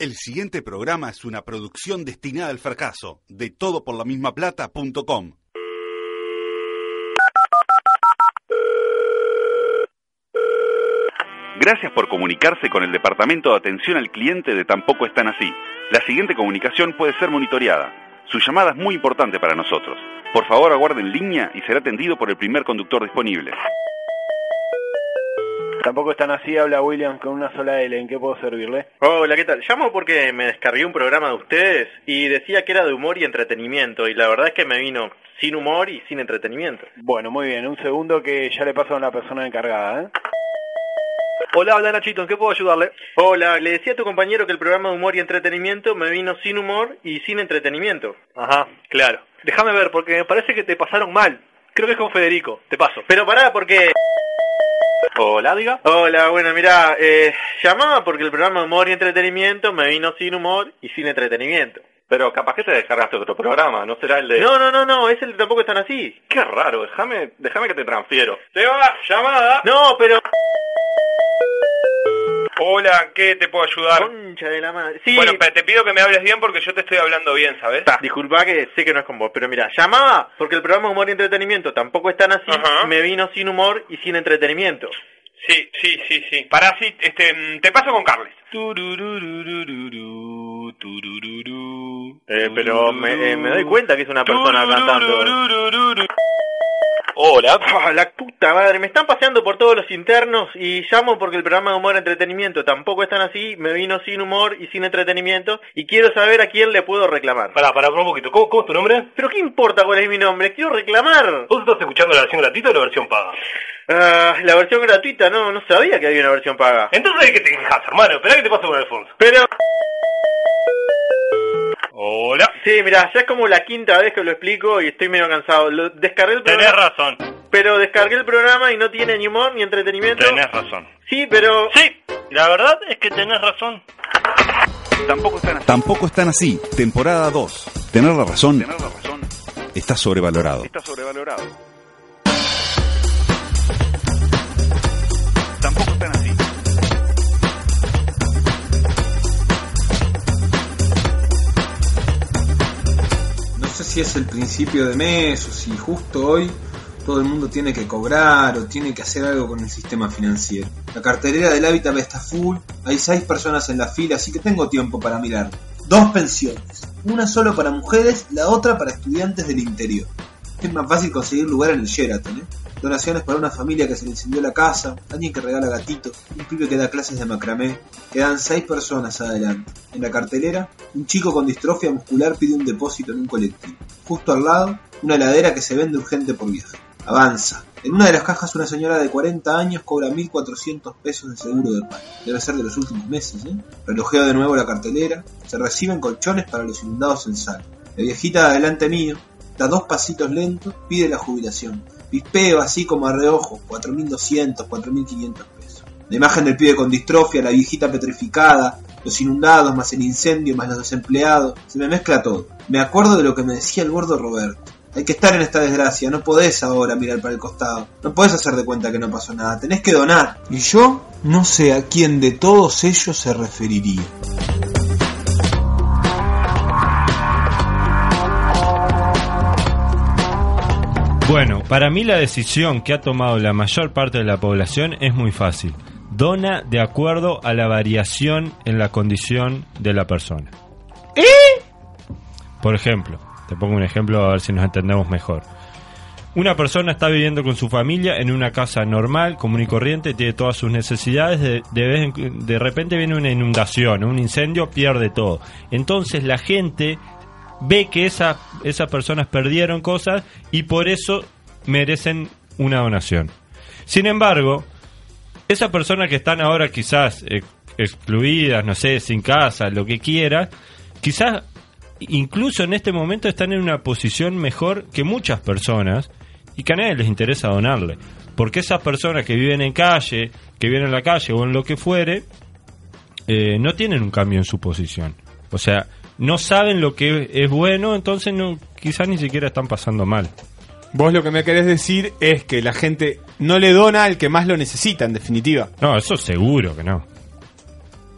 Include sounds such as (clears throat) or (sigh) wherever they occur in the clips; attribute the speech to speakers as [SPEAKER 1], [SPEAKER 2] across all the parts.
[SPEAKER 1] El siguiente programa es una producción destinada al fracaso de todo por la misma plata.com. Gracias por comunicarse con el Departamento de Atención al Cliente de Tampoco Están Así. La siguiente comunicación puede ser monitoreada. Su llamada es muy importante para nosotros. Por favor, aguarde en línea y será atendido por el primer conductor disponible.
[SPEAKER 2] Tampoco están así, habla Williams con una sola L. ¿En qué puedo servirle?
[SPEAKER 3] Hola, ¿qué tal? Llamo porque me descargué un programa de ustedes y decía que era de humor y entretenimiento y la verdad es que me vino sin humor y sin entretenimiento.
[SPEAKER 2] Bueno, muy bien. Un segundo que ya le paso a la persona encargada. ¿eh?
[SPEAKER 3] Hola, hola Nachito, ¿en qué puedo ayudarle? Hola, le decía a tu compañero que el programa de humor y entretenimiento me vino sin humor y sin entretenimiento. Ajá, claro. Déjame ver porque me parece que te pasaron mal. Creo que es con Federico, te paso. Pero pará porque... Hola, diga. Hola, bueno, mira, eh, llamaba porque el programa de humor y entretenimiento me vino sin humor y sin entretenimiento.
[SPEAKER 4] Pero capaz que te descargaste otro programa, ¿no será el de...?
[SPEAKER 3] No, no, no, no, ese tampoco están así.
[SPEAKER 4] Qué raro, déjame, déjame que te transfiero.
[SPEAKER 5] Te va, llamada.
[SPEAKER 3] No, pero...
[SPEAKER 5] Hola, ¿qué te puedo ayudar?
[SPEAKER 3] Concha de la madre. Sí,
[SPEAKER 5] Bueno, pero te pido que me hables bien porque yo te estoy hablando bien, ¿sabes?
[SPEAKER 3] Ta, disculpa que sé que no es con vos, pero mira, llamaba porque el programa de humor y entretenimiento tampoco están así,
[SPEAKER 5] Ajá.
[SPEAKER 3] me vino sin humor y sin entretenimiento.
[SPEAKER 5] Sí, sí, sí, sí. Pará, sí, este, mm, te paso con Carles.
[SPEAKER 3] Eh, pero me, eh, me doy cuenta que es una persona cantando.
[SPEAKER 4] Hola.
[SPEAKER 3] Ah, la puta madre, me están paseando por todos los internos y llamo porque el programa de humor y entretenimiento tampoco están así, me vino sin humor y sin entretenimiento y quiero saber a quién le puedo reclamar.
[SPEAKER 4] Pará, pará, pará un poquito. ¿Cómo, cómo es tu nombre?
[SPEAKER 3] Pero qué importa cuál es mi nombre, quiero reclamar.
[SPEAKER 4] ¿Vos estás escuchando la versión gratuita o la versión paga?
[SPEAKER 3] Ah, la versión gratuita, no, no sabía que había una versión paga.
[SPEAKER 4] Entonces, ¿de qué te quejas, hermano? Esperá que te paso con Alfonso.
[SPEAKER 3] Pero
[SPEAKER 4] Hola.
[SPEAKER 3] Sí, mira, ya es como la quinta vez que lo explico y estoy medio cansado. Lo, descargué el
[SPEAKER 4] Tenés
[SPEAKER 3] programa,
[SPEAKER 4] razón.
[SPEAKER 3] pero descargué el programa y no tiene ni humor ni entretenimiento.
[SPEAKER 4] Tenés razón.
[SPEAKER 3] Sí, pero
[SPEAKER 4] Sí, la verdad es que tenés razón.
[SPEAKER 1] Tampoco están así. Tampoco están así. Temporada 2. Tener la razón
[SPEAKER 4] Tenés razón.
[SPEAKER 1] está sobrevalorado.
[SPEAKER 4] Está sobrevalorado.
[SPEAKER 1] Tampoco están así.
[SPEAKER 6] No sé si es el principio de mes o si justo hoy todo el mundo tiene que cobrar o tiene que hacer algo con el sistema financiero. La cartelera del hábitat está full, hay seis personas en la fila, así que tengo tiempo para mirar. Dos pensiones, una solo para mujeres, la otra para estudiantes del interior. Es más fácil conseguir lugar en el Sheraton, ¿eh? Donaciones para una familia que se le incendió la casa, alguien que regala gatitos, un pibe que da clases de macramé. Quedan seis personas adelante. En la cartelera, un chico con distrofia muscular pide un depósito en un colectivo. Justo al lado, una heladera que se vende urgente por viaje. Avanza. En una de las cajas una señora de 40 años cobra 1.400 pesos de seguro de pan. Debe ser de los últimos meses, ¿eh? Relojeo de nuevo la cartelera. Se reciben colchones para los inundados en sal. La viejita de adelante mío, da dos pasitos lentos, pide la jubilación. Pispeo así como a reojo, 4.200, 4.500 pesos. La imagen del pibe con distrofia, la viejita petrificada, los inundados, más el incendio, más los desempleados, se me mezcla todo. Me acuerdo de lo que me decía el gordo Roberto. Hay que estar en esta desgracia, no podés ahora mirar para el costado, no podés hacer de cuenta que no pasó nada, tenés que donar. Y yo no sé a quién de todos ellos se referiría.
[SPEAKER 7] Bueno, para mí la decisión que ha tomado la mayor parte de la población es muy fácil. Dona de acuerdo a la variación en la condición de la persona. Por ejemplo, te pongo un ejemplo a ver si nos entendemos mejor. Una persona está viviendo con su familia en una casa normal, común y corriente, tiene todas sus necesidades, de, de vez en- de repente viene una inundación, un incendio, pierde todo. Entonces la gente ve que esa- esas personas perdieron cosas y por eso merecen una donación. Sin embargo, esas personas que están ahora quizás eh, excluidas, no sé, sin casa, lo que quieras, quizás incluso en este momento están en una posición mejor que muchas personas y que a nadie les interesa donarle. Porque esas personas que viven en calle, que viven en la calle o en lo que fuere, eh, no tienen un cambio en su posición. O sea, no saben lo que es bueno, entonces no, quizás ni siquiera están pasando mal.
[SPEAKER 8] Vos lo que me querés decir es que la gente no le dona al que más lo necesita, en definitiva.
[SPEAKER 7] No, eso seguro que no.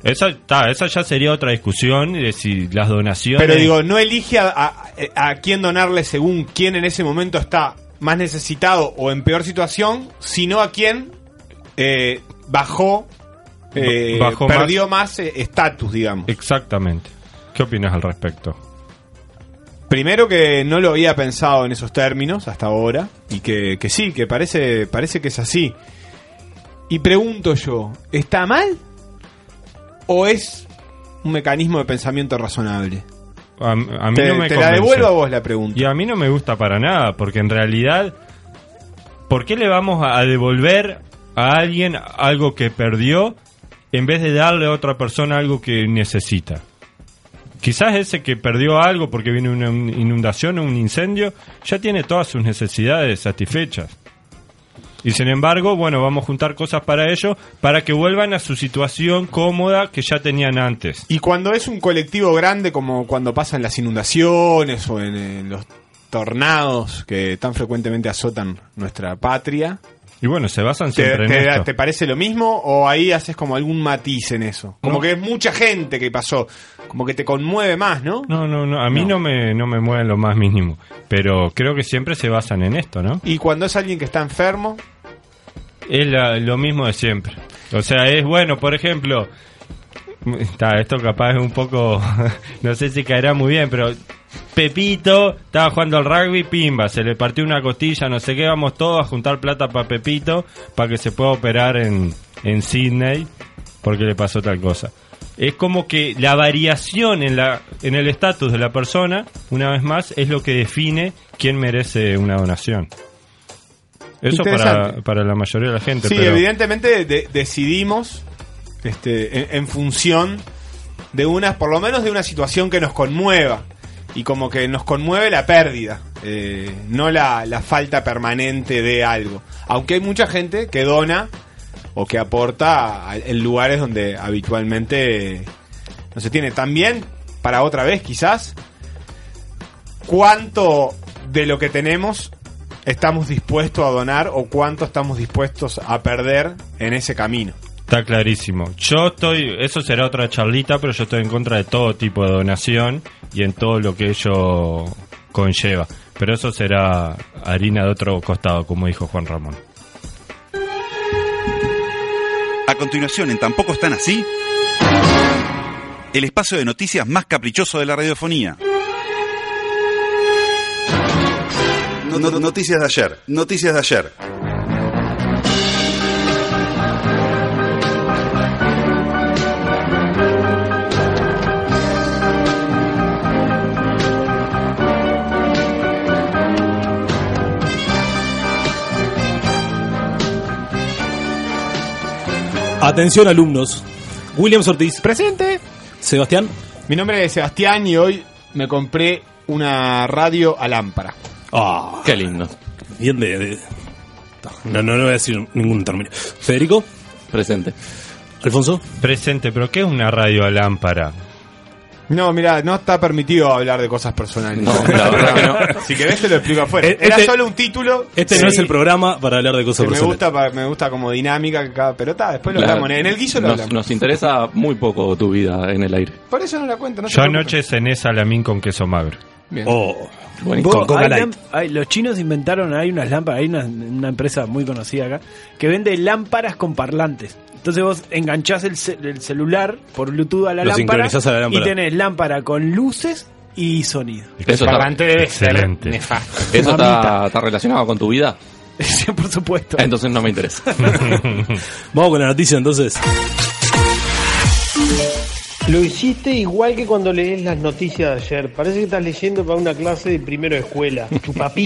[SPEAKER 7] Esa, ta, esa ya sería otra discusión de si las donaciones.
[SPEAKER 5] Pero digo, no elige a, a- a quién donarle según quién en ese momento está más necesitado o en peor situación, sino a quién eh, bajó, eh,
[SPEAKER 7] Ba- bajó
[SPEAKER 5] perdió más eh, estatus, digamos.
[SPEAKER 7] Exactamente. ¿Qué opinas al respecto?
[SPEAKER 5] Primero que no lo había pensado en esos términos hasta ahora y que, que sí, que parece, parece que es así. Y pregunto yo, ¿está mal? ¿O es un mecanismo de pensamiento razonable?
[SPEAKER 7] A, a mí
[SPEAKER 5] Te-
[SPEAKER 7] no me
[SPEAKER 5] te la
[SPEAKER 7] convence.
[SPEAKER 5] devuelvo a vos la pregunta.
[SPEAKER 7] Y a mí no me gusta para nada, porque en realidad, ¿por qué le vamos a a devolver a alguien algo que perdió en vez de darle a otra persona algo que necesita? Quizás ese que perdió algo porque viene una un- inundación o un incendio, ya tiene todas sus necesidades satisfechas. Y sin embargo, bueno, vamos a juntar cosas para ello, para que vuelvan a su situación cómoda que ya tenían antes.
[SPEAKER 5] Y cuando es un colectivo grande, como cuando pasan las inundaciones o en, eh, los tornados que tan frecuentemente azotan nuestra patria,
[SPEAKER 7] Y bueno, se basan
[SPEAKER 5] ¿te,
[SPEAKER 7] siempre en
[SPEAKER 5] te-
[SPEAKER 7] esto.
[SPEAKER 5] te parece lo mismo o ahí haces como algún matiz en eso? Como
[SPEAKER 7] No.
[SPEAKER 5] que es mucha gente que pasó, como que te conmueve más, ¿no?
[SPEAKER 7] No, no, no, a mí no, me, no me mueven lo más mínimo. Pero creo que siempre se basan en esto, ¿no?
[SPEAKER 5] Y cuando es alguien que está enfermo,
[SPEAKER 7] Es la- lo mismo de siempre. O sea, es bueno, por ejemplo. Está, esto capaz es un poco. (laughs) no sé si caerá muy bien, pero. Pepito estaba jugando al rugby, pimba, se le partió una costilla, no sé qué, vamos todos a juntar plata para Pepito para que se pueda operar en, en Sydney porque le pasó tal cosa. Es como que la variación en, la, en el estatus de la persona, una vez más, es lo que define quién merece una donación. Eso para,
[SPEAKER 5] Interesante.
[SPEAKER 7] para la mayoría de la gente.
[SPEAKER 5] sí,
[SPEAKER 7] pero-
[SPEAKER 5] evidentemente de- decidimos este, en, en función de unas, por lo menos de una situación que nos conmueva. Y como que nos conmueve la pérdida, eh, no la, la falta permanente de algo. Aunque hay mucha gente que dona o que aporta a- en lugares donde habitualmente eh, no se tiene. También, para otra vez quizás, cuánto de lo que tenemos estamos dispuestos a donar o cuánto estamos dispuestos a perder en ese camino.
[SPEAKER 7] Está clarísimo. Yo estoy, eso será otra charlita, pero yo estoy en contra de todo tipo de donación y en todo lo que ello conlleva. Pero eso será harina de otro costado, como dijo Juan Ramón.
[SPEAKER 9] A continuación, en Tampoco están así, el espacio de noticias más caprichoso de la radiofonía. No- no- noticias de ayer, noticias de ayer.
[SPEAKER 10] Atención alumnos. Williams Ortiz.
[SPEAKER 5] Presente.
[SPEAKER 10] Sebastián.
[SPEAKER 5] Mi nombre es Sebastián y hoy me compré una radio a lámpara.
[SPEAKER 10] Ah,
[SPEAKER 11] Qué lindo.
[SPEAKER 10] bien de... de- No, no, no voy a decir ningún término. Federico.
[SPEAKER 11] Presente.
[SPEAKER 10] Alfonso.
[SPEAKER 7] Presente, pero ¿qué es una radio a lámpara?
[SPEAKER 5] No, mira, no está permitido hablar de cosas personales.
[SPEAKER 11] No, la verdad que no.
[SPEAKER 5] Si querés te lo explico afuera. (laughs)
[SPEAKER 10] Este-
[SPEAKER 5] Era solo un título.
[SPEAKER 10] Este no
[SPEAKER 5] Sí.
[SPEAKER 10] es el programa para hablar de
[SPEAKER 5] Que
[SPEAKER 10] cosas
[SPEAKER 5] me
[SPEAKER 10] personales.
[SPEAKER 5] gusta, pa- me gusta como dinámica que cada pelota. Después lo
[SPEAKER 11] La-
[SPEAKER 5] hablamos. En el guiso lo
[SPEAKER 11] nos,
[SPEAKER 5] hablamos.
[SPEAKER 11] Nos interesa muy poco tu vida en el aire.
[SPEAKER 5] Por eso no la cuento. No se
[SPEAKER 7] Yo
[SPEAKER 5] preocupen.
[SPEAKER 7] anoche cené salamín con queso magro.
[SPEAKER 5] Bien.
[SPEAKER 10] Oh,
[SPEAKER 11] Buenísimo.
[SPEAKER 10] con
[SPEAKER 2] Vos,
[SPEAKER 10] Coca
[SPEAKER 2] hay
[SPEAKER 10] Light.
[SPEAKER 2] lamp- hay- los chinos inventaron, hay unas lámparas, hay una, una empresa muy conocida acá, que vende lámparas con parlantes. Entonces vos enganchás el, ce- el celular por Bluetooth a la,
[SPEAKER 10] Lo
[SPEAKER 2] lámpara,
[SPEAKER 10] sincronizás a la lámpara.
[SPEAKER 2] y tenés lámpara con luces y sonido.
[SPEAKER 11] Eso está,
[SPEAKER 7] Excelente.
[SPEAKER 11] eso está,
[SPEAKER 2] Mamita.
[SPEAKER 11] está relacionado con tu vida.
[SPEAKER 2] (laughs) Sí, por supuesto.
[SPEAKER 11] Entonces no me interesa.
[SPEAKER 2] (laughs)
[SPEAKER 5] (laughs)
[SPEAKER 11] Eh,
[SPEAKER 10] Vamos con la noticia entonces.
[SPEAKER 12] Lo hiciste igual que cuando lees las noticias de ayer. Parece que estás leyendo para una clase de primero
[SPEAKER 2] (laughs)
[SPEAKER 12] de escuela. Chupapí.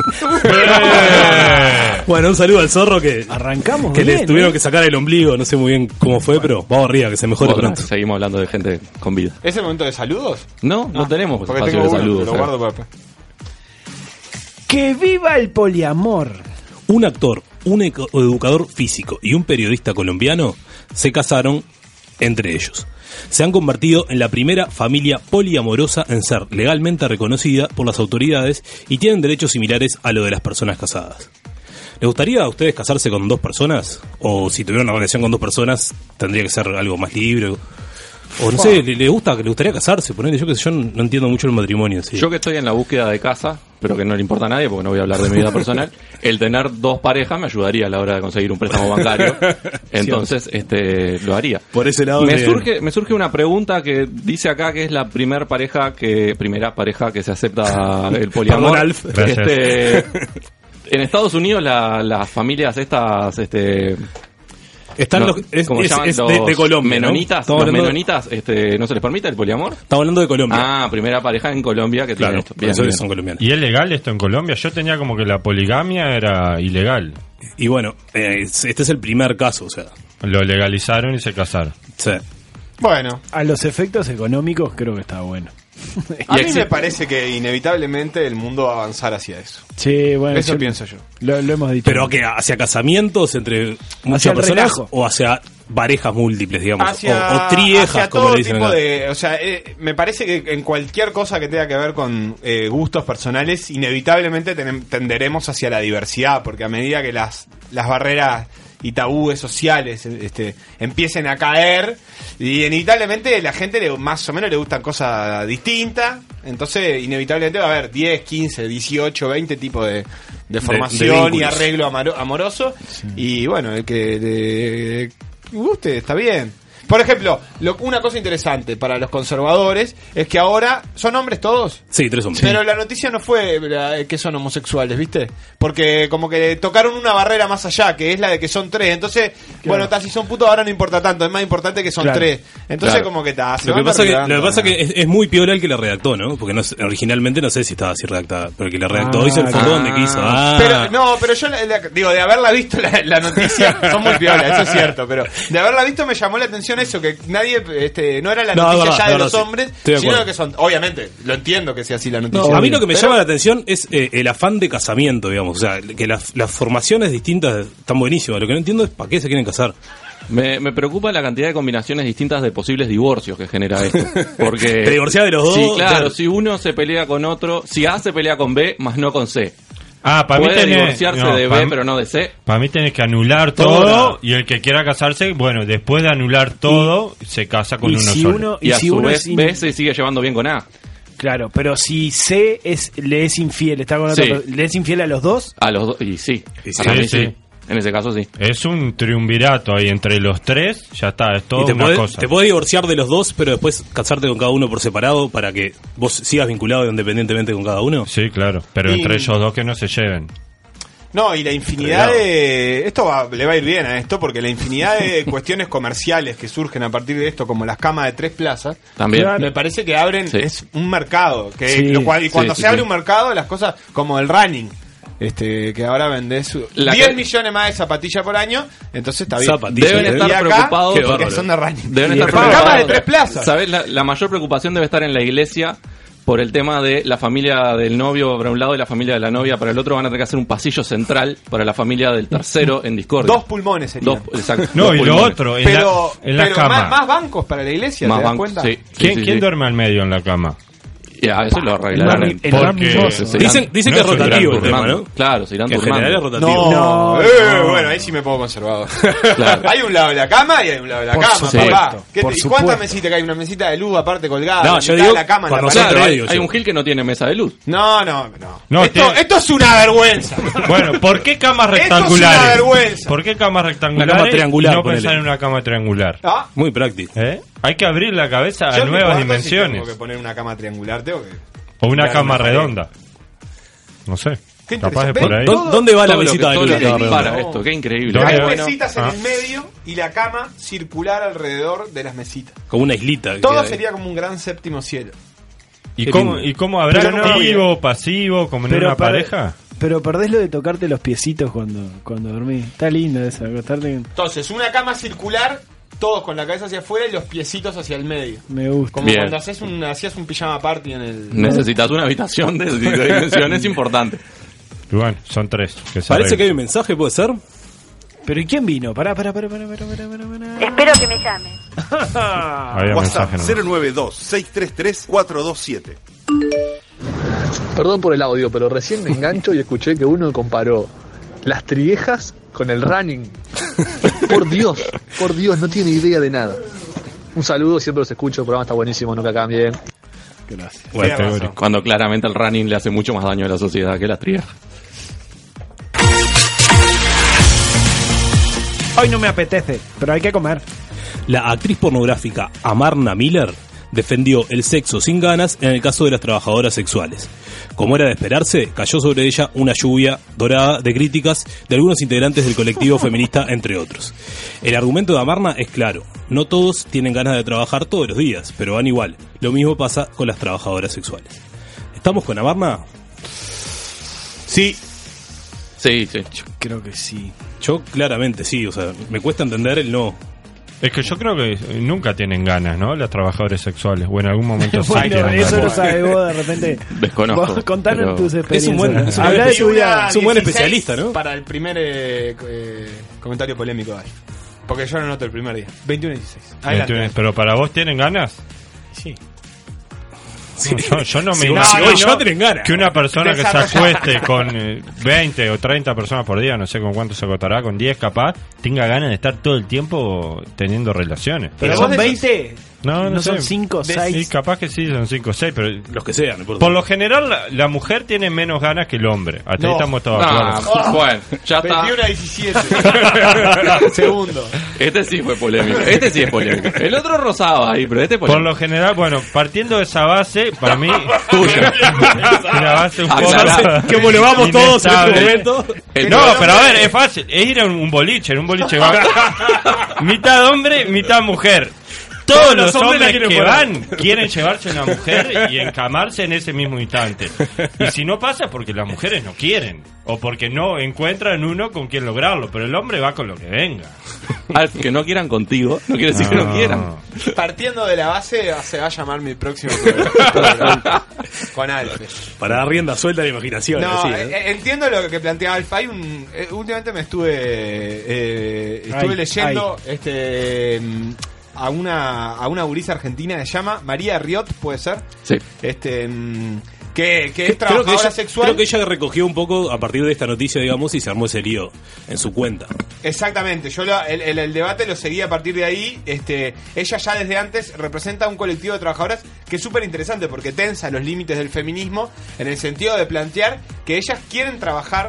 [SPEAKER 10] Bueno, un saludo al zorro que,
[SPEAKER 2] Arrancamos.
[SPEAKER 10] que
[SPEAKER 2] bien,
[SPEAKER 10] les tuvieron
[SPEAKER 2] ¿eh?
[SPEAKER 10] que sacar el ombligo. No sé muy bien cómo fue, pero vamos arriba, que se mejore
[SPEAKER 11] Otra,
[SPEAKER 10] pronto.
[SPEAKER 11] seguimos hablando de gente con vida.
[SPEAKER 5] ¿Es el momento de saludos?
[SPEAKER 11] No, no tenemos
[SPEAKER 5] Ah, Porque
[SPEAKER 11] espacio
[SPEAKER 5] tengo
[SPEAKER 11] de
[SPEAKER 5] uno,
[SPEAKER 11] saludos. ¿eh?
[SPEAKER 5] lo
[SPEAKER 11] acá.
[SPEAKER 5] guardo para-
[SPEAKER 2] Que viva el poliamor.
[SPEAKER 10] Un actor, un eco- educador físico y un periodista colombiano se casaron entre ellos. Se han convertido en la primera familia poliamorosa en ser legalmente reconocida por las autoridades y tienen derechos similares a lo de las personas casadas. ¿Les gustaría a ustedes casarse con dos personas? ¿O si tuvieran una relación con dos personas tendría que ser algo más libre? O no sé, le, le gusta, le gustaría casarse, ponele, yo que sé, yo no entiendo mucho el matrimonio. sí.
[SPEAKER 11] Yo que estoy en la búsqueda de casa, pero que no le importa a nadie porque no voy a hablar de mi vida
[SPEAKER 10] (laughs)
[SPEAKER 11] personal, el tener dos parejas me ayudaría a la hora de conseguir un préstamo
[SPEAKER 10] (laughs)
[SPEAKER 11] bancario. Entonces, este lo haría.
[SPEAKER 13] Por ese lado,
[SPEAKER 11] Me
[SPEAKER 13] bien.
[SPEAKER 11] surge, me surge una pregunta que dice acá que es la primer pareja que, primera pareja que
[SPEAKER 10] (laughs)
[SPEAKER 11] se acepta el poliamor.
[SPEAKER 10] Perdón, Alf. Gracias. (laughs)
[SPEAKER 11] Este, en Estados Unidos la- las familias estas, este
[SPEAKER 10] Están los- es-
[SPEAKER 11] ¿cómo se
[SPEAKER 10] es-
[SPEAKER 11] llaman?
[SPEAKER 10] es de- de Colombia, ¿no?
[SPEAKER 11] Menonitas,
[SPEAKER 10] Estamos
[SPEAKER 11] los
[SPEAKER 10] hablando de-
[SPEAKER 11] menonitas, este, ¿no se les permite el poliamor?
[SPEAKER 10] Estamos hablando de Colombia.
[SPEAKER 11] Ah, primera pareja en Colombia que tiene esto. Bien, bien.
[SPEAKER 7] ¿Y es legal esto en Colombia? Yo tenía como que la poligamia era ilegal.
[SPEAKER 10] Y bueno, este es el primer caso, o sea.
[SPEAKER 7] Lo legalizaron y se casaron.
[SPEAKER 10] Sí.
[SPEAKER 5] Bueno.
[SPEAKER 2] A los efectos económicos creo que está bueno.
[SPEAKER 5] A mí me parece que inevitablemente el mundo va a avanzar hacia eso.
[SPEAKER 2] Sí, bueno.
[SPEAKER 5] Eso pienso yo.
[SPEAKER 2] Lo, lo hemos dicho.
[SPEAKER 10] Pero que hacia casamientos entre
[SPEAKER 2] Hacia
[SPEAKER 10] muchas
[SPEAKER 2] el
[SPEAKER 10] personas
[SPEAKER 2] relajo.
[SPEAKER 10] o hacia parejas múltiples, digamos,
[SPEAKER 5] Hacia,
[SPEAKER 10] o, o triejas,
[SPEAKER 5] hacia
[SPEAKER 10] como
[SPEAKER 5] todo
[SPEAKER 10] le dicen
[SPEAKER 5] tipo
[SPEAKER 10] acá.
[SPEAKER 5] de- o sea, eh, me parece que en cualquier cosa que tenga que ver con eh, gustos personales, inevitablemente tenem- tenderemos hacia la diversidad, porque a medida que las, las barreras y tabúes sociales eh, este, empiecen a caer, y inevitablemente la gente le- más o menos le gustan cosas distintas, entonces inevitablemente va a haber 10, 15, 18, 20 tipos de, de
[SPEAKER 13] de
[SPEAKER 5] formación y
[SPEAKER 13] vínculos.
[SPEAKER 5] arreglo amaro- amoroso, y bueno, el que le guste, está bien. Por ejemplo, lo- una cosa interesante para los conservadores es que ahora son hombres todos.
[SPEAKER 10] Sí, tres hombres.
[SPEAKER 5] Pero la noticia no fue la- que son homosexuales, ¿viste? Porque como que tocaron una barrera más allá, que es la de que son tres. Entonces, bueno, está, si son putos ahora no importa tanto, es más importante que son
[SPEAKER 10] Claro.
[SPEAKER 5] tres. Entonces
[SPEAKER 10] Claro.
[SPEAKER 5] como que está...
[SPEAKER 10] Lo que pasa que, lo que pasa que es, es muy piola el que la redactó, ¿no? Porque no sé- originalmente no sé si estaba así redactada, pero el que la redactó
[SPEAKER 5] Ah,
[SPEAKER 10] hizo el
[SPEAKER 5] claro.
[SPEAKER 10] fotón de que hizo. Ah,
[SPEAKER 5] Pero, no, pero yo, la- la- digo, de haberla visto la, la
[SPEAKER 10] (laughs)
[SPEAKER 5] noticia, son muy piola, eso es cierto, pero de haberla visto me llamó la atención eso, que nadie, este, no era la
[SPEAKER 10] No,
[SPEAKER 5] noticia
[SPEAKER 10] es verdad,
[SPEAKER 5] ya
[SPEAKER 10] es
[SPEAKER 5] de
[SPEAKER 10] verdad,
[SPEAKER 5] los
[SPEAKER 10] sí.
[SPEAKER 5] hombres,
[SPEAKER 10] Estoy de
[SPEAKER 5] sino
[SPEAKER 10] acuerdo.
[SPEAKER 5] que son, obviamente, lo entiendo que sea así la
[SPEAKER 10] No,
[SPEAKER 5] noticia.
[SPEAKER 10] a mí lo que me
[SPEAKER 5] Pero-
[SPEAKER 10] llama la atención es eh, el afán de casamiento, digamos. O sea, que las, las formaciones distintas están buenísimas. Lo que no entiendo es para qué se quieren casar.
[SPEAKER 11] Me, me preocupa la cantidad de combinaciones distintas de posibles divorcios que genera esto. Porque
[SPEAKER 10] (laughs) Te divorciás de los dos,
[SPEAKER 11] Sí, claro,
[SPEAKER 10] claro.
[SPEAKER 11] Si uno se pelea con otro, si A se pelea con B, más no con C.
[SPEAKER 7] Ah, para mí
[SPEAKER 11] Puede
[SPEAKER 7] tenés-
[SPEAKER 11] divorciarse
[SPEAKER 7] no,
[SPEAKER 11] de
[SPEAKER 7] pa'
[SPEAKER 11] B,
[SPEAKER 7] mí-
[SPEAKER 11] pero no de C.
[SPEAKER 7] Para mí tenés que anular todo,
[SPEAKER 11] Todo.
[SPEAKER 7] y el que quiera casarse, bueno, después de anular todo, se casa con
[SPEAKER 2] y
[SPEAKER 7] uno
[SPEAKER 2] si
[SPEAKER 7] solo.
[SPEAKER 2] uno-
[SPEAKER 11] Y,
[SPEAKER 2] y
[SPEAKER 11] a
[SPEAKER 2] si
[SPEAKER 11] su
[SPEAKER 2] uno
[SPEAKER 11] vez
[SPEAKER 2] es in-
[SPEAKER 11] B se sigue llevando bien con A.
[SPEAKER 2] Claro, pero si C es, le es infiel, está con otra
[SPEAKER 11] Sí.
[SPEAKER 2] per- le es infiel a los dos,
[SPEAKER 11] A los dos, y sí.
[SPEAKER 7] sí.
[SPEAKER 11] Para mí
[SPEAKER 7] Sí, sí.
[SPEAKER 11] sí. En ese caso sí.
[SPEAKER 7] Es un triunvirato ahí entre los tres, ya está, es todo
[SPEAKER 10] Y te
[SPEAKER 7] una
[SPEAKER 10] podés,
[SPEAKER 7] cosa.
[SPEAKER 10] te podés divorciar de los dos, pero después casarte con cada uno por separado para que vos sigas vinculado independientemente con cada uno.
[SPEAKER 7] Sí, claro. Pero
[SPEAKER 5] Y-
[SPEAKER 7] entre ellos dos que no se lleven.
[SPEAKER 5] No, y la infinidad de... Esto va- le va a ir bien a esto, porque la infinidad
[SPEAKER 10] (laughs)
[SPEAKER 5] de cuestiones comerciales que surgen a partir de esto, como las camas de tres plazas,
[SPEAKER 11] También. Claro.
[SPEAKER 5] me parece que abren
[SPEAKER 11] Sí.
[SPEAKER 5] es un mercado. que
[SPEAKER 11] Sí.
[SPEAKER 5] lo cual- y
[SPEAKER 11] Sí,
[SPEAKER 5] cuando
[SPEAKER 11] sí,
[SPEAKER 5] se abre
[SPEAKER 11] sí.
[SPEAKER 5] un mercado, las cosas como el running, este que ahora vendés
[SPEAKER 11] La
[SPEAKER 5] 10
[SPEAKER 11] que-
[SPEAKER 5] millones más de zapatillas por año, entonces está bien.
[SPEAKER 11] Zapatillas. Deben
[SPEAKER 5] Y
[SPEAKER 11] estar
[SPEAKER 5] acá,
[SPEAKER 11] preocupados
[SPEAKER 5] porque
[SPEAKER 11] bárbaro.
[SPEAKER 5] son de running.
[SPEAKER 11] Deben
[SPEAKER 5] Y
[SPEAKER 11] estar
[SPEAKER 5] con
[SPEAKER 11] preocupados.
[SPEAKER 5] camas de tres plazas.
[SPEAKER 11] ¿Sabes? La, la mayor preocupación debe estar en la iglesia por el tema de la familia del novio para un lado y la familia de la novia para el otro. Van a tener que hacer un pasillo central para la familia del tercero en discordia.
[SPEAKER 5] Dos pulmones serían.
[SPEAKER 11] Dos, exacto,
[SPEAKER 7] No,
[SPEAKER 11] dos
[SPEAKER 7] y lo
[SPEAKER 11] pulmones.
[SPEAKER 7] otro, en la-
[SPEAKER 5] Pero,
[SPEAKER 7] en la
[SPEAKER 5] pero
[SPEAKER 7] cama.
[SPEAKER 5] Más, más bancos para la iglesia,
[SPEAKER 7] Más
[SPEAKER 5] ¿te das
[SPEAKER 7] banco,
[SPEAKER 5] cuenta?
[SPEAKER 7] sí. ¿Quién,
[SPEAKER 11] sí,
[SPEAKER 7] quién
[SPEAKER 11] sí.
[SPEAKER 7] duerme al medio en la cama?
[SPEAKER 11] Ya, eso lo arreglarán.
[SPEAKER 7] El mami- el mami
[SPEAKER 11] Porque-
[SPEAKER 7] mozo.
[SPEAKER 11] se irán-
[SPEAKER 7] Dicen- dicen que es
[SPEAKER 11] se irán
[SPEAKER 7] rotativo el
[SPEAKER 11] turnando.
[SPEAKER 7] tema, ¿no?
[SPEAKER 11] Claro, se irán
[SPEAKER 7] Que en
[SPEAKER 11] turnando.
[SPEAKER 7] general es
[SPEAKER 5] No, eh, bueno, ahí sí me pongo conservador.
[SPEAKER 11] Claro.
[SPEAKER 5] (laughs) hay un lado de la cama y hay un lado de la
[SPEAKER 11] Por
[SPEAKER 5] cama,
[SPEAKER 11] supuesto,
[SPEAKER 5] papá. ¿Qué te-
[SPEAKER 11] por
[SPEAKER 5] ¿Y cuántas
[SPEAKER 11] supuesto.
[SPEAKER 5] mesitas que hay? Una mesita de luz aparte colgada.
[SPEAKER 11] No,
[SPEAKER 5] la
[SPEAKER 11] yo
[SPEAKER 5] mitad
[SPEAKER 11] digo,
[SPEAKER 5] de la cama en la
[SPEAKER 11] cuando
[SPEAKER 5] pared.
[SPEAKER 11] son tres, digo hay yo. un gil que no tiene mesa de luz.
[SPEAKER 5] No, no, no.
[SPEAKER 7] No,
[SPEAKER 5] Esto, esto es una vergüenza.
[SPEAKER 7] Bueno, ¿por qué camas
[SPEAKER 5] Esto es
[SPEAKER 7] rectangulares?
[SPEAKER 5] una vergüenza.
[SPEAKER 7] ¿Por qué camas rectangulares?
[SPEAKER 10] Una cama triangular,
[SPEAKER 7] y No
[SPEAKER 10] ponele.
[SPEAKER 7] pensar en una cama triangular. ¿Eh?
[SPEAKER 5] Ah.
[SPEAKER 10] Muy práctico.
[SPEAKER 7] Hay que abrir la cabeza
[SPEAKER 5] Yo
[SPEAKER 7] a
[SPEAKER 5] en mi
[SPEAKER 7] nuevas
[SPEAKER 5] cuarto, si
[SPEAKER 7] dimensiones.
[SPEAKER 5] tengo que poner una cama triangular, tengo que...
[SPEAKER 7] O una
[SPEAKER 5] Claro,
[SPEAKER 7] cama
[SPEAKER 5] una pared.
[SPEAKER 7] redonda. No sé.
[SPEAKER 5] Qué
[SPEAKER 7] Capaz es
[SPEAKER 5] interesante.
[SPEAKER 7] por ahí.
[SPEAKER 5] ¿Dó- Todo- dónde va la todo lo visita que- de todo luz? lo que
[SPEAKER 7] Cama
[SPEAKER 5] dispara
[SPEAKER 7] redonda.
[SPEAKER 5] esto,
[SPEAKER 11] qué increíble.
[SPEAKER 7] ¿Dónde
[SPEAKER 5] Hay
[SPEAKER 7] va?
[SPEAKER 5] mesitas
[SPEAKER 7] Ah.
[SPEAKER 5] en el medio y la cama circular alrededor de las mesitas.
[SPEAKER 10] Como una islita. que queda
[SPEAKER 5] Todo
[SPEAKER 10] ahí.
[SPEAKER 5] sería como un gran séptimo cielo.
[SPEAKER 7] ¿Y
[SPEAKER 10] Qué
[SPEAKER 7] cómo,
[SPEAKER 10] lindo.
[SPEAKER 7] ¿Y cómo habrá
[SPEAKER 10] Pero no-
[SPEAKER 7] activo, pasivo, como en
[SPEAKER 2] Pero
[SPEAKER 7] una
[SPEAKER 2] para-
[SPEAKER 7] pareja?
[SPEAKER 2] pero perdés lo de tocarte los piecitos cuando, cuando dormís. Está lindo eso, acostarte.
[SPEAKER 5] Entonces, una cama circular, todos con la cabeza hacia afuera y los piecitos hacia el medio.
[SPEAKER 2] Me gusta.
[SPEAKER 5] Como
[SPEAKER 11] Bien.
[SPEAKER 5] cuando haces un, hacías un pijama party en el...
[SPEAKER 11] Necesitas una habitación de de dimensiones importante.
[SPEAKER 7] Y bueno, son tres. Que se
[SPEAKER 10] Parece que
[SPEAKER 7] arreglan.
[SPEAKER 10] hay un mensaje, puede ser.
[SPEAKER 2] Pero ¿y quién vino? Pará, pará, pará, pará, pará, pará, pará, pará.
[SPEAKER 14] Espero que me llamen.
[SPEAKER 7] Había
[SPEAKER 13] WhatsApp
[SPEAKER 7] mensaje
[SPEAKER 13] 092-633-427.
[SPEAKER 15] Perdón por el audio, pero recién me engancho y escuché que uno comparó las triejas con el running. Por Dios, por Dios, no tiene idea de nada. Un saludo, siempre los escucho, el programa está buenísimo, nunca cambien.
[SPEAKER 2] Gracias.
[SPEAKER 11] Bueno, cuando claramente el running le hace mucho más daño a la sociedad que la tría.
[SPEAKER 2] Hoy no me apetece, pero hay que comer.
[SPEAKER 10] La actriz pornográfica Amarna Miller defendió el sexo sin ganas en el caso de las trabajadoras sexuales. Como era de esperarse, cayó sobre ella una lluvia dorada de críticas de algunos integrantes del colectivo feminista, entre otros. El argumento de Amarna es claro, no todos tienen ganas de trabajar todos los días, pero van igual. Lo mismo pasa con las trabajadoras sexuales. ¿Estamos con Amarna?
[SPEAKER 5] Sí.
[SPEAKER 11] Sí, sí.
[SPEAKER 2] Creo que sí.
[SPEAKER 10] Yo claramente sí, o sea, me cuesta entender el no.
[SPEAKER 7] Es que yo creo que eh, nunca tienen ganas, ¿no? Las trabajadoras sexuales. O en
[SPEAKER 5] (laughs)
[SPEAKER 7] algún momento sí
[SPEAKER 2] Bueno,
[SPEAKER 7] tienen
[SPEAKER 2] eso lo
[SPEAKER 7] ganas.
[SPEAKER 2] sabes vos de repente.
[SPEAKER 7] Desconozco,
[SPEAKER 2] Vos Contanos
[SPEAKER 7] pero-
[SPEAKER 2] tus
[SPEAKER 7] Es un
[SPEAKER 2] experiencias.
[SPEAKER 7] buen- es un
[SPEAKER 2] Habla
[SPEAKER 7] buen-
[SPEAKER 2] de tu vida.
[SPEAKER 7] Es un buen
[SPEAKER 5] 16
[SPEAKER 7] especialista, ¿no?
[SPEAKER 5] Para el primer eh, eh, comentario polémico de ahí. Porque yo no noto el primer día. 21 y 16. Adelante.
[SPEAKER 7] Tienen- Pero para vos tienen ganas.
[SPEAKER 5] Sí.
[SPEAKER 7] Yo, yo no me
[SPEAKER 5] Si vos- si
[SPEAKER 7] imagino
[SPEAKER 5] vos y yo tienen ganas.
[SPEAKER 7] que una persona que se
[SPEAKER 5] Desarrollá.
[SPEAKER 7] acueste con eh, 20 o 30 personas por día, no sé con cuánto se acotará, con 10 capaz, tenga ganas de estar todo el tiempo teniendo relaciones.
[SPEAKER 2] Pero son 20.
[SPEAKER 7] No, no,
[SPEAKER 2] son
[SPEAKER 7] sé.
[SPEAKER 2] 5 o
[SPEAKER 7] Sí,
[SPEAKER 2] 6.
[SPEAKER 7] capaz que sí, son 5 o 6, pero...
[SPEAKER 10] Los que sean.
[SPEAKER 7] Por lo general, la, la mujer tiene menos ganas que el hombre. Hasta
[SPEAKER 5] No.
[SPEAKER 7] ahí estamos todos
[SPEAKER 11] No,
[SPEAKER 10] Ah,
[SPEAKER 7] claros.
[SPEAKER 11] pues, bueno, ya está.
[SPEAKER 5] 21 a 17. Segundo.
[SPEAKER 11] Este sí fue polémico. Este sí es polémico. El otro rozaba ahí, pero este es
[SPEAKER 7] Por
[SPEAKER 11] polémico.
[SPEAKER 7] lo general, bueno, partiendo de esa base,
[SPEAKER 11] (laughs)
[SPEAKER 7] para mí... una base
[SPEAKER 10] Ah,
[SPEAKER 7] un poco...
[SPEAKER 11] Aclará. Que volvamos todos en este
[SPEAKER 7] inestable.
[SPEAKER 11] momento. El
[SPEAKER 7] Eh, No,
[SPEAKER 11] programa
[SPEAKER 7] pero a ver,
[SPEAKER 11] es-
[SPEAKER 7] es fácil. Es ir a un, un boliche, en un boliche va... (laughs) mitad hombre, mitad mujer. Todos, los, hombres,
[SPEAKER 10] la quieren
[SPEAKER 7] que
[SPEAKER 10] parar.
[SPEAKER 7] van quieren llevarse a una mujer y encamarse en ese mismo instante. Y si no pasa es porque las mujeres no quieren o porque no encuentran uno con quien lograrlo, pero el hombre va con lo que venga.
[SPEAKER 11] Alf, Ah, que no quieran contigo, no quiere decir que no
[SPEAKER 7] No.
[SPEAKER 11] quieran.
[SPEAKER 5] Partiendo de la base, se va a llamar mi
[SPEAKER 11] (laughs)
[SPEAKER 5] próximo programa. Con Alf.
[SPEAKER 10] Para dar rienda suelta a la imaginación.
[SPEAKER 5] No,
[SPEAKER 10] así, ¿eh?
[SPEAKER 5] eh, eh, entiendo lo que plantea Alfa. Hay un, eh, últimamente me estuve eh, estuve
[SPEAKER 10] Ay,
[SPEAKER 5] leyendo este mm, a una a una gurisa argentina que se llama María Riot, puede ser.
[SPEAKER 11] Sí.
[SPEAKER 5] Este mm, que, que
[SPEAKER 10] Que-
[SPEAKER 5] es trabajadora
[SPEAKER 10] ella,
[SPEAKER 5] sexual.
[SPEAKER 10] creo que ella recogió un poco a partir de esta noticia, digamos, y se armó ese lío en su cuenta.
[SPEAKER 5] Exactamente, yo lo- el, el- el debate lo seguí a partir de ahí. Este, ella ya desde antes representa un colectivo de trabajadoras que es súper interesante porque tensa los límites del feminismo en el sentido de plantear que ellas quieren trabajar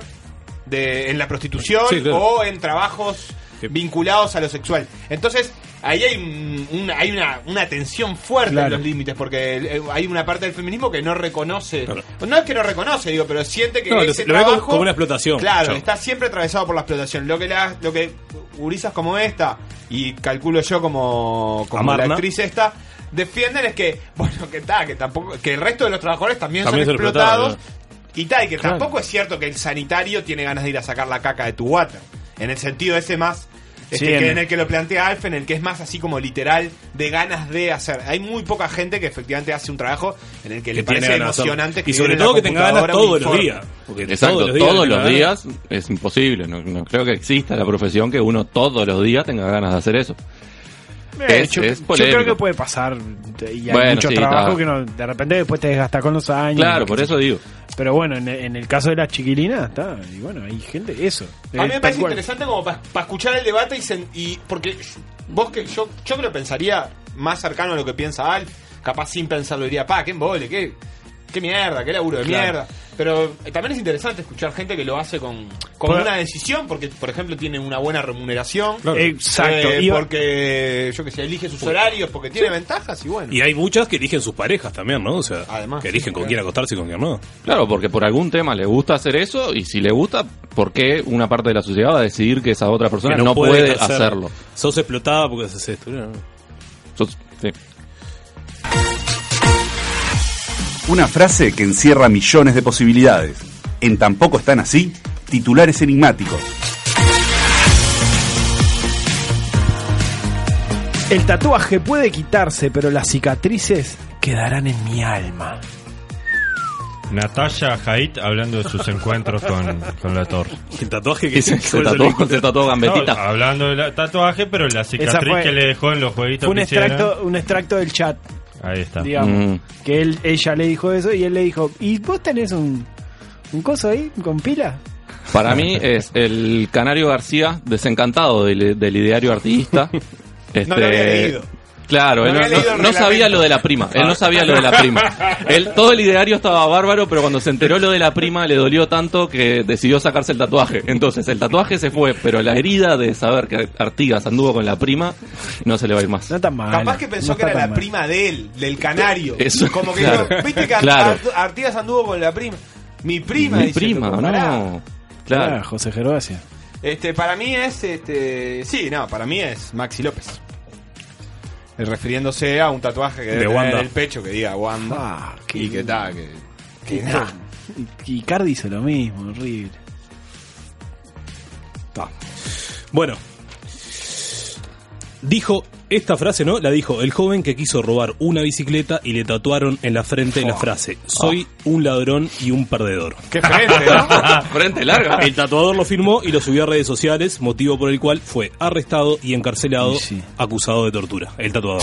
[SPEAKER 5] de- en la prostitución
[SPEAKER 10] Sí, claro.
[SPEAKER 5] o en trabajos vinculados a lo sexual. Entonces, ahí hay, un- un- hay una, una tensión fuerte en
[SPEAKER 10] Claro.
[SPEAKER 5] los límites porque eh, hay una parte del feminismo que no reconoce, no es que no reconoce, digo, pero siente que
[SPEAKER 10] No, lo-
[SPEAKER 5] ese
[SPEAKER 10] lo ve como-
[SPEAKER 5] trabajo-
[SPEAKER 10] como una explotación.
[SPEAKER 5] Claro,
[SPEAKER 10] Chao.
[SPEAKER 5] está siempre atravesado por la explotación. Lo que la, lo que gurisas como esta, y calculo yo como, como
[SPEAKER 10] Amarna.
[SPEAKER 5] la actriz esta, defienden es que, bueno, que ta, que tampoco, que el resto de los trabajadores también,
[SPEAKER 10] También
[SPEAKER 5] son
[SPEAKER 10] son
[SPEAKER 5] explotados.
[SPEAKER 10] explotados,
[SPEAKER 5] y tal, y que
[SPEAKER 10] Claro.
[SPEAKER 5] tampoco es cierto que el sanitario tiene ganas de ir a sacar la caca de tu water. En el sentido ese más. este,
[SPEAKER 2] Sí,
[SPEAKER 5] que en,
[SPEAKER 2] en-
[SPEAKER 5] el que lo plantea Alf, en el que es más así como literal, de ganas de hacer. Hay muy poca gente que efectivamente hace un trabajo en el que, le
[SPEAKER 10] Que tiene
[SPEAKER 5] parece
[SPEAKER 10] ganas de hacerlo.
[SPEAKER 5] emocionante.
[SPEAKER 10] Y
[SPEAKER 5] escribir
[SPEAKER 10] sobre
[SPEAKER 5] en la
[SPEAKER 10] todo que tenga ganas
[SPEAKER 5] computadora un
[SPEAKER 10] todos los
[SPEAKER 5] informe.
[SPEAKER 10] días. Porque
[SPEAKER 11] Exacto,
[SPEAKER 10] todos los días tenga ganas.
[SPEAKER 11] es imposible. No, no creo que exista la profesión que uno todos los días tenga ganas de hacer eso.
[SPEAKER 2] Eh,
[SPEAKER 11] Es-
[SPEAKER 2] yo,
[SPEAKER 11] es
[SPEAKER 2] yo creo
[SPEAKER 11] polémico.
[SPEAKER 2] que puede pasar y hay
[SPEAKER 11] Bueno,
[SPEAKER 2] mucho
[SPEAKER 11] sí,
[SPEAKER 2] trabajo
[SPEAKER 11] está.
[SPEAKER 2] que no- de repente después te desgasta con los años.
[SPEAKER 11] Claro, por
[SPEAKER 2] qué sé
[SPEAKER 11] eso
[SPEAKER 2] yo.
[SPEAKER 11] digo.
[SPEAKER 2] Pero bueno, en, en el caso de las chiquilinas, está. Y bueno, hay gente, eso.
[SPEAKER 5] A
[SPEAKER 2] Eh,
[SPEAKER 5] mí me
[SPEAKER 2] tal
[SPEAKER 5] parece
[SPEAKER 2] cual.
[SPEAKER 5] interesante como para escuchar el debate y, sen- y- porque vos que yo yo que lo pensaría más cercano a lo que piensa Al, capaz sin pensarlo diría, pa, qué embole, qué qué mierda, qué laburo de
[SPEAKER 2] Claro.
[SPEAKER 5] mierda. Pero eh, también es interesante escuchar gente que lo hace con, con
[SPEAKER 2] Por-
[SPEAKER 5] una decisión porque por ejemplo tiene una buena remuneración,
[SPEAKER 10] Claro.
[SPEAKER 2] Exacto,
[SPEAKER 5] eh,
[SPEAKER 10] y-
[SPEAKER 5] porque yo que sé, elige sus horarios porque tiene ventajas y bueno.
[SPEAKER 10] Y hay muchas que eligen sus parejas también, ¿no? O sea, que eligen con quién acostarse y con quién no.
[SPEAKER 11] Claro, porque por algún tema le gusta hacer eso y si le gusta, ¿por qué una parte de la sociedad va a decidir que esa otra persona
[SPEAKER 10] Que
[SPEAKER 11] no, puede
[SPEAKER 10] hacer-
[SPEAKER 11] hacerlo?
[SPEAKER 10] Sos explotada porque haces esto. ¿no?
[SPEAKER 11] Sos- sí.
[SPEAKER 9] Una frase que encierra millones de posibilidades. En Tampoco están así, titulares enigmáticos.
[SPEAKER 2] El tatuaje puede quitarse, pero las cicatrices quedarán en mi alma.
[SPEAKER 7] Natalia Haidt hablando de sus encuentros con, con la torre.
[SPEAKER 10] El tatuaje
[SPEAKER 11] que- (laughs) Se- se ¿cuál es el tatuó- vínculo? se tatuó gambetita.
[SPEAKER 7] No, hablando del tatuaje, pero la cicatriz
[SPEAKER 2] fue-
[SPEAKER 7] que le dejó en los jueguitos
[SPEAKER 2] Fue un
[SPEAKER 7] que hicieron.
[SPEAKER 2] extracto, un extracto del chat,
[SPEAKER 7] Ahí está.
[SPEAKER 2] digamos.
[SPEAKER 5] Mm.
[SPEAKER 2] Que él, ella le dijo eso y él le dijo, ¿y vos tenés un, un coso ahí con pila?
[SPEAKER 11] Para mí es el Canario García desencantado del, del ideario artista. Este,
[SPEAKER 2] había leído.
[SPEAKER 11] Claro, él no,
[SPEAKER 7] había
[SPEAKER 11] no-
[SPEAKER 7] leído el
[SPEAKER 11] no
[SPEAKER 7] reglamento.
[SPEAKER 11] sabía lo de la prima. Él no sabía lo de la prima. Él, todo el ideario estaba bárbaro, pero cuando se enteró lo de la prima le dolió tanto que decidió sacarse el tatuaje. Entonces el tatuaje se fue, pero la herida de saber que Artigas anduvo con la prima no se le va a ir más.
[SPEAKER 2] No tan mal.
[SPEAKER 5] Capaz que (laughs) pensó que era la prima de él, del canario.
[SPEAKER 11] Eso,
[SPEAKER 5] Como que
[SPEAKER 11] claro.
[SPEAKER 5] yo- viste que Ar-
[SPEAKER 11] Claro.
[SPEAKER 5] Ar- Artigas anduvo con la prima. Mi prima,
[SPEAKER 11] Mi
[SPEAKER 5] dice,
[SPEAKER 11] prima,
[SPEAKER 5] loco,
[SPEAKER 11] no.
[SPEAKER 5] pará.
[SPEAKER 11] Claro.
[SPEAKER 2] Ah, José Gerosia.
[SPEAKER 5] Este, para mí es, este, sí, no, para mí es Maxi López. Eh, Refiriéndose a un tatuaje que
[SPEAKER 2] De
[SPEAKER 5] debe tener
[SPEAKER 2] Wanda.
[SPEAKER 5] en el pecho que diga Wanda. y que tal, que, que nada.
[SPEAKER 2] Y Cardi hizo lo mismo, horrible.
[SPEAKER 10] Bueno. Dijo esta frase, ¿no? La dijo el joven que quiso robar una bicicleta y le tatuaron en la frente la frase: Soy
[SPEAKER 2] Oh.
[SPEAKER 10] un ladrón y un perdedor.
[SPEAKER 5] ¡Qué frente,
[SPEAKER 10] (laughs)
[SPEAKER 11] ¿no? Frente larga.
[SPEAKER 10] El tatuador lo firmó y lo subió a redes sociales, motivo por el cual fue arrestado y encarcelado, acusado de tortura. El tatuador.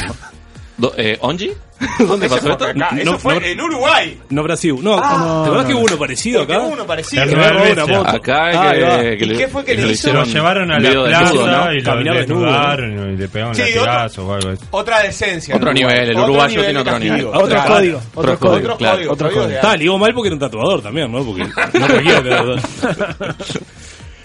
[SPEAKER 11] eh, ¿Onji? ¿Dónde pasó esto?
[SPEAKER 10] No- no-
[SPEAKER 5] Uruguay.
[SPEAKER 10] No Brasil. No,
[SPEAKER 5] Ah.
[SPEAKER 10] ¿te acuerdas
[SPEAKER 5] No,
[SPEAKER 10] que
[SPEAKER 5] no,
[SPEAKER 10] hubo
[SPEAKER 5] no.
[SPEAKER 10] uno parecido
[SPEAKER 5] Porque
[SPEAKER 10] acá?
[SPEAKER 5] hubo uno parecido.
[SPEAKER 10] Que
[SPEAKER 5] El
[SPEAKER 10] robaba
[SPEAKER 5] Nueva
[SPEAKER 10] una
[SPEAKER 5] Bestia.
[SPEAKER 10] moto.
[SPEAKER 11] Acá
[SPEAKER 10] Ah,
[SPEAKER 11] que-
[SPEAKER 10] ahí va.
[SPEAKER 11] que le- que
[SPEAKER 7] lo,
[SPEAKER 11] le hicieron
[SPEAKER 7] llevaron a
[SPEAKER 11] un
[SPEAKER 7] la
[SPEAKER 11] video
[SPEAKER 7] plaza
[SPEAKER 11] desnudo, ¿no?
[SPEAKER 7] y lo
[SPEAKER 11] Caminaba desnudo,
[SPEAKER 7] desnudaron y le pegaron
[SPEAKER 5] Sí, otro-
[SPEAKER 7] latigazos o algo. así.
[SPEAKER 5] Otra decencia.
[SPEAKER 11] Otro nivel, el uruguayo tiene otro nivel. Otros códigos, otros Otros códigos, códigos, claro. códigos,
[SPEAKER 10] Otros
[SPEAKER 11] códigos.
[SPEAKER 10] códigos. Está, ligó mal porque era un tatuador también, ¿no?
[SPEAKER 11] (laughs)
[SPEAKER 10] Porque no cualquiera era tatuador.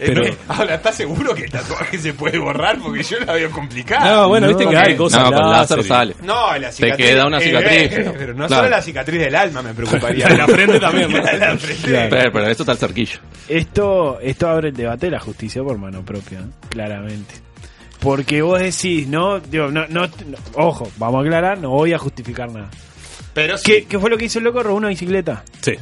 [SPEAKER 10] Pero.
[SPEAKER 5] Eh, (laughs) Ahora, ¿estás seguro que el tatuaje se puede borrar? Porque yo la veo complicada.
[SPEAKER 10] No, bueno, viste que hay cosas.
[SPEAKER 11] No, con láser
[SPEAKER 10] y-
[SPEAKER 11] sale.
[SPEAKER 5] No, la
[SPEAKER 11] Te
[SPEAKER 5] cicatriz.
[SPEAKER 11] queda una
[SPEAKER 5] eh,
[SPEAKER 11] cicatriz.
[SPEAKER 5] eh, (laughs) pero no
[SPEAKER 11] Claro.
[SPEAKER 5] solo la cicatriz del alma me
[SPEAKER 10] (laughs)
[SPEAKER 5] preocuparía.
[SPEAKER 11] De la frente (laughs) también, ¿no?
[SPEAKER 5] De la frente.
[SPEAKER 11] Pero, pero eso está al cerquillo.
[SPEAKER 2] Esto, esto abre el debate de la justicia por mano propia, ¿no? claramente. Porque vos decís, no, digo, no, no, no- ojo, vamos a aclarar, no voy a justificar nada.
[SPEAKER 5] Pero
[SPEAKER 2] ¿Qué, qué fue lo que hizo el loco? Robó una bicicleta.
[SPEAKER 10] Sí.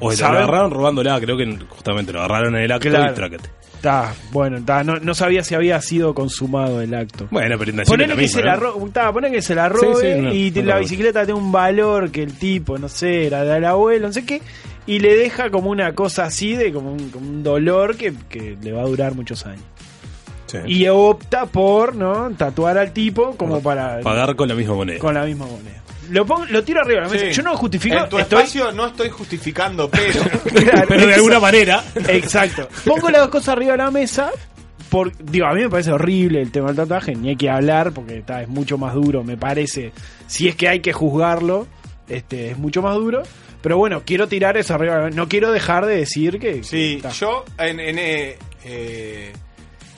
[SPEAKER 10] O lo
[SPEAKER 2] ¿Saben?
[SPEAKER 10] agarraron robándola, creo que justamente lo agarraron en el acto
[SPEAKER 2] Claro.
[SPEAKER 10] y trácate.
[SPEAKER 2] Está, bueno, está, no, no sabía si había sido consumado el acto.
[SPEAKER 10] Bueno, pero intención
[SPEAKER 2] Ponele
[SPEAKER 10] es la
[SPEAKER 2] que,
[SPEAKER 10] misma,
[SPEAKER 2] se la
[SPEAKER 10] ¿no?
[SPEAKER 2] ro- ta, ponele que se la
[SPEAKER 10] Sí, sí,
[SPEAKER 2] robe
[SPEAKER 10] no,
[SPEAKER 2] y
[SPEAKER 10] no
[SPEAKER 2] la
[SPEAKER 10] la
[SPEAKER 2] bicicleta tiene un valor que el tipo, no sé, era del abuelo, no sé qué, y le deja como una cosa así de como un, como un dolor que, que le va a durar muchos años. Y opta por, ¿no? Tatuar al tipo como para...
[SPEAKER 10] Pagar con la misma moneda.
[SPEAKER 2] Con la misma moneda. Lo, pongo- lo tiro arriba de la mesa.
[SPEAKER 5] Sí.
[SPEAKER 2] Yo no justifico...
[SPEAKER 5] En tu
[SPEAKER 2] estoy-
[SPEAKER 5] espacio no estoy justificando,
[SPEAKER 2] (laughs)
[SPEAKER 5] pero.
[SPEAKER 10] pero de alguna manera.
[SPEAKER 2] Exacto. Pongo las dos cosas arriba de la mesa. Por, digo, a mí me parece horrible el tema del tatuaje, ni hay que hablar porque está, es mucho más duro, me parece. Si es que hay que juzgarlo, este, es mucho más duro. Pero bueno, quiero tirar eso arriba. de la mesa. No quiero dejar de decir que.
[SPEAKER 5] Sí, yo en, en, eh, eh,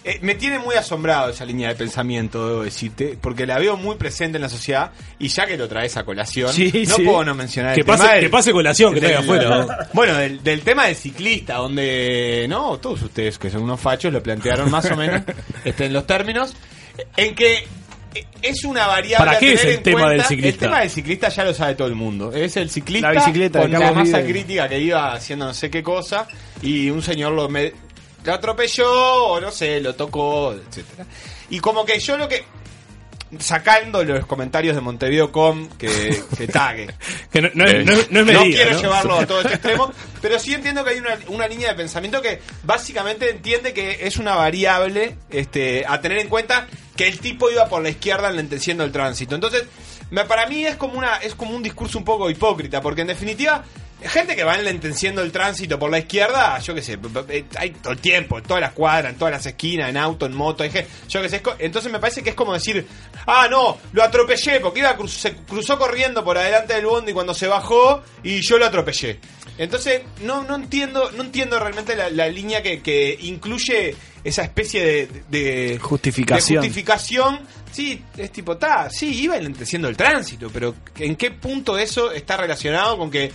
[SPEAKER 5] eh, me tiene muy asombrado esa línea de pensamiento, debo decirte, porque la veo muy presente en la sociedad y ya que lo traes a colación,
[SPEAKER 10] Sí,
[SPEAKER 5] no
[SPEAKER 10] sí.
[SPEAKER 5] puedo no mencionar
[SPEAKER 10] Que
[SPEAKER 5] el
[SPEAKER 10] pase-
[SPEAKER 5] tema del-
[SPEAKER 10] que pase colación, que
[SPEAKER 5] del-
[SPEAKER 10] traiga afuera.
[SPEAKER 5] (laughs) Bueno, del, del tema del ciclista, donde no todos ustedes que son unos fachos lo plantearon más o
[SPEAKER 10] (laughs)
[SPEAKER 5] menos este, en los términos en que eh, es una variable
[SPEAKER 10] ¿Para
[SPEAKER 5] a
[SPEAKER 10] qué es
[SPEAKER 5] tener
[SPEAKER 10] el
[SPEAKER 5] en
[SPEAKER 10] tema
[SPEAKER 5] cuenta.
[SPEAKER 10] del ciclista?
[SPEAKER 5] El tema del ciclista ya lo sabe todo el mundo. Es el ciclista
[SPEAKER 2] La bicicleta de
[SPEAKER 5] con la
[SPEAKER 2] Carlos
[SPEAKER 5] masa
[SPEAKER 2] Vives.
[SPEAKER 5] crítica que iba haciendo no sé qué cosa y un señor lo, me- lo atropelló o no sé, lo tocó, etcétera. Y como que yo lo que sacando los comentarios de Montevideo Com que, que tague.
[SPEAKER 10] (laughs) Que no, no es- no es- no es medida,
[SPEAKER 5] quiero
[SPEAKER 10] ¿no?
[SPEAKER 5] llevarlo a todo
[SPEAKER 10] (laughs)
[SPEAKER 5] este extremo, pero sí entiendo que hay una, una línea de pensamiento que básicamente entiende que es una variable este, a tener en cuenta que el tipo iba por la izquierda enlenteciendo el tránsito. Entonces, me- para mí es como, una, es como un discurso un poco hipócrita, porque en definitiva... Gente que va enlenteciendo el tránsito por la izquierda, yo qué sé, p- p- eh, hay todo el tiempo, en todas las cuadras, en todas las esquinas, en auto, en moto, hay gen- yo qué sé. es co- Entonces me parece que es como decir, ah, no, lo atropellé porque iba cru- se cruzó corriendo por adelante del bondi cuando se bajó y yo lo atropellé. Entonces no, no entiendo no entiendo realmente la, la línea que, que incluye esa especie de, de-
[SPEAKER 2] Justificación.
[SPEAKER 5] de justificación. Sí, es tipo, ta, sí, iba enlenteciendo el tránsito, pero ¿en qué punto eso está relacionado con que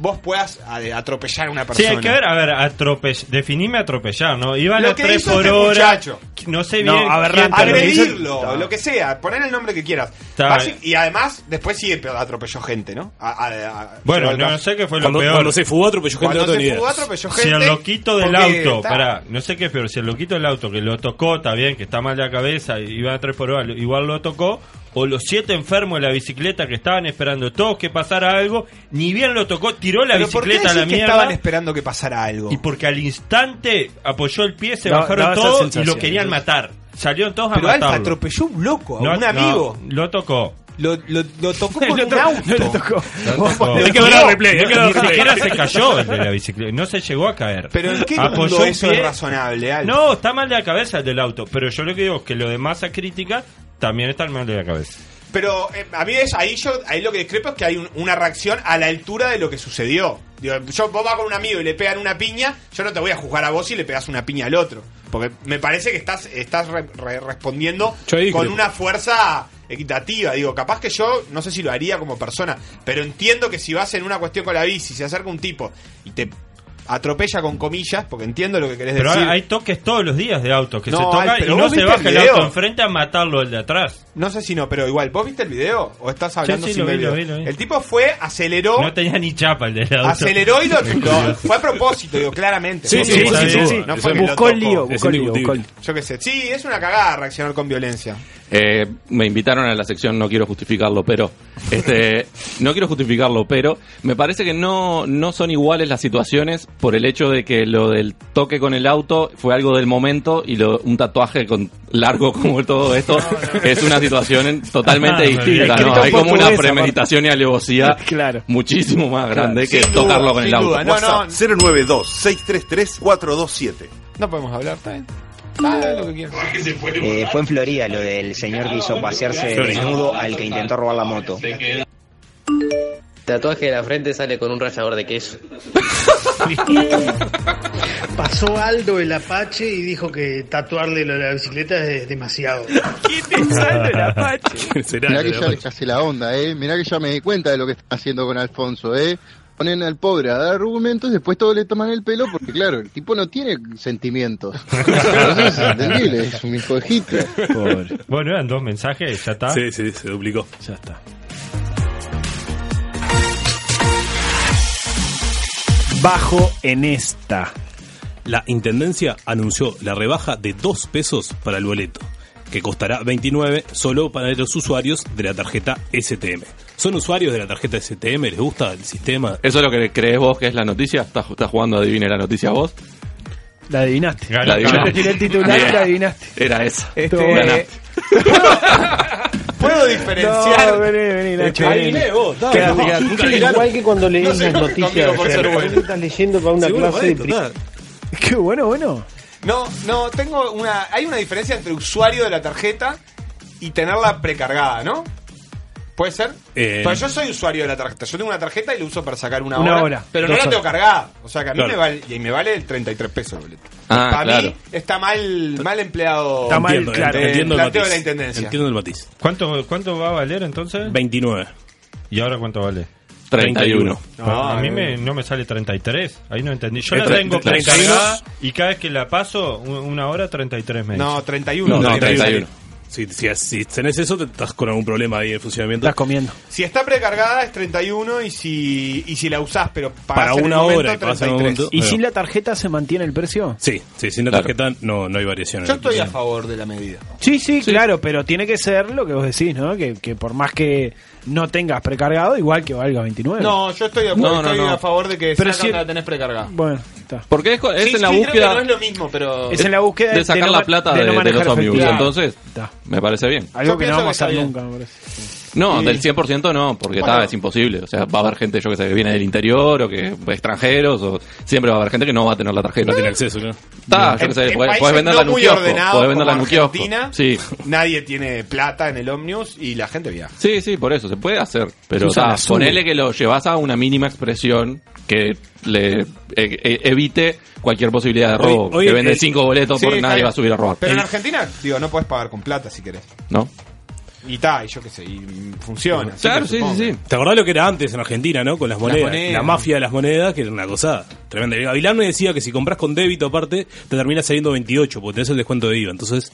[SPEAKER 5] vos puedas a- atropellar a una
[SPEAKER 7] Sí,
[SPEAKER 5] persona?
[SPEAKER 7] hay que ver, a ver, atropell... definime atropellar, ¿no? Iban
[SPEAKER 5] Lo
[SPEAKER 7] a
[SPEAKER 5] que
[SPEAKER 7] 3
[SPEAKER 5] hizo
[SPEAKER 7] por
[SPEAKER 5] este
[SPEAKER 7] hora.
[SPEAKER 5] muchacho.
[SPEAKER 7] No sé bien. quién-
[SPEAKER 5] agredirlo, lo que sea, poner el nombre que quieras.
[SPEAKER 7] Está
[SPEAKER 5] Basi-
[SPEAKER 7] bien.
[SPEAKER 5] Y además, después sí pero atropelló gente, ¿no? A- a- a-
[SPEAKER 7] Bueno,
[SPEAKER 5] llevó al
[SPEAKER 7] no,
[SPEAKER 5] caso.
[SPEAKER 7] sé qué fue lo peor.
[SPEAKER 5] Cuando se fugó, atropelló gente.
[SPEAKER 7] Si el loquito del
[SPEAKER 5] porque
[SPEAKER 7] auto,
[SPEAKER 5] está-
[SPEAKER 7] pará, no sé qué es peor, si el loquito del auto que lo tocó, está bien, que está mal de la cabeza, iba a 3 por hora, igual lo tocó, o los siete enfermos de la bicicleta que estaban esperando todos que pasara algo, ni bien lo tocó, tiró la
[SPEAKER 5] ¿Pero por qué
[SPEAKER 7] bicicleta a la
[SPEAKER 5] decís que
[SPEAKER 7] mierda.
[SPEAKER 5] estaban esperando que pasara algo?
[SPEAKER 7] Y porque al instante apoyó el pie, se
[SPEAKER 5] Da- daba
[SPEAKER 7] bajaron
[SPEAKER 5] esa
[SPEAKER 7] todos y
[SPEAKER 5] sensación.
[SPEAKER 7] lo querían matar. Salieron todos
[SPEAKER 5] Pero
[SPEAKER 7] a
[SPEAKER 5] Alfa
[SPEAKER 7] matarlo.
[SPEAKER 5] atropelló un loco, a
[SPEAKER 7] No,
[SPEAKER 5] un amigo.
[SPEAKER 7] no, lo tocó.
[SPEAKER 5] Lo, (laughs) tocó con un auto.
[SPEAKER 7] No,
[SPEAKER 5] Hay que
[SPEAKER 7] no,
[SPEAKER 5] ver el
[SPEAKER 7] no,
[SPEAKER 5] replay, hay que ver el
[SPEAKER 7] Ni
[SPEAKER 5] replay.
[SPEAKER 7] siquiera
[SPEAKER 5] (laughs)
[SPEAKER 7] se cayó el de la bicicleta, no se llegó a caer.
[SPEAKER 5] Pero ¿en qué
[SPEAKER 7] Apoyó
[SPEAKER 5] mundo
[SPEAKER 7] el
[SPEAKER 5] eso
[SPEAKER 7] pie.
[SPEAKER 5] es razonable, Alfa?
[SPEAKER 7] No, está mal de la cabeza el del auto, pero yo lo que digo es que lo de masa crítica también está mal de la cabeza.
[SPEAKER 5] Pero eh, a mí es, ahí yo, ahí lo que discrepo es que hay un- una reacción a la altura de lo que sucedió. Digo, yo vos vas con un amigo y le pegan una piña, yo no te voy a juzgar a vos si le pegas una piña al otro. Porque me parece que estás, estás re- re- respondiendo
[SPEAKER 10] Yo ahí
[SPEAKER 5] con
[SPEAKER 10] creo.
[SPEAKER 5] una fuerza equitativa. Digo, capaz que yo no sé si lo haría como persona, pero entiendo que si vas en una cuestión con la bici, se acerca un tipo y te atropella con comillas, porque entiendo lo que querés
[SPEAKER 7] Pero
[SPEAKER 5] decir.
[SPEAKER 7] hay toques todos los días de autos que
[SPEAKER 5] No,
[SPEAKER 7] se tocan
[SPEAKER 5] Al, pero
[SPEAKER 7] y
[SPEAKER 5] vos
[SPEAKER 7] no se
[SPEAKER 5] viste
[SPEAKER 7] baja
[SPEAKER 5] el
[SPEAKER 7] el
[SPEAKER 5] video.
[SPEAKER 7] auto enfrente a matarlo al de atrás.
[SPEAKER 5] No sé si no, pero igual, ¿vos viste el video? ¿O estás hablando
[SPEAKER 7] sí,
[SPEAKER 5] sin
[SPEAKER 7] lo
[SPEAKER 5] ver
[SPEAKER 7] vi,
[SPEAKER 5] el
[SPEAKER 7] lo
[SPEAKER 5] video?
[SPEAKER 7] vi, lo vi.
[SPEAKER 5] El tipo fue, aceleró,
[SPEAKER 7] No tenía ni chapa el del auto.
[SPEAKER 5] aceleró
[SPEAKER 7] (laughs)
[SPEAKER 5] y lo, lo- fue a propósito, digo, claramente.
[SPEAKER 7] Sí,
[SPEAKER 5] Fue a
[SPEAKER 7] sí,
[SPEAKER 5] propósito.
[SPEAKER 7] sí, sí, sí.
[SPEAKER 5] No fue que
[SPEAKER 7] Buscó
[SPEAKER 5] lo
[SPEAKER 7] el
[SPEAKER 5] tocó.
[SPEAKER 7] lío, buscó Es el lío, indiscutible. buscó
[SPEAKER 5] Yo qué sé. Sí, es una cagada reaccionar con violencia.
[SPEAKER 11] Eh, me invitaron a la sección No quiero justificarlo, pero este, no quiero justificarlo, pero me parece que no no son iguales las situaciones por el hecho de que lo del toque con el auto fue algo del momento y lo, un tatuaje con largo como todo esto es una situación en- totalmente
[SPEAKER 7] Ah,
[SPEAKER 11] distinta,
[SPEAKER 7] escrito
[SPEAKER 11] ¿no?
[SPEAKER 7] en
[SPEAKER 11] Hay como una
[SPEAKER 7] portugués,
[SPEAKER 11] premeditación y alevosía muchísimo más grande que tocarlo con el auto.
[SPEAKER 5] no, no.
[SPEAKER 9] 092-633-427.
[SPEAKER 5] No podemos hablar, ¿está bien? Ah, lo que quieras.
[SPEAKER 13] Eh, fue en Florida lo del señor que hizo pasearse desnudo al que intentó robar la moto.
[SPEAKER 14] Tatuaje de la frente sale con un rallador de queso.
[SPEAKER 12] Pasó Aldo el Apache y dijo que tatuarle lo de la bicicleta es demasiado.
[SPEAKER 16] (laughs) Mirá que ya le casé la onda, eh. Mirá que ya me di cuenta de lo que están haciendo con Alfonso, eh. Ponen al pobre a dar argumentos, después todos le toman el pelo, porque claro, el tipo no tiene sentimientos. (laughs) Eso es entendible, es un hijo de Hitler.
[SPEAKER 7] Bueno, eran dos mensajes, ya está.
[SPEAKER 10] Sí, sí, se duplicó.
[SPEAKER 7] Ya está.
[SPEAKER 10] Bajo en esta. La Intendencia anunció la rebaja de 2 pesos para el boleto, que costará 29 solo para los usuarios de la tarjeta STM. ¿Son usuarios de la tarjeta STM? ¿Les gusta el sistema?
[SPEAKER 11] ¿Eso es lo que crees vos que es la noticia? ¿Estás, estás jugando a adivinar la noticia vos?
[SPEAKER 2] La adivinaste.
[SPEAKER 11] La
[SPEAKER 2] Yo
[SPEAKER 11] adivinaste.
[SPEAKER 2] tiré el titular y la Este, eh, adivinaste.
[SPEAKER 11] Era esa.
[SPEAKER 2] Estuvo
[SPEAKER 11] Ganaste.
[SPEAKER 2] bueno.
[SPEAKER 5] Puedo
[SPEAKER 2] diferenciar. Este, No, vení, vení, Nacho, vení.
[SPEAKER 12] Adiviné vos, dale,
[SPEAKER 2] Queda-
[SPEAKER 12] vos.
[SPEAKER 2] queda-
[SPEAKER 12] Nunca
[SPEAKER 2] queda-
[SPEAKER 12] adivinaron. Igual que cuando lees
[SPEAKER 2] No se
[SPEAKER 12] las
[SPEAKER 2] enojen
[SPEAKER 12] noticias
[SPEAKER 2] conmigo
[SPEAKER 12] de
[SPEAKER 2] por ser
[SPEAKER 12] ayer.
[SPEAKER 2] bueno.
[SPEAKER 12] Estás leyendo para una
[SPEAKER 2] Sí,
[SPEAKER 12] clase de
[SPEAKER 2] bueno, total. (laughs) Qué bueno, bueno.
[SPEAKER 5] No, no, tengo una. Hay una diferencia entre usuario de la tarjeta y tenerla precargada, ¿no? ¿Puede ser?
[SPEAKER 10] Eh.
[SPEAKER 5] Pero yo soy usuario de la tarjeta. Yo tengo una tarjeta y la uso para sacar una,
[SPEAKER 10] Una
[SPEAKER 5] hora,
[SPEAKER 10] hora,
[SPEAKER 5] Pero no
[SPEAKER 10] dos
[SPEAKER 5] la tengo
[SPEAKER 10] horas.
[SPEAKER 5] cargada. O sea que a mí
[SPEAKER 10] Claro.
[SPEAKER 5] me vale. Y me vale el 33 pesos el boleto.
[SPEAKER 10] Ah,
[SPEAKER 5] para
[SPEAKER 10] claro.
[SPEAKER 5] mí está mal, mal empleado.
[SPEAKER 10] Está mal, Entiendo, claro.
[SPEAKER 5] el
[SPEAKER 10] entiendo el
[SPEAKER 5] planteo de
[SPEAKER 10] matiz.
[SPEAKER 5] la intendencia.
[SPEAKER 10] Entiendo el matiz.
[SPEAKER 7] ¿Cuánto, ¿Cuánto va a valer entonces?
[SPEAKER 10] 29.
[SPEAKER 7] ¿Y ahora cuánto vale?
[SPEAKER 11] 31.
[SPEAKER 7] Ah, a mí me- no me sale 33. Ahí no entendí. Yo
[SPEAKER 10] Es
[SPEAKER 7] la
[SPEAKER 10] tre-
[SPEAKER 7] tengo
[SPEAKER 10] tre-
[SPEAKER 7] precargada y cada vez que la paso, u- una hora 33 meses.
[SPEAKER 5] No, 31.
[SPEAKER 10] No,
[SPEAKER 7] No,
[SPEAKER 10] 31.
[SPEAKER 7] 31.
[SPEAKER 10] Si, si, si tenés eso, te estás con algún problema ahí de funcionamiento. Estás
[SPEAKER 2] comiendo.
[SPEAKER 5] Si está precargada es 31 y si, y si la usás, pero
[SPEAKER 10] Para
[SPEAKER 5] pagás en el
[SPEAKER 10] una
[SPEAKER 5] momento,
[SPEAKER 10] hora y pagás en el
[SPEAKER 5] 33.
[SPEAKER 10] momento.
[SPEAKER 2] ¿Y
[SPEAKER 10] Ahí va.
[SPEAKER 2] sin la tarjeta se mantiene el precio?
[SPEAKER 10] Sí, sí, sin la
[SPEAKER 2] Claro.
[SPEAKER 10] tarjeta no, no hay variación. en
[SPEAKER 5] Yo
[SPEAKER 10] el
[SPEAKER 5] estoy a
[SPEAKER 10] precio.
[SPEAKER 5] favor de la medida.
[SPEAKER 2] Sí, sí, claro, pero tiene que ser lo que vos decís, ¿no? Que, que por más que no tengas precargado, igual que valga 29.
[SPEAKER 5] No, yo estoy, de acuerdo,
[SPEAKER 2] No, no,
[SPEAKER 5] estoy
[SPEAKER 2] no.
[SPEAKER 5] a favor de que
[SPEAKER 2] Pero
[SPEAKER 5] sacan
[SPEAKER 2] si-
[SPEAKER 5] la tenés precargada.
[SPEAKER 2] Bueno, está.
[SPEAKER 11] Porque es, co- es
[SPEAKER 5] Sí,
[SPEAKER 11] en la
[SPEAKER 5] sí, creo que
[SPEAKER 11] búsqueda.
[SPEAKER 5] no es lo mismo, pero.
[SPEAKER 2] Es en la búsqueda
[SPEAKER 11] de sacar
[SPEAKER 2] no
[SPEAKER 11] la
[SPEAKER 2] ma-
[SPEAKER 11] plata
[SPEAKER 2] de
[SPEAKER 11] de,
[SPEAKER 2] no
[SPEAKER 11] de
[SPEAKER 2] manejar
[SPEAKER 11] los ómnibus.
[SPEAKER 2] efectivo.
[SPEAKER 11] Entonces,
[SPEAKER 2] Está.
[SPEAKER 11] me parece bien.
[SPEAKER 2] Algo
[SPEAKER 5] Yo
[SPEAKER 2] que no
[SPEAKER 5] pienso
[SPEAKER 2] vamos a
[SPEAKER 5] que está
[SPEAKER 2] hacer
[SPEAKER 5] bien.
[SPEAKER 2] nunca, me parece.
[SPEAKER 11] No, del 100% no, porque
[SPEAKER 2] Bueno.
[SPEAKER 11] está, es imposible. O sea, va a haber gente, yo que sé, que viene del interior o que extranjeros, o siempre va a haber gente que no va a tener la tarjeta.
[SPEAKER 10] No tiene acceso, ¿no?
[SPEAKER 11] Está, yo que sé,
[SPEAKER 5] en
[SPEAKER 11] podés,
[SPEAKER 5] países
[SPEAKER 11] podés venderla
[SPEAKER 5] no
[SPEAKER 11] en un
[SPEAKER 5] muy
[SPEAKER 11] kiosco.
[SPEAKER 5] ordenados
[SPEAKER 11] Podés venderla en
[SPEAKER 5] como
[SPEAKER 11] un kiosco.
[SPEAKER 5] Argentina.
[SPEAKER 11] Sí.
[SPEAKER 5] Nadie tiene plata en el Omnius y la gente viaja.
[SPEAKER 11] Sí, sí, por eso, se puede hacer. Pero
[SPEAKER 5] Susan
[SPEAKER 11] ta,
[SPEAKER 5] Azul.
[SPEAKER 11] ponele que lo llevas a una mínima expresión que le eh, eh, evite cualquier posibilidad de robo.
[SPEAKER 5] Hoy- hoy
[SPEAKER 11] que vende
[SPEAKER 5] el-
[SPEAKER 11] cinco boletos
[SPEAKER 5] Sí,
[SPEAKER 11] por nadie
[SPEAKER 5] claro.
[SPEAKER 11] va a subir a robar.
[SPEAKER 5] Pero en
[SPEAKER 11] El-
[SPEAKER 5] Argentina, digo, no podés pagar con plata si querés.
[SPEAKER 11] ¿No?
[SPEAKER 5] Y ta, y yo qué sé, y mm, funciona. Así que supongo.
[SPEAKER 10] ¿Te acordás lo que era antes en Argentina, no? Con las monedas.
[SPEAKER 5] monedas.
[SPEAKER 10] La mafia de las monedas, que era una cosa tremenda. El Gavilán me decía que si compras con débito aparte, te termina saliendo 28, porque tenés el descuento de IVA. Entonces,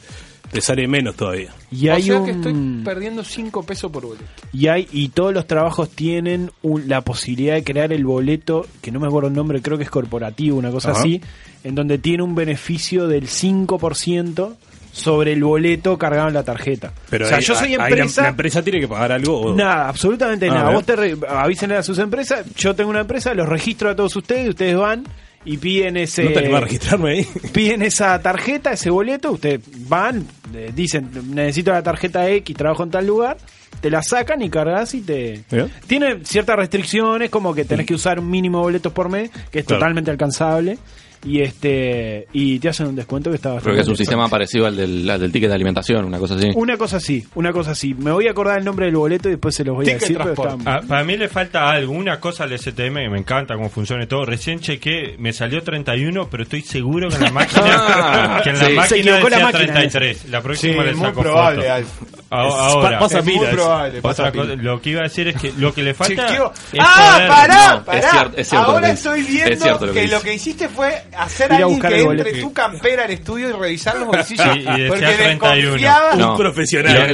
[SPEAKER 10] te sale menos todavía.
[SPEAKER 2] Y hay
[SPEAKER 5] eh?
[SPEAKER 2] un-
[SPEAKER 5] perdiendo 5 pesos por boleto.
[SPEAKER 2] Y hay y todos los trabajos tienen un- la posibilidad de crear el boleto, que no me acuerdo el nombre, creo que es corporativo, una cosa
[SPEAKER 10] Ajá.
[SPEAKER 2] así, en donde tiene un beneficio del 5% sobre el boleto cargado en la tarjeta.
[SPEAKER 10] Pero
[SPEAKER 2] o sea,
[SPEAKER 10] ahí-
[SPEAKER 2] yo soy
[SPEAKER 10] ahí la-
[SPEAKER 2] empresa,
[SPEAKER 10] La, empresa tiene que pagar algo. o-
[SPEAKER 2] Nada, absolutamente
[SPEAKER 10] Ah,
[SPEAKER 2] nada.
[SPEAKER 10] bien.
[SPEAKER 2] Vos te re- avísenle a sus empresas, yo tengo una empresa, los registro a todos ustedes, ustedes van y piden ese
[SPEAKER 10] ¿No te animás a registrarme ahí?
[SPEAKER 2] (laughs) piden esa tarjeta, ese boleto, ustedes van, eh, dicen, necesito la tarjeta X, trabajo en tal lugar, te la sacan y cargas y te
[SPEAKER 10] Bien.
[SPEAKER 2] tiene ciertas restricciones como que tenés que usar un mínimo de boletos por mes, que es
[SPEAKER 10] Mm. Claro.
[SPEAKER 2] totalmente alcanzable. y este y te hacen un descuento que está bastante
[SPEAKER 11] Creo que es un
[SPEAKER 2] interesante.
[SPEAKER 11] sistema parecido al del, al del ticket de alimentación, una cosa así.
[SPEAKER 2] Una cosa así, una cosa así. Me voy a acordar el nombre del boleto y después se los voy a decir, pero está-
[SPEAKER 7] Ah, para mí le falta algo, una cosa al STM que me encanta cómo funciona y todo. Recién chequé, me salió 31, pero estoy seguro (laughs) que en la máquina, que en la
[SPEAKER 2] Sí.
[SPEAKER 7] máquina
[SPEAKER 2] Se equivocó la
[SPEAKER 7] decía
[SPEAKER 2] máquina.
[SPEAKER 7] 33. La próxima
[SPEAKER 5] Sí,
[SPEAKER 7] le
[SPEAKER 5] es muy
[SPEAKER 7] saco
[SPEAKER 5] probable,
[SPEAKER 7] foto.
[SPEAKER 5] Alf.
[SPEAKER 7] A-
[SPEAKER 5] Es-
[SPEAKER 7] Ahora,
[SPEAKER 5] pasa
[SPEAKER 7] Es muy
[SPEAKER 5] pila, es-
[SPEAKER 7] probable,
[SPEAKER 5] pasa
[SPEAKER 7] otra
[SPEAKER 5] pila.
[SPEAKER 7] cosa- lo que iba a decir es que lo que le falta
[SPEAKER 5] Chequeo.
[SPEAKER 7] es
[SPEAKER 5] ¡Ah,
[SPEAKER 7] poder-
[SPEAKER 5] pará,
[SPEAKER 7] no,
[SPEAKER 5] pará!
[SPEAKER 7] es cierto, es cierto lo
[SPEAKER 5] Ahora
[SPEAKER 7] que dice.
[SPEAKER 5] estoy
[SPEAKER 7] Es
[SPEAKER 5] viendo
[SPEAKER 7] cierto lo
[SPEAKER 5] que,
[SPEAKER 7] que
[SPEAKER 5] lo
[SPEAKER 7] dice.
[SPEAKER 5] que hiciste fue hacer
[SPEAKER 7] Ir a
[SPEAKER 5] a alguien
[SPEAKER 7] buscar
[SPEAKER 5] que
[SPEAKER 7] el
[SPEAKER 5] entre
[SPEAKER 7] boleto.
[SPEAKER 5] tu campera al estudio y revisar
[SPEAKER 7] (laughs)
[SPEAKER 5] los bolsillos. (laughs)
[SPEAKER 7] Sí, y decía
[SPEAKER 5] porque
[SPEAKER 7] 31.
[SPEAKER 5] desconfiaba.
[SPEAKER 11] No. Lo-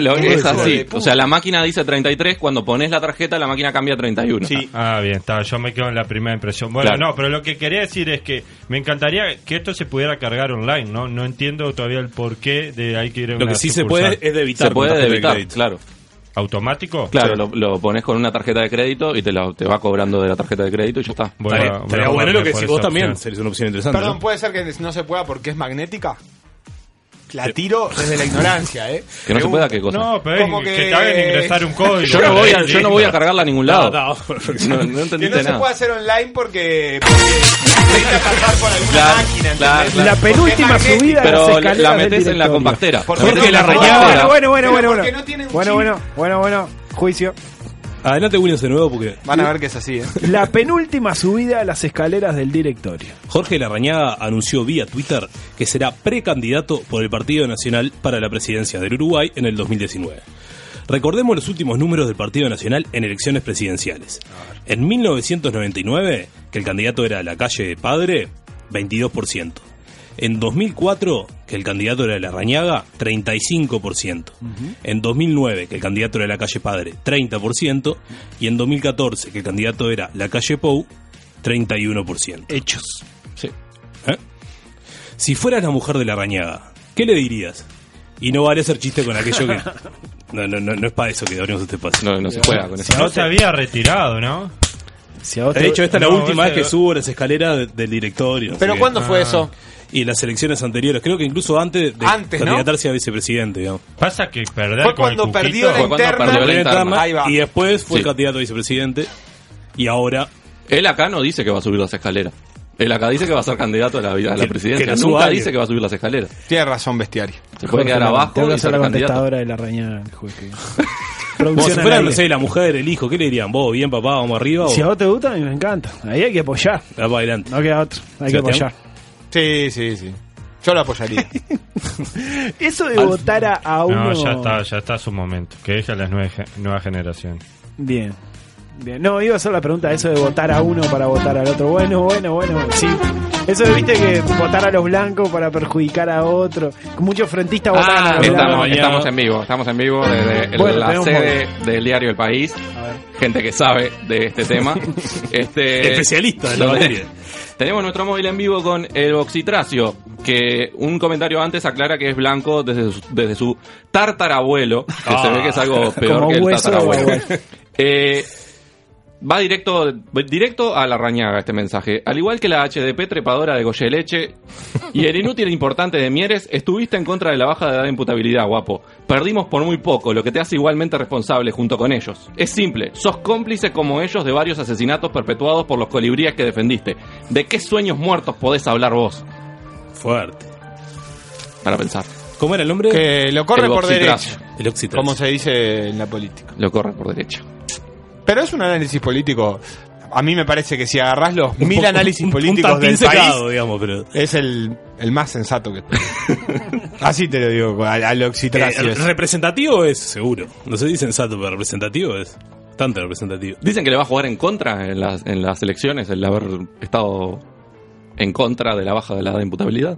[SPEAKER 11] lo-
[SPEAKER 5] Un
[SPEAKER 11] es
[SPEAKER 5] hijo
[SPEAKER 11] así.
[SPEAKER 5] de
[SPEAKER 11] O
[SPEAKER 5] puta.
[SPEAKER 11] sea, la máquina dice 33, cuando pones la tarjeta, la máquina cambia a 31.
[SPEAKER 7] Ah, bien, está. Yo me quedo en la primera impresión. Bueno,
[SPEAKER 11] Claro.
[SPEAKER 7] no, pero lo que quería decir es que me encantaría que esto se pudiera cargar online, ¿no? No entiendo todavía el porqué de hay que ir a
[SPEAKER 11] Lo
[SPEAKER 7] una
[SPEAKER 11] que sí se
[SPEAKER 7] sucursal.
[SPEAKER 11] puede es debitar Se puede con tarjeta de debitar, crédito. claro.
[SPEAKER 7] ¿Automático?
[SPEAKER 11] Claro, lo, lo pones con una tarjeta de crédito y te, la- te va cobrando de la tarjeta de crédito y ya está.
[SPEAKER 7] Voy a- Estaría- voy a estaría bueno
[SPEAKER 10] lo que decís vos también, sería una opción interesante.
[SPEAKER 5] Perdón, puede ser que no se pueda porque es magnética. La tiro desde la ignorancia, ¿eh?
[SPEAKER 11] Que no se pueda, ¿qué cosa?
[SPEAKER 7] No, pero
[SPEAKER 5] Como
[SPEAKER 7] es que... te hagan ingresar un código.
[SPEAKER 11] Yo no voy a, yo no voy a cargarla a ningún lado.
[SPEAKER 10] (laughs) No,
[SPEAKER 11] No, no
[SPEAKER 5] Que no
[SPEAKER 11] entendiste
[SPEAKER 5] se
[SPEAKER 11] nada.
[SPEAKER 5] puede hacer online porque. necesitas pasar por alguna
[SPEAKER 11] Claro,
[SPEAKER 5] máquina,
[SPEAKER 11] claro,
[SPEAKER 5] ¿entendés?
[SPEAKER 11] claro. La
[SPEAKER 5] Porque
[SPEAKER 11] penúltima
[SPEAKER 5] es magnética.
[SPEAKER 11] subida de Pero las escaleras la metés del en la directorio. compactera. Porque la
[SPEAKER 2] Bueno,
[SPEAKER 11] rayaba.
[SPEAKER 2] bueno, bueno, bueno,
[SPEAKER 5] Porque
[SPEAKER 2] bueno.
[SPEAKER 5] no tiene un
[SPEAKER 2] Bueno,
[SPEAKER 5] chip.
[SPEAKER 2] bueno, bueno, bueno. Juicio.
[SPEAKER 10] Adelante, Williams, de nuevo, porque.
[SPEAKER 5] Van a ver que es así, ¿eh?
[SPEAKER 2] La penúltima subida a las escaleras del directorio.
[SPEAKER 10] Jorge Larrañaga anunció vía Twitter que será precandidato por el Partido Nacional para la presidencia del Uruguay en el 2019. Recordemos los últimos números del Partido Nacional en elecciones presidenciales. En 1999, que el candidato era la calle Padre, 22%. En 2004, que el candidato era Larrañaga, 35%. En 2009, que el candidato era la calle Padre, 30%. Y en 2014, que el candidato era la calle Pou, 31%.
[SPEAKER 2] Hechos.
[SPEAKER 10] Sí. ¿Eh? Si fueras la mujer de la rañada, ¿qué le dirías? Y no vale hacer chiste con aquello que. No, no, no, no es para eso que abrimos este espacio.
[SPEAKER 11] No, no se juega con
[SPEAKER 10] Si
[SPEAKER 11] eso.
[SPEAKER 10] no
[SPEAKER 7] No se
[SPEAKER 10] te-
[SPEAKER 7] había retirado, ¿no?
[SPEAKER 10] de hecho, esta es la
[SPEAKER 7] No,
[SPEAKER 10] última
[SPEAKER 7] vos
[SPEAKER 10] vez que
[SPEAKER 7] te-
[SPEAKER 10] subo las escaleras de- del directorio.
[SPEAKER 5] ¿Pero cuándo fue Ah. eso?
[SPEAKER 10] Y en las elecciones anteriores, creo que incluso antes de
[SPEAKER 5] Antes, ¿no?
[SPEAKER 10] candidatarse a vicepresidente. Digamos.
[SPEAKER 7] Pasa que perder
[SPEAKER 5] Fue con cuando el perdió cuquito- la interna.
[SPEAKER 10] Perdió la interna,
[SPEAKER 5] Ahí va.
[SPEAKER 10] Y después fue
[SPEAKER 11] Sí.
[SPEAKER 10] candidato a vicepresidente. Y ahora.
[SPEAKER 11] Él acá no dice que va a subir las escaleras. Él acá dice que va a ser candidato a la, a la
[SPEAKER 5] Que-
[SPEAKER 11] presidencia.
[SPEAKER 5] que la suba
[SPEAKER 11] Nunca
[SPEAKER 5] alguien.
[SPEAKER 11] dice que va a subir las escaleras.
[SPEAKER 5] Tiene razón, bestiario.
[SPEAKER 11] Se puede quedar abajo
[SPEAKER 2] Tengo que
[SPEAKER 11] y
[SPEAKER 2] hacer
[SPEAKER 11] ser
[SPEAKER 2] la
[SPEAKER 11] candidato.
[SPEAKER 2] contestadora de la rañada.
[SPEAKER 11] (laughs)
[SPEAKER 2] Jorge.
[SPEAKER 10] Como si
[SPEAKER 2] Producción
[SPEAKER 10] fuera,
[SPEAKER 2] al
[SPEAKER 10] no
[SPEAKER 2] aire.
[SPEAKER 10] sé, la mujer, el hijo, ¿qué le dirían? ¿Vos bien, papá? ¿Vamos arriba?
[SPEAKER 2] Si a
[SPEAKER 10] O...
[SPEAKER 2] vos te gusta, a mí me encanta. Ahí hay que apoyar.
[SPEAKER 10] Va para adelante.
[SPEAKER 2] No queda otro. Hay que
[SPEAKER 10] ¿Sebastián?
[SPEAKER 2] apoyar.
[SPEAKER 5] Sí, sí, sí. Yo lo apoyaría.
[SPEAKER 2] Eso (laughs) de
[SPEAKER 7] Al-
[SPEAKER 2] votar a, a uno.
[SPEAKER 7] No, ya está, ya está su momento. Que deje a las nueve ge- nuevas generaciones.
[SPEAKER 2] Bien. Bien. No, iba a hacer la pregunta eso de votar a uno para votar al otro. Bueno, bueno, bueno, bueno. sí. Eso de, viste que votar a los blancos para perjudicar a otro. Muchos frentistas votaron a los
[SPEAKER 11] Ah, Estamos,
[SPEAKER 2] blancos.
[SPEAKER 11] estamos en vivo, estamos en vivo desde el-
[SPEAKER 2] Bueno,
[SPEAKER 11] la
[SPEAKER 2] tenemos
[SPEAKER 11] sede del diario El País. Gente que sabe de este
[SPEAKER 10] (laughs)
[SPEAKER 11] tema. este,
[SPEAKER 10] Especialista de la
[SPEAKER 11] donde-
[SPEAKER 10] materia.
[SPEAKER 11] Tenemos nuestro móvil en vivo con el Boxitracio, que un comentario antes aclara que es blanco desde su, desde su tartarabuelo, que
[SPEAKER 10] Ah.
[SPEAKER 11] se ve que es algo peor
[SPEAKER 10] Como
[SPEAKER 11] que el
[SPEAKER 10] hueso de
[SPEAKER 11] tartarabuelo.
[SPEAKER 10] guagua.
[SPEAKER 11] Eh, va directo, directo a la rañaga este mensaje. Al igual que la HDP trepadora de Goyeleche y el inútil importante de Mieres, estuviste en contra de la baja de edad de imputabilidad, guapo. Perdimos por muy poco, lo que te hace igualmente responsable junto con ellos. Es simple, sos cómplice como ellos de varios asesinatos perpetuados por los colibríes que defendiste. ¿De qué sueños muertos podés hablar vos?
[SPEAKER 10] Fuerte.
[SPEAKER 11] Para pensar.
[SPEAKER 10] ¿Cómo era el nombre?
[SPEAKER 5] Que lo corre
[SPEAKER 11] El
[SPEAKER 5] por
[SPEAKER 11] boxitrazo.
[SPEAKER 5] derecha.
[SPEAKER 10] El oxitazo.
[SPEAKER 5] Como se dice en la política.
[SPEAKER 11] Lo corre por derecha.
[SPEAKER 5] Pero es un análisis político. A mí me parece que si agarrás los
[SPEAKER 10] Un
[SPEAKER 5] mil
[SPEAKER 10] po-
[SPEAKER 5] análisis
[SPEAKER 10] un- un
[SPEAKER 5] políticos
[SPEAKER 10] tantín
[SPEAKER 5] del
[SPEAKER 10] secado,
[SPEAKER 5] país,
[SPEAKER 10] digamos, pero-
[SPEAKER 5] es el, el más sensato que (laughs) Así te lo digo, al, al oxitracio
[SPEAKER 10] Eh,
[SPEAKER 5] ese.
[SPEAKER 10] representativo es seguro. No se dice sensato, pero representativo es bastante representativo.
[SPEAKER 11] Dicen que le va a jugar en contra en las, en las elecciones el haber estado en contra de la baja de la edad de imputabilidad.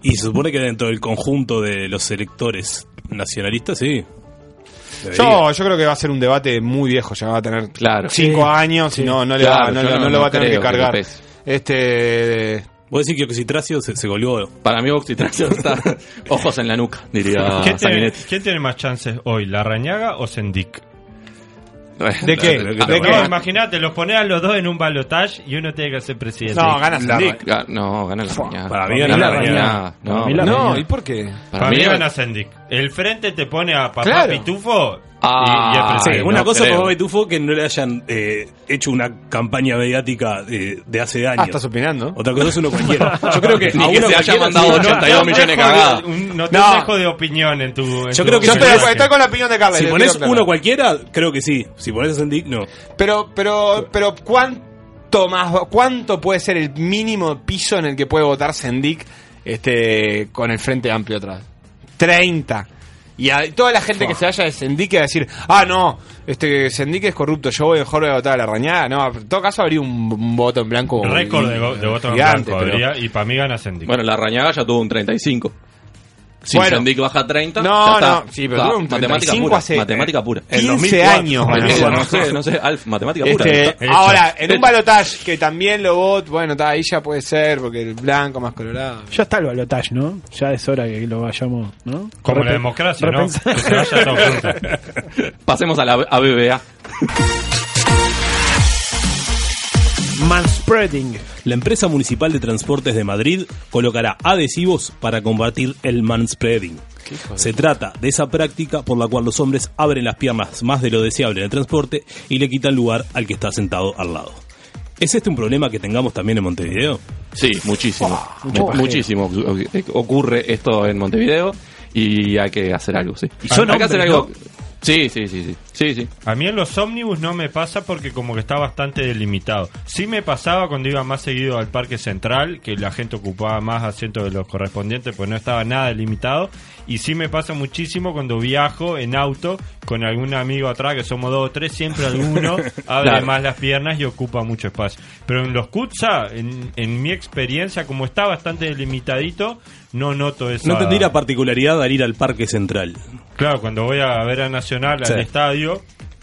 [SPEAKER 10] Y se supone que dentro del conjunto de los electores nacionalistas, sí. Debería.
[SPEAKER 5] Yo, yo creo que va a ser un debate muy viejo, ya va a tener
[SPEAKER 11] Claro.
[SPEAKER 5] cinco
[SPEAKER 10] Sí.
[SPEAKER 5] años y
[SPEAKER 10] Sí.
[SPEAKER 5] no, no, le
[SPEAKER 10] Claro,
[SPEAKER 5] va, no,
[SPEAKER 10] yo
[SPEAKER 5] lo-
[SPEAKER 10] no-
[SPEAKER 5] no lo va
[SPEAKER 10] no
[SPEAKER 5] a tener que
[SPEAKER 10] creo que
[SPEAKER 5] cargar.
[SPEAKER 10] pese.
[SPEAKER 5] Este.
[SPEAKER 10] ¿Vos decís que Oxitracio se, se colgó?
[SPEAKER 11] Para mí, Oxitracio está ojos en la nuca, diría
[SPEAKER 7] ¿Quién tiene,
[SPEAKER 11] Sanguinetti.
[SPEAKER 7] quién tiene más chances hoy, la rañaga o Sendik?
[SPEAKER 11] (laughs) ¿De qué? ¿De
[SPEAKER 7] Ah,
[SPEAKER 11] qué?
[SPEAKER 7] no, imagínate, los pones a los dos en un balotage y uno tiene que ser presidente.
[SPEAKER 5] No, gana Sendic.
[SPEAKER 11] Ga- ah, No, gana la rañada.
[SPEAKER 7] para mí gana la rañada.
[SPEAKER 11] No,
[SPEAKER 7] Para mí la
[SPEAKER 11] para-
[SPEAKER 7] rañada.
[SPEAKER 5] ¿y por qué?
[SPEAKER 7] Para, mí, gana Sendic. El frente te pone a papá
[SPEAKER 5] Claro.
[SPEAKER 7] Pitufo
[SPEAKER 11] Ah,
[SPEAKER 10] Sí, una
[SPEAKER 11] no
[SPEAKER 10] cosa
[SPEAKER 11] creo.
[SPEAKER 10] es Papá Betufo que no le hayan eh, hecho una campaña mediática eh, de hace años.
[SPEAKER 5] Ah, estás opinando.
[SPEAKER 10] Otra cosa es uno
[SPEAKER 5] (laughs)
[SPEAKER 10] cualquiera. Yo creo que.
[SPEAKER 7] Ni
[SPEAKER 10] a
[SPEAKER 7] que
[SPEAKER 10] uno
[SPEAKER 7] se haya
[SPEAKER 10] cualquiera-
[SPEAKER 7] mandado
[SPEAKER 10] no,
[SPEAKER 7] 82
[SPEAKER 10] (laughs) no,
[SPEAKER 7] millones
[SPEAKER 10] no,
[SPEAKER 7] cagadas.
[SPEAKER 10] no, no,
[SPEAKER 7] No te
[SPEAKER 10] no.
[SPEAKER 7] dejo de opinión en tu. en
[SPEAKER 10] Yo
[SPEAKER 7] tu
[SPEAKER 10] creo que
[SPEAKER 7] opinión.
[SPEAKER 5] con la opinión de Carla,
[SPEAKER 10] Si
[SPEAKER 5] le
[SPEAKER 10] pones
[SPEAKER 5] quiero aclarar.
[SPEAKER 10] uno cualquiera, creo que sí. Si pones a Dick, no.
[SPEAKER 5] Pero, pero, pero, ¿cuánto más, cuánto puede ser el mínimo piso en el que puede votar Sendik este, con el Frente Amplio atrás? 30. Y a- toda la gente que se vaya de Sendik va a decir, ah, no, este Sendik es corrupto, yo voy mejor voy a votar a la rañada. No, en todo caso habría un, un voto en blanco.
[SPEAKER 7] Récord de, go- de votos en
[SPEAKER 5] gigante,
[SPEAKER 7] blanco
[SPEAKER 5] pero-
[SPEAKER 7] habría, y para mí gana Sendic.
[SPEAKER 11] Bueno, la rañaga ya tuvo un 35. Si
[SPEAKER 7] Bueno.
[SPEAKER 11] Sendic baja 30,
[SPEAKER 7] No,
[SPEAKER 11] ya está.
[SPEAKER 7] no, sí, pero
[SPEAKER 11] Está,
[SPEAKER 7] tuvo un
[SPEAKER 11] matemática
[SPEAKER 7] 35
[SPEAKER 11] pura.
[SPEAKER 7] hace,
[SPEAKER 11] matemática
[SPEAKER 7] eh,
[SPEAKER 11] pura.
[SPEAKER 5] 15 años,
[SPEAKER 11] Matemática-
[SPEAKER 5] boludo.
[SPEAKER 11] no sé, no sé, Alf, matemática pura.
[SPEAKER 5] Este,
[SPEAKER 11] Está-
[SPEAKER 5] ahora, en
[SPEAKER 11] Hecho.
[SPEAKER 5] un balotage que también lo vot, bueno, ta, ahí ya puede ser, porque el blanco más colorado.
[SPEAKER 2] Ya está el balotage, ¿no? Ya es hora que lo vayamos, ¿no?
[SPEAKER 7] Como
[SPEAKER 2] Repen-
[SPEAKER 7] la democracia, ¿no?
[SPEAKER 2] repensar.
[SPEAKER 7] Que se vaya a Estados Unidos.
[SPEAKER 11] (laughs) Pasemos a la B- a BBA.
[SPEAKER 10] Manspreading. La empresa municipal de transportes de Madrid colocará adhesivos para combatir el manspreading. Se trata de esa práctica por la cual los hombres abren las piernas más de lo deseable en el transporte y le quitan lugar al que está sentado al lado. ¿Es este un problema que tengamos también en Montevideo?
[SPEAKER 11] Sí, muchísimo.
[SPEAKER 10] mucho
[SPEAKER 11] Mu-
[SPEAKER 10] pajero.
[SPEAKER 11] muchísimo oc- ocurre esto en Montevideo y hay que hacer algo, sí.
[SPEAKER 7] Y son
[SPEAKER 11] hay que hacer
[SPEAKER 7] hombres,
[SPEAKER 11] algo. Sí, sí, sí, sí. Sí, sí.
[SPEAKER 7] A mí en los ómnibus no me pasa porque como que está bastante delimitado. Sí me pasaba cuando iba más seguido al Parque Central, que la gente ocupaba más asientos de los correspondientes, pues no estaba nada delimitado. Y sí me pasa muchísimo cuando viajo en auto con algún amigo atrás, que somos dos o tres, siempre alguno abre
[SPEAKER 11] Claro.
[SPEAKER 7] más las piernas y ocupa mucho espacio. Pero en los Kutsa, en, en mi experiencia, como está bastante delimitadito, no noto eso.
[SPEAKER 10] No tendría particularidad al ir al parque central.
[SPEAKER 7] Claro, cuando voy a ver a Nacional
[SPEAKER 10] Sí.
[SPEAKER 7] al estadio,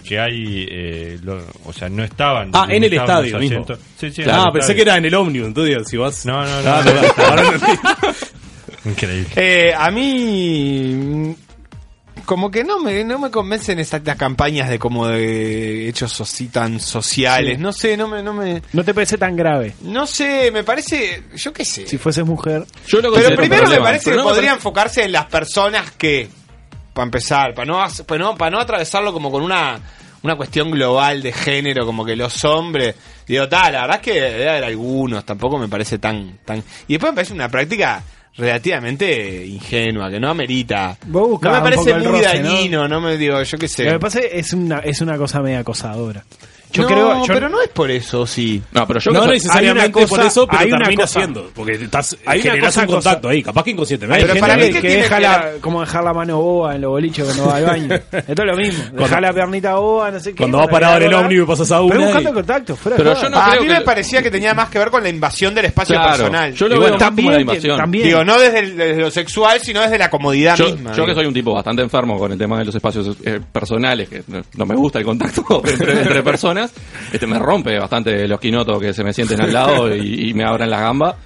[SPEAKER 7] que hay. eh, lo- o sea, no estaban.
[SPEAKER 10] Ah, en el
[SPEAKER 7] limitados
[SPEAKER 10] estadio
[SPEAKER 7] los
[SPEAKER 10] mismo.
[SPEAKER 7] asientos. Sí, sí, en
[SPEAKER 10] ah,
[SPEAKER 7] el
[SPEAKER 10] pensé
[SPEAKER 7] estadio.
[SPEAKER 10] que era en el ómnibus, entonces si vas...
[SPEAKER 7] No, no,
[SPEAKER 10] Ah,
[SPEAKER 7] no.
[SPEAKER 2] (laughs)
[SPEAKER 10] perdón, ahora no entendí. (laughs)
[SPEAKER 7] Increíble.
[SPEAKER 5] Eh, a mí mm, como que no me, no me convencen estas campañas de como de hechos así tan (laughs) sociales.
[SPEAKER 2] Sí.
[SPEAKER 5] No sé, no me, no me...
[SPEAKER 2] No te parece tan grave.
[SPEAKER 5] No sé, me parece... Yo qué sé.
[SPEAKER 2] Si fueses mujer.
[SPEAKER 5] Pero primero me parece que podría enfocarse en las personas que... Para empezar, para no, hac- para no, para no atravesarlo como con una, una cuestión global de género, como que los hombres... Digo, tal, la verdad es que debe haber algunos, tampoco me parece tan... tan Y después me parece una práctica relativamente ingenua, que no amerita...
[SPEAKER 2] Vos
[SPEAKER 5] No
[SPEAKER 2] buscabas
[SPEAKER 5] me
[SPEAKER 2] un
[SPEAKER 5] parece
[SPEAKER 2] poco el
[SPEAKER 5] muy
[SPEAKER 2] roce, ¿no?
[SPEAKER 5] dañino, ¿no? me digo, yo qué sé.
[SPEAKER 2] Lo que pasa es una, es una cosa media acosadora. Yo
[SPEAKER 5] No,
[SPEAKER 2] creo. Yo,
[SPEAKER 5] pero no es por eso, sí.
[SPEAKER 11] No, pero
[SPEAKER 10] no necesariamente
[SPEAKER 2] hay una cosa-
[SPEAKER 10] por eso, pero
[SPEAKER 2] hay una
[SPEAKER 10] termina
[SPEAKER 2] cosa-
[SPEAKER 10] siendo. Porque estás,
[SPEAKER 2] hay una
[SPEAKER 10] generás
[SPEAKER 2] cosa
[SPEAKER 10] un contacto ahí, capaz que inconscientemente.
[SPEAKER 2] hay gente
[SPEAKER 10] para
[SPEAKER 2] que, que deja la- como dejar la mano boba en los boliches cuando va
[SPEAKER 5] (laughs)
[SPEAKER 2] al baño. Esto es lo mismo. Dejar
[SPEAKER 10] Cuando-
[SPEAKER 2] la piernita boba, no sé qué.
[SPEAKER 10] Cuando va
[SPEAKER 2] para
[SPEAKER 10] parado
[SPEAKER 2] ir
[SPEAKER 10] en el
[SPEAKER 2] volar.
[SPEAKER 10] ómnibus, pasas a una
[SPEAKER 2] Pero buscando
[SPEAKER 10] y-
[SPEAKER 2] contacto, fuera de
[SPEAKER 10] Pero
[SPEAKER 2] joda.
[SPEAKER 10] yo no
[SPEAKER 5] Ah, a
[SPEAKER 10] creo
[SPEAKER 5] mí
[SPEAKER 10] que
[SPEAKER 5] me
[SPEAKER 10] lo-
[SPEAKER 5] parecía que tenía más que ver con la invasión del espacio
[SPEAKER 11] Claro,
[SPEAKER 5] personal.
[SPEAKER 11] yo lo
[SPEAKER 5] Y
[SPEAKER 11] veo más como una invasión.
[SPEAKER 5] También. Digo, no desde, el- desde lo sexual, sino desde la comodidad
[SPEAKER 11] Yo,
[SPEAKER 5] misma.
[SPEAKER 11] yo que
[SPEAKER 5] digo.
[SPEAKER 11] soy un tipo bastante enfermo con el tema de los espacios eh, personales, que no, no me gusta el contacto (laughs) entre, entre personas, este me rompe bastante los quinotos que se me sienten al lado y, y me abran la gamba.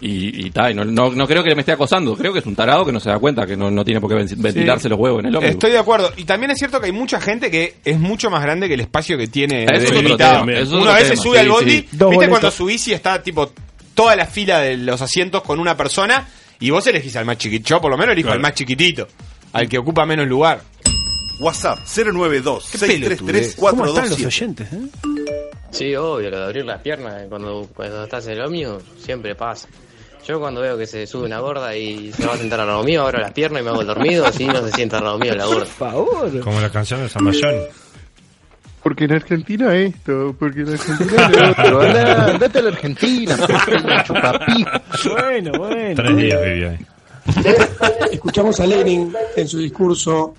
[SPEAKER 11] Y, y ta, y no, no- no creo que me esté acosando, creo que es un tarado que no se da cuenta, que no, no tiene por qué ven- ventilarse los huevos en el ómnibus.
[SPEAKER 5] Estoy de acuerdo. Y también es cierto que hay mucha gente que es mucho más grande que el espacio que tiene
[SPEAKER 11] Eso es otro
[SPEAKER 5] delimitado.
[SPEAKER 11] tema, eso es
[SPEAKER 5] Uno
[SPEAKER 11] otro
[SPEAKER 5] a veces
[SPEAKER 11] tema,
[SPEAKER 5] sube
[SPEAKER 11] sí,
[SPEAKER 5] al bondi,
[SPEAKER 11] sí.
[SPEAKER 5] viste
[SPEAKER 11] Dos boletos.
[SPEAKER 5] cuando subís y está tipo toda la fila de los asientos con una persona y vos elegís al más chiquito. Yo por lo menos elijo al más chiquitito, al que ocupa menos lugar.
[SPEAKER 1] WhatsApp 092 633
[SPEAKER 2] ¿Cómo están los oyentes? eh?
[SPEAKER 14] Sí, obvio, lo de abrir las piernas eh, cuando, cuando estás en lo mío siempre pasa. Yo cuando veo que se sube una gorda y se va a sentar al lado mío, abro las piernas y me hago el dormido, así no se sienta al lado mío la gorda.
[SPEAKER 17] (laughs)
[SPEAKER 2] favor.
[SPEAKER 7] Como la canción de Samayón.
[SPEAKER 16] Porque en Argentina esto, porque en Argentina lo (laughs) otro. Andá, andate a la
[SPEAKER 2] (laughs)
[SPEAKER 16] Argentina, (laughs) pequeña chupapi.
[SPEAKER 2] Bueno, bueno.
[SPEAKER 7] Tres días viví ahí.
[SPEAKER 18] Escuchamos a Lenin en su discurso.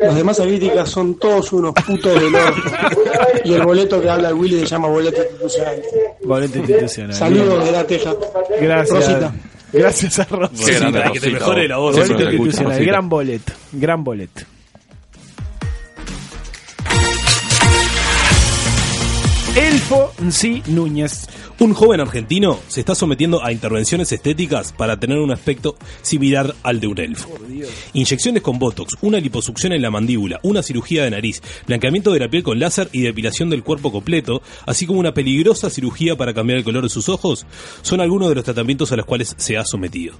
[SPEAKER 18] Los demás críticas son todos unos putos del orto. Y el boleto que habla Willy se llama boleto institucional.
[SPEAKER 2] Boleto institucional.
[SPEAKER 18] Saludos de la Teja.
[SPEAKER 2] Gracias.
[SPEAKER 18] Rosita.
[SPEAKER 2] Gracias a Rosita.
[SPEAKER 10] Qué grande Rosita, que te Rosita, mejore vos. la voz.
[SPEAKER 2] Boleto
[SPEAKER 10] Siempre la escucho,
[SPEAKER 2] institucional.
[SPEAKER 10] Rosita.
[SPEAKER 2] Gran boleto. Gran boleto. Elfo sí Núñez.
[SPEAKER 10] Un joven argentino se está sometiendo a intervenciones estéticas para tener un aspecto similar al de un elfo. Inyecciones con botox, una liposucción en la mandíbula, una cirugía de nariz, blanqueamiento de la piel con láser y depilación del cuerpo completo, así como una peligrosa cirugía para cambiar el color de sus ojos, son algunos de los tratamientos a los cuales se ha sometido.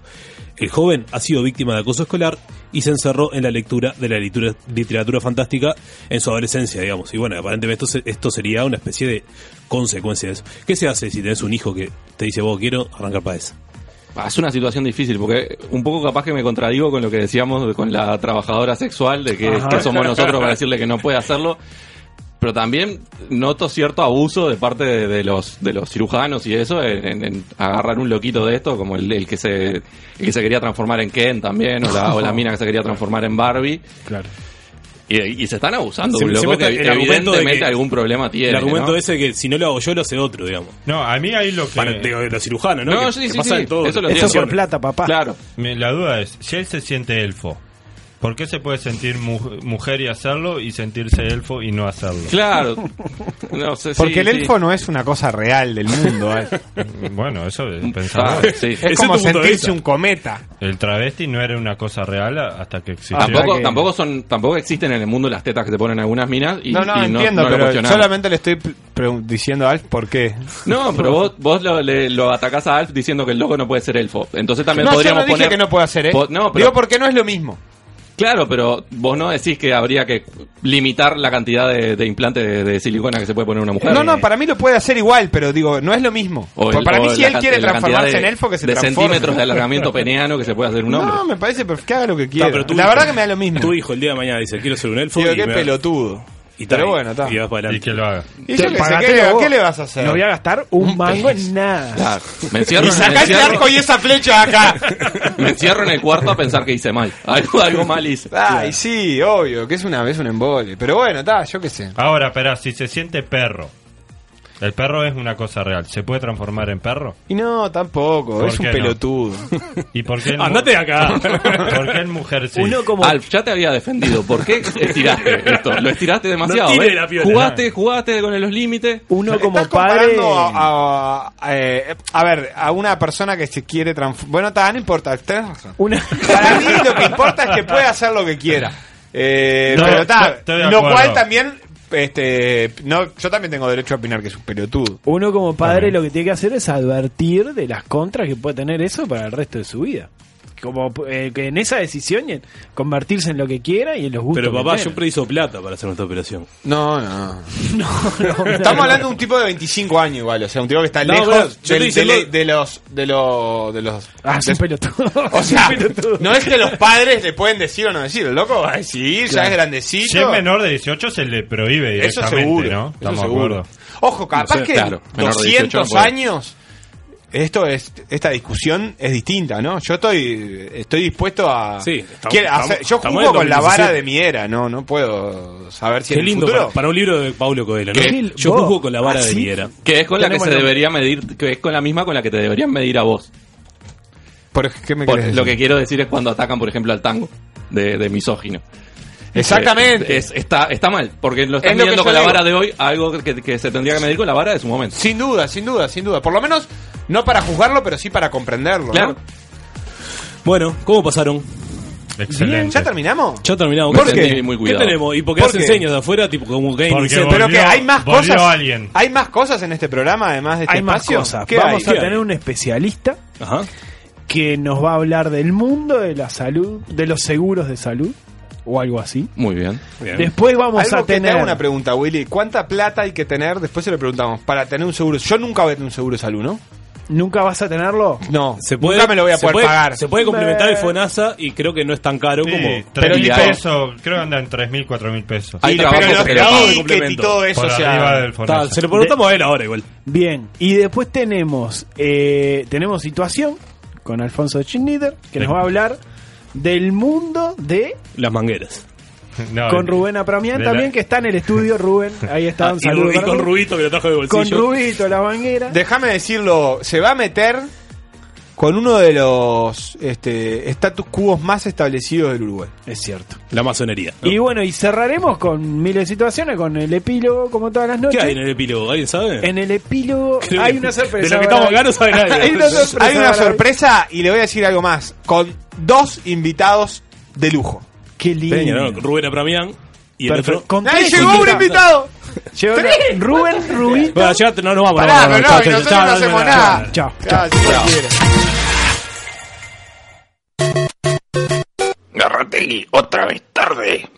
[SPEAKER 10] El joven ha sido víctima de acoso escolar y se encerró en la lectura de la litura- literatura fantástica en su adolescencia, digamos. Y bueno, aparentemente esto, se- esto sería una especie de consecuencia de eso. ¿Qué se hace si tenés un hijo que te dice, vos quiero arrancar para eso?
[SPEAKER 11] Ah, Es una situación difícil, porque un poco capaz que me contradigo con lo que decíamos de- con la trabajadora sexual, de que,
[SPEAKER 10] Ajá.
[SPEAKER 11] que somos nosotros para decirle que no puede hacerlo. Pero también noto cierto abuso de parte de, de los de los cirujanos y eso en, en- en agarrar un loquito de esto, como el, el que se el que se quería transformar en Ken también,
[SPEAKER 10] (laughs)
[SPEAKER 11] o la, o la mina que se quería transformar en Barbie.
[SPEAKER 2] Claro.
[SPEAKER 11] Y, y se están abusando, de un
[SPEAKER 10] Siempre-
[SPEAKER 11] loco
[SPEAKER 10] siempre
[SPEAKER 11] que
[SPEAKER 10] está el argumento de
[SPEAKER 11] evidentemente
[SPEAKER 10] que-
[SPEAKER 11] algún problema tiene.
[SPEAKER 10] el argumento
[SPEAKER 11] ¿no?
[SPEAKER 10] ese que si no lo hago yo, lo hace otro, digamos.
[SPEAKER 7] No, a mí ahí lo que.
[SPEAKER 10] Para- digo, los cirujanos, ¿no? Que-
[SPEAKER 7] sí,
[SPEAKER 10] que
[SPEAKER 7] sí,
[SPEAKER 10] pasa
[SPEAKER 7] sí.
[SPEAKER 10] en todo.
[SPEAKER 7] Eso, lo
[SPEAKER 10] Eso
[SPEAKER 7] entiendo.
[SPEAKER 10] por plata,
[SPEAKER 2] papá.
[SPEAKER 11] Claro.
[SPEAKER 7] Mi- La duda es: si él se siente elfo, ¿por qué se puede sentir mu- mujer y hacerlo y sentirse elfo y no hacerlo?
[SPEAKER 11] Claro. No sé,
[SPEAKER 5] Porque el elfo no es una cosa real del mundo. ¿eh?
[SPEAKER 7] (laughs) Bueno, eso
[SPEAKER 11] Ah,
[SPEAKER 7] es pensar.
[SPEAKER 5] Ah, Es como sentirse un cometa.
[SPEAKER 7] El travesti no era una cosa real a- hasta que existió.
[SPEAKER 11] Tampoco, tampoco son, tampoco existen en el mundo las tetas que te ponen algunas minas y
[SPEAKER 5] no, no,
[SPEAKER 11] y
[SPEAKER 5] entiendo,
[SPEAKER 11] no lo
[SPEAKER 5] pero
[SPEAKER 11] cuestionamos.
[SPEAKER 5] solamente le estoy pl- pregun- diciendo a Alf por qué. (laughs)
[SPEAKER 11] No, pero vos, vos lo, le- lo atacás a Alf diciendo que el loco no puede ser elfo. Entonces también
[SPEAKER 5] no, yo
[SPEAKER 11] podríamos
[SPEAKER 5] no dije
[SPEAKER 11] poner.
[SPEAKER 5] que no puede hacer, ¿eh?
[SPEAKER 11] Po- no, pero-
[SPEAKER 5] Digo porque no es lo mismo.
[SPEAKER 11] Claro, pero vos no decís que habría que limitar la cantidad de, de implante de, de silicona que se puede poner una mujer.
[SPEAKER 5] No, no, para mí lo puede hacer igual, pero digo, no es lo mismo.
[SPEAKER 11] O el-
[SPEAKER 5] Porque para
[SPEAKER 11] o
[SPEAKER 5] mí si
[SPEAKER 11] la
[SPEAKER 5] él
[SPEAKER 11] can-
[SPEAKER 5] quiere
[SPEAKER 11] la cantidad
[SPEAKER 5] transformarse
[SPEAKER 11] de-
[SPEAKER 5] en elfo, que se
[SPEAKER 11] De
[SPEAKER 5] transforme.
[SPEAKER 11] centímetros
[SPEAKER 5] (laughs)
[SPEAKER 11] de alargamiento peneano que se puede hacer un hombre.
[SPEAKER 5] No, me parece perf- que haga lo que quiera.
[SPEAKER 10] No, Ah, pero tú-
[SPEAKER 5] la verdad que me da lo mismo.
[SPEAKER 10] Tu hijo el día de mañana dice, quiero ser un elfo.
[SPEAKER 5] Digo,
[SPEAKER 10] y
[SPEAKER 5] qué
[SPEAKER 10] me-
[SPEAKER 5] pelotudo.
[SPEAKER 10] Y tal,
[SPEAKER 5] Pero bueno, está.
[SPEAKER 10] Y vas para adelante.
[SPEAKER 7] Y que lo haga.
[SPEAKER 5] Y yo qué sé, ¿qué le- qué le vas a hacer?
[SPEAKER 2] No voy a gastar un mango en nada.
[SPEAKER 11] Me encierro,
[SPEAKER 2] Y
[SPEAKER 11] en-
[SPEAKER 2] sacá
[SPEAKER 11] me
[SPEAKER 2] ese
[SPEAKER 11] encierro-
[SPEAKER 2] arco y
[SPEAKER 5] esa flecha acá.
[SPEAKER 11] me encierro en el cuarto a pensar que hice mal. Algo, algo mal hice.
[SPEAKER 5] Ay, sí, obvio, que es una vez un embole. Pero bueno, está, yo qué sé.
[SPEAKER 7] Ahora, espera, si se siente perro. El perro es una cosa real. ¿Se puede transformar en perro?
[SPEAKER 5] Y no, tampoco,
[SPEAKER 7] ¿Por
[SPEAKER 5] es un
[SPEAKER 7] qué no?
[SPEAKER 5] pelotudo.
[SPEAKER 7] ¿Y por qué en mu-
[SPEAKER 5] Andate de
[SPEAKER 7] (laughs)
[SPEAKER 5] acá.
[SPEAKER 7] ¿Por qué en mujer sí?
[SPEAKER 11] Uno como- Alf, ya te había defendido. ¿Por qué estiraste esto? Lo estiraste demasiado. ¿eh?
[SPEAKER 7] No tire
[SPEAKER 11] ¿ves?
[SPEAKER 7] la piola.
[SPEAKER 11] jugaste, jugaste con los límites.
[SPEAKER 2] Uno
[SPEAKER 5] Estás comparando a, a- a, eh, a ver, a una persona que se quiere transformar. Bueno, está, no importa. tenés razón. Para mí lo que importa es que pueda hacer lo que quiera. Eh,
[SPEAKER 7] No,
[SPEAKER 5] pero está,
[SPEAKER 7] no, estoy de
[SPEAKER 5] lo
[SPEAKER 7] acuerdo.
[SPEAKER 5] cual también, este, no, yo también tengo derecho a opinar que es un (laughs) pelotudo.
[SPEAKER 2] (laughs) Uno como padre lo que tiene que hacer es advertir de las contras que puede tener eso para el resto de su vida. Como eh, que en esa decisión y en convertirse en lo que quiera y en los gustos.
[SPEAKER 10] Pero
[SPEAKER 2] que
[SPEAKER 10] papá,
[SPEAKER 2] tenga.
[SPEAKER 10] yo preciso plata para hacer nuestra operación.
[SPEAKER 5] No, no. Estamos hablando de un tipo de 25 años igual, o sea, un tipo que está
[SPEAKER 10] No,
[SPEAKER 5] lejos
[SPEAKER 10] bueno, yo
[SPEAKER 5] del-
[SPEAKER 10] te hice
[SPEAKER 5] de,
[SPEAKER 10] lo-
[SPEAKER 5] de los de los de los
[SPEAKER 2] Ah, es un
[SPEAKER 5] de-
[SPEAKER 2] pelotudo.
[SPEAKER 5] O sea, (laughs) no es que los padres le pueden decir o no decir, el loco va a decidir, ya
[SPEAKER 7] Claro.
[SPEAKER 5] es grandecito.
[SPEAKER 7] Si es menor de 18 se le prohíbe
[SPEAKER 5] Eso
[SPEAKER 7] directamente,
[SPEAKER 5] seguro,
[SPEAKER 7] ¿no?
[SPEAKER 5] eso
[SPEAKER 7] Estamos de
[SPEAKER 5] seguro.
[SPEAKER 7] acuerdo.
[SPEAKER 5] Ojo, capaz
[SPEAKER 7] No sé,
[SPEAKER 5] que
[SPEAKER 7] claro, menor de 18 no
[SPEAKER 5] 200
[SPEAKER 7] puede.
[SPEAKER 5] años esto es esta discusión es distinta, ¿no? Yo estoy estoy dispuesto
[SPEAKER 11] Ah.
[SPEAKER 5] a
[SPEAKER 10] Sí, estamos-
[SPEAKER 5] quiero hacer-
[SPEAKER 10] estamos-
[SPEAKER 5] yo
[SPEAKER 10] estamos
[SPEAKER 5] juego
[SPEAKER 10] en
[SPEAKER 5] con la vara
[SPEAKER 10] 2017.
[SPEAKER 5] de mi era, no no puedo saber si en
[SPEAKER 10] Qué
[SPEAKER 5] el
[SPEAKER 10] lindo
[SPEAKER 5] futuro
[SPEAKER 10] para, para un libro de Paulo Coelho, ¿no?
[SPEAKER 11] ¿Qué?
[SPEAKER 10] Yo
[SPEAKER 11] Vos,
[SPEAKER 10] juzgo con la vara de
[SPEAKER 11] así,
[SPEAKER 10] Viera.
[SPEAKER 11] Que es con la que se debería medir, que es con la misma con la que te deberían medir a vos.
[SPEAKER 5] Por, ¿qué me
[SPEAKER 11] Por-
[SPEAKER 5] querés
[SPEAKER 11] lo
[SPEAKER 5] decir?
[SPEAKER 11] que quiero decir es cuando atacan, por ejemplo, al tango de, de misógino.
[SPEAKER 5] Exactamente.
[SPEAKER 11] Eh, es- está, está mal, porque lo están
[SPEAKER 5] Es lo que
[SPEAKER 11] midiendo
[SPEAKER 5] yo
[SPEAKER 11] con la
[SPEAKER 5] digo.
[SPEAKER 11] vara de hoy, algo que, que se tendría que medir con la vara de su momento.
[SPEAKER 5] Sin duda, sin duda, sin duda. Por lo menos, no para juzgarlo, pero sí para comprenderlo. ¿no?
[SPEAKER 11] Claro.
[SPEAKER 10] Bueno, ¿cómo pasaron?
[SPEAKER 5] Bien. ¿Ya terminamos?
[SPEAKER 10] Ya terminamos.
[SPEAKER 5] ¿Por
[SPEAKER 10] ¿Qué
[SPEAKER 5] qué?
[SPEAKER 10] tenemos?
[SPEAKER 5] Muy
[SPEAKER 10] ¿Qué
[SPEAKER 5] cuidado.
[SPEAKER 10] tenemos? ¿Y por qué
[SPEAKER 5] ¿Por
[SPEAKER 10] hacen
[SPEAKER 5] qué?
[SPEAKER 10] señas de afuera? Tipo como Game Center.
[SPEAKER 5] pero que hay más cosas.
[SPEAKER 10] alguien.
[SPEAKER 5] Hay más cosas en este programa, además de este
[SPEAKER 2] hay más
[SPEAKER 5] espacio.
[SPEAKER 2] cosas.
[SPEAKER 5] ¿Qué
[SPEAKER 2] Vamos
[SPEAKER 5] hay?
[SPEAKER 2] a tener un especialista que nos va a hablar del mundo de la salud, de los seguros de salud o algo así.
[SPEAKER 11] Muy bien.
[SPEAKER 2] Después vamos
[SPEAKER 5] Em, Algo
[SPEAKER 2] a
[SPEAKER 5] que te
[SPEAKER 2] tener-
[SPEAKER 5] hago una pregunta, Willy. ¿Cuánta plata hay que tener? Después se lo preguntamos. Para tener un seguro. Yo nunca voy a tener un seguro de salud, ¿no?
[SPEAKER 2] ¿Nunca vas a tenerlo?
[SPEAKER 5] No.
[SPEAKER 10] Se puede,
[SPEAKER 5] nunca me lo voy a
[SPEAKER 10] se
[SPEAKER 5] poder
[SPEAKER 10] puede-
[SPEAKER 5] pagar.
[SPEAKER 10] Se puede complementar el FONASA y creo que no es tan caro como.
[SPEAKER 7] Sí, 3.000 pesos, creo que anda en 3.000, 4.000 pesos.
[SPEAKER 10] Hay Y le trabajos pegan los que lo pagan. tickets y
[SPEAKER 7] complemento.
[SPEAKER 10] todo eso,
[SPEAKER 7] Por
[SPEAKER 10] o sea,
[SPEAKER 7] arriba del Fornells.
[SPEAKER 10] tal, se lo preguntamos a él ahora igual.
[SPEAKER 2] Bien, y después tenemos eh, tenemos situación con Alfonso Schneider que nos va a hablar del mundo de
[SPEAKER 10] Las (laughs) mangueras.
[SPEAKER 7] No,
[SPEAKER 2] con Rubén Apramián
[SPEAKER 10] de la-
[SPEAKER 2] también que está en el estudio Rubén, ahí está
[SPEAKER 10] Ah,
[SPEAKER 2] un
[SPEAKER 10] y,
[SPEAKER 2] saludo
[SPEAKER 10] Ru- y
[SPEAKER 2] para
[SPEAKER 10] con
[SPEAKER 2] Rubén.
[SPEAKER 10] Rubito que lo trajo de
[SPEAKER 2] Con
[SPEAKER 10] bolsillo.
[SPEAKER 2] Rubito la manguera.
[SPEAKER 5] Déjame decirlo, se va a meter con uno de los este, status quo más establecidos del Uruguay.
[SPEAKER 2] Es cierto.
[SPEAKER 10] La masonería.
[SPEAKER 2] Y bueno, y cerraremos con miles de situaciones, con el epílogo, como todas las
[SPEAKER 10] ¿Qué
[SPEAKER 2] noches.
[SPEAKER 10] hay en el epílogo? ¿Alguien sabe?
[SPEAKER 2] En el epílogo
[SPEAKER 10] (laughs) Creo
[SPEAKER 2] hay
[SPEAKER 10] que-
[SPEAKER 2] una sorpresa.
[SPEAKER 10] de lo que estamos acá no sabe (laughs)
[SPEAKER 5] (laughs)
[SPEAKER 10] nadie.
[SPEAKER 5] hay una sorpresa, Hay una
[SPEAKER 2] para hoy.
[SPEAKER 5] sorpresa y le voy a decir algo más. Con dos invitados de lujo.
[SPEAKER 2] Qué
[SPEAKER 10] Peña, ¿no? Rubén Apramián y el
[SPEAKER 5] Perfecto.
[SPEAKER 10] otro.
[SPEAKER 2] Con
[SPEAKER 5] ¡Ahí llegó un invitado!
[SPEAKER 2] Llegó
[SPEAKER 5] ¡Tres!
[SPEAKER 2] Rubén Rubito.
[SPEAKER 10] Bueno, ya te- no nos vamos.
[SPEAKER 5] Pará,
[SPEAKER 10] no,
[SPEAKER 5] Ah, pero no, y nosotros no hacemos nada.
[SPEAKER 2] Chao.
[SPEAKER 5] Ah, si quiere.
[SPEAKER 19] Lopetegui, otra vez tarde.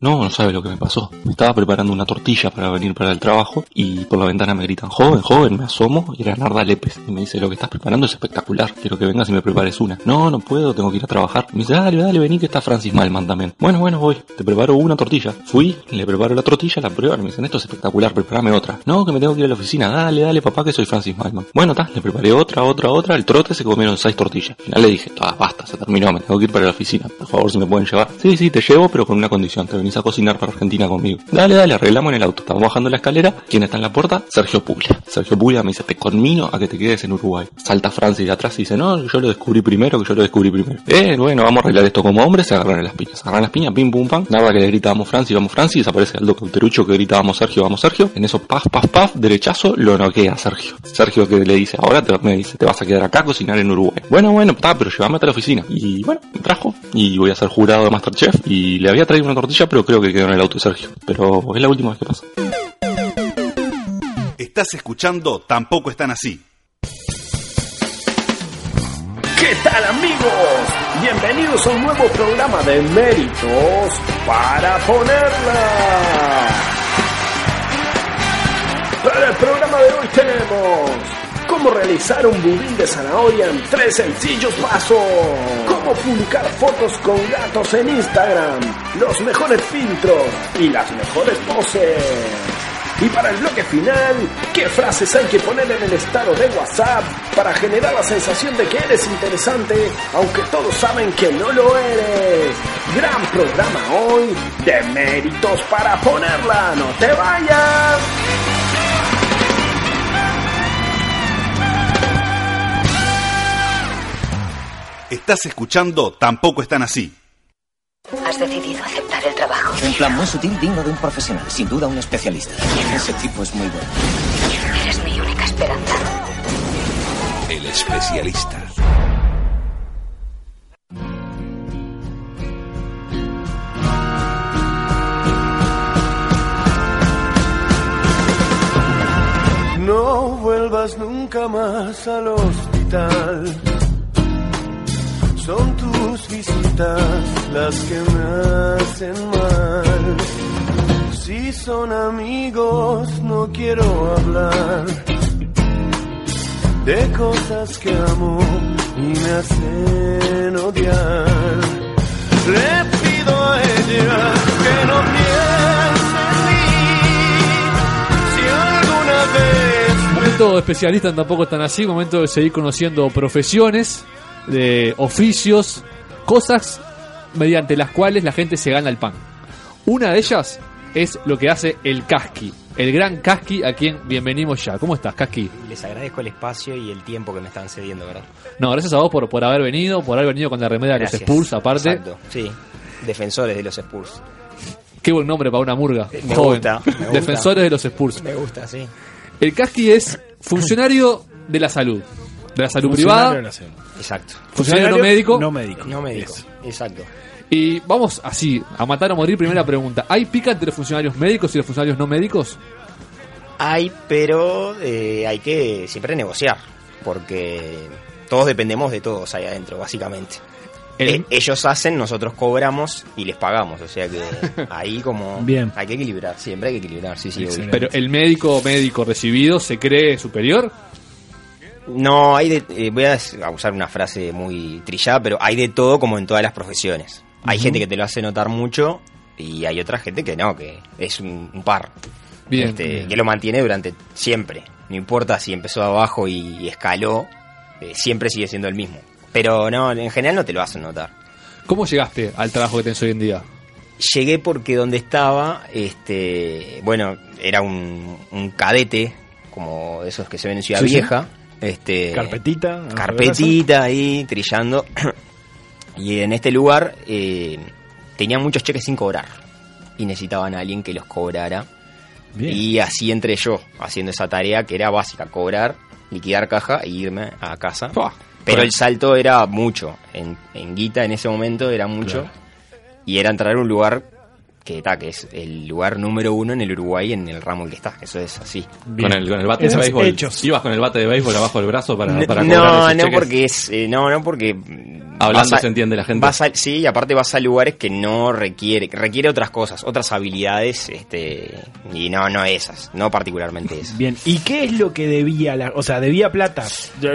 [SPEAKER 11] No, no sabe lo que me pasó. Me estaba preparando una tortilla para venir para el trabajo y por la ventana me gritan, joven, joven, me asomo y era Narda Lépez. Y me dice, lo que estás preparando es espectacular, quiero que vengas y me prepares una. No, no puedo, tengo que ir a trabajar. Me dice, dale, dale, vení que está Francis Malman también. Bueno, bueno, voy, te preparo una tortilla. Fui, le preparo la tortilla, la prueban, me dicen, esto es espectacular, prepárame otra. No, que me tengo que ir a la oficina, dale, dale, papá, que soy Francis Malman. Bueno, ta, le preparé otra, otra, otra, el trote se comieron seis tortillas. Al final le dije, todas basta, se terminó, me tengo que ir para la oficina, por favor, si me pueden llevar. Sí, sí, te llevo, pero con una condición, te venís a cocinar para Argentina conmigo. Dale, dale, arreglamos en el auto. Estamos bajando la escalera. ¿Quién está en la puerta? Sergio Puglia. Sergio Puglia me dice, te conmino a que te quedes en Uruguay. Salta Francis de atrás y dice, no, yo lo descubrí primero, que yo lo descubrí primero. Eh, bueno, vamos a arreglar esto como hombres. Se agarran las piñas. Se agarran las piñas, pim, pum, pam. Nada que le gritábamos Francis, vamos Francis. Desaparece Aldo Cauterucho que grita, vamos Sergio, vamos Sergio. En eso, paf, paf, paf, derechazo, lo noquea Sergio. Sergio que le dice, ahora te, me dice, te vas a quedar acá a cocinar en Uruguay. Bueno, bueno, está, pero llévame hasta la oficina. Y bueno, me trajo y voy a ser jurado de Masterchef y le había traído una tortilla, pero creo que quedó en el auto de Sergio. Pero es la última vez que pasa.
[SPEAKER 1] Estás escuchando Tampoco están así.
[SPEAKER 20] ¿Qué tal amigos? Bienvenidos a un nuevo programa de méritos para ponerla. Para el programa de hoy tenemos cómo realizar un budín de zanahoria en tres sencillos pasos, cómo publicar fotos con gatos en Instagram, los mejores filtros y las mejores poses. Y para el bloque final, ¿qué frases hay que poner en el estado de WhatsApp para generar la sensación de que eres interesante, aunque todos saben que no lo eres? Gran programa hoy de méritos para ponerla, no te vayas.
[SPEAKER 1] Estás escuchando Tampoco están así.
[SPEAKER 21] Has decidido aceptar el trabajo.
[SPEAKER 22] Un plan muy sutil digno de un profesional, sin duda un especialista. Ese tipo es muy bueno.
[SPEAKER 21] Eres mi única esperanza.
[SPEAKER 1] El especialista.
[SPEAKER 23] No vuelvas nunca más al hospital. Son tus visitas las que me hacen mal. Si son amigos, no quiero hablar de cosas que amo y me hacen odiar. Le pido a ella que no piense en mí. Si alguna vez
[SPEAKER 24] Momento especialista en tampoco están así, momento de seguir conociendo profesiones, de oficios, cosas mediante las cuales la gente se gana el pan. Una de ellas es lo que hace el casqui, el gran casqui a quien bienvenimos ya. ¿Cómo estás, casqui?
[SPEAKER 17] Les agradezco el espacio y el tiempo que me están cediendo, ¿verdad?
[SPEAKER 24] No, gracias a vos por, por haber venido, por haber venido con la remera de los
[SPEAKER 17] Gracias.
[SPEAKER 24] Spurs, aparte.
[SPEAKER 17] Exacto, sí. Defensores de los Spurs.
[SPEAKER 24] Qué buen nombre para una murga.
[SPEAKER 17] Me
[SPEAKER 24] joven.
[SPEAKER 17] gusta, me gusta.
[SPEAKER 24] Defensores de los Spurs.
[SPEAKER 17] Me gusta, sí.
[SPEAKER 24] El casqui es funcionario de la salud, de la salud privada.
[SPEAKER 17] Exacto.
[SPEAKER 24] Funcionario no médico.
[SPEAKER 17] No médico. No médico. Exacto.
[SPEAKER 24] Y vamos así, a matar o morir, primera pregunta. ¿Hay pica entre los funcionarios médicos y los funcionarios no médicos?
[SPEAKER 17] Hay, pero eh, hay que siempre negociar, porque todos dependemos de todos ahí adentro, básicamente. Eh, ellos hacen, nosotros cobramos y les pagamos, o sea que ahí como
[SPEAKER 24] Bien.
[SPEAKER 17] hay que equilibrar, siempre hay que equilibrar, sí, sí. obvio.
[SPEAKER 24] Pero el médico médico recibido se cree superior.
[SPEAKER 17] No, hay de- eh, voy a des- a usar una frase muy trillada, pero hay de todo como en todas las profesiones. Hay
[SPEAKER 24] Ujú.
[SPEAKER 17] gente que te lo hace notar mucho y hay otra gente que no, que es un, un par.
[SPEAKER 24] Bien,
[SPEAKER 17] Este,
[SPEAKER 24] bien.
[SPEAKER 17] Que lo mantiene durante siempre. No importa si empezó abajo y, y escaló, eh, siempre sigue siendo el mismo. Pero no, en general no te lo hacen notar.
[SPEAKER 24] ¿Cómo llegaste al trabajo que tenés hoy en día?
[SPEAKER 17] Llegué porque donde estaba, este, bueno, era un, un cadete, como esos que se ven en Ciudad
[SPEAKER 2] Sí, sí.
[SPEAKER 17] Vieja. Este,
[SPEAKER 2] Carpetita.
[SPEAKER 17] carpetita ahí trillando. (clears throat) Y en este lugar eh, tenían muchos cheques sin cobrar. Y necesitaban a alguien que los cobrara.
[SPEAKER 2] Bien.
[SPEAKER 17] Y así entré yo, haciendo esa tarea que era básica, cobrar, liquidar caja e irme a casa. Pero el salto era mucho. En, en guita en ese momento era mucho. Y era entrar a un lugar que, ta, que es el lugar número uno en el Uruguay en el ramo en que está. Eso es así.
[SPEAKER 11] Con el, con el bate de béisbol. Ibas con el bate de béisbol abajo del brazo para, para
[SPEAKER 17] no,
[SPEAKER 11] cobrar esos
[SPEAKER 17] no
[SPEAKER 11] cheques.
[SPEAKER 17] porque es, eh, no, no porque mm,
[SPEAKER 11] Hablando
[SPEAKER 17] vas a-
[SPEAKER 11] se entiende la gente.
[SPEAKER 17] vas a- sí, y aparte vas a lugares que no requiere, que requiere otras cosas, otras habilidades, este, y no, no esas, no particularmente esas.
[SPEAKER 2] Bien, ¿y qué es lo que debía la, o sea, debía plata,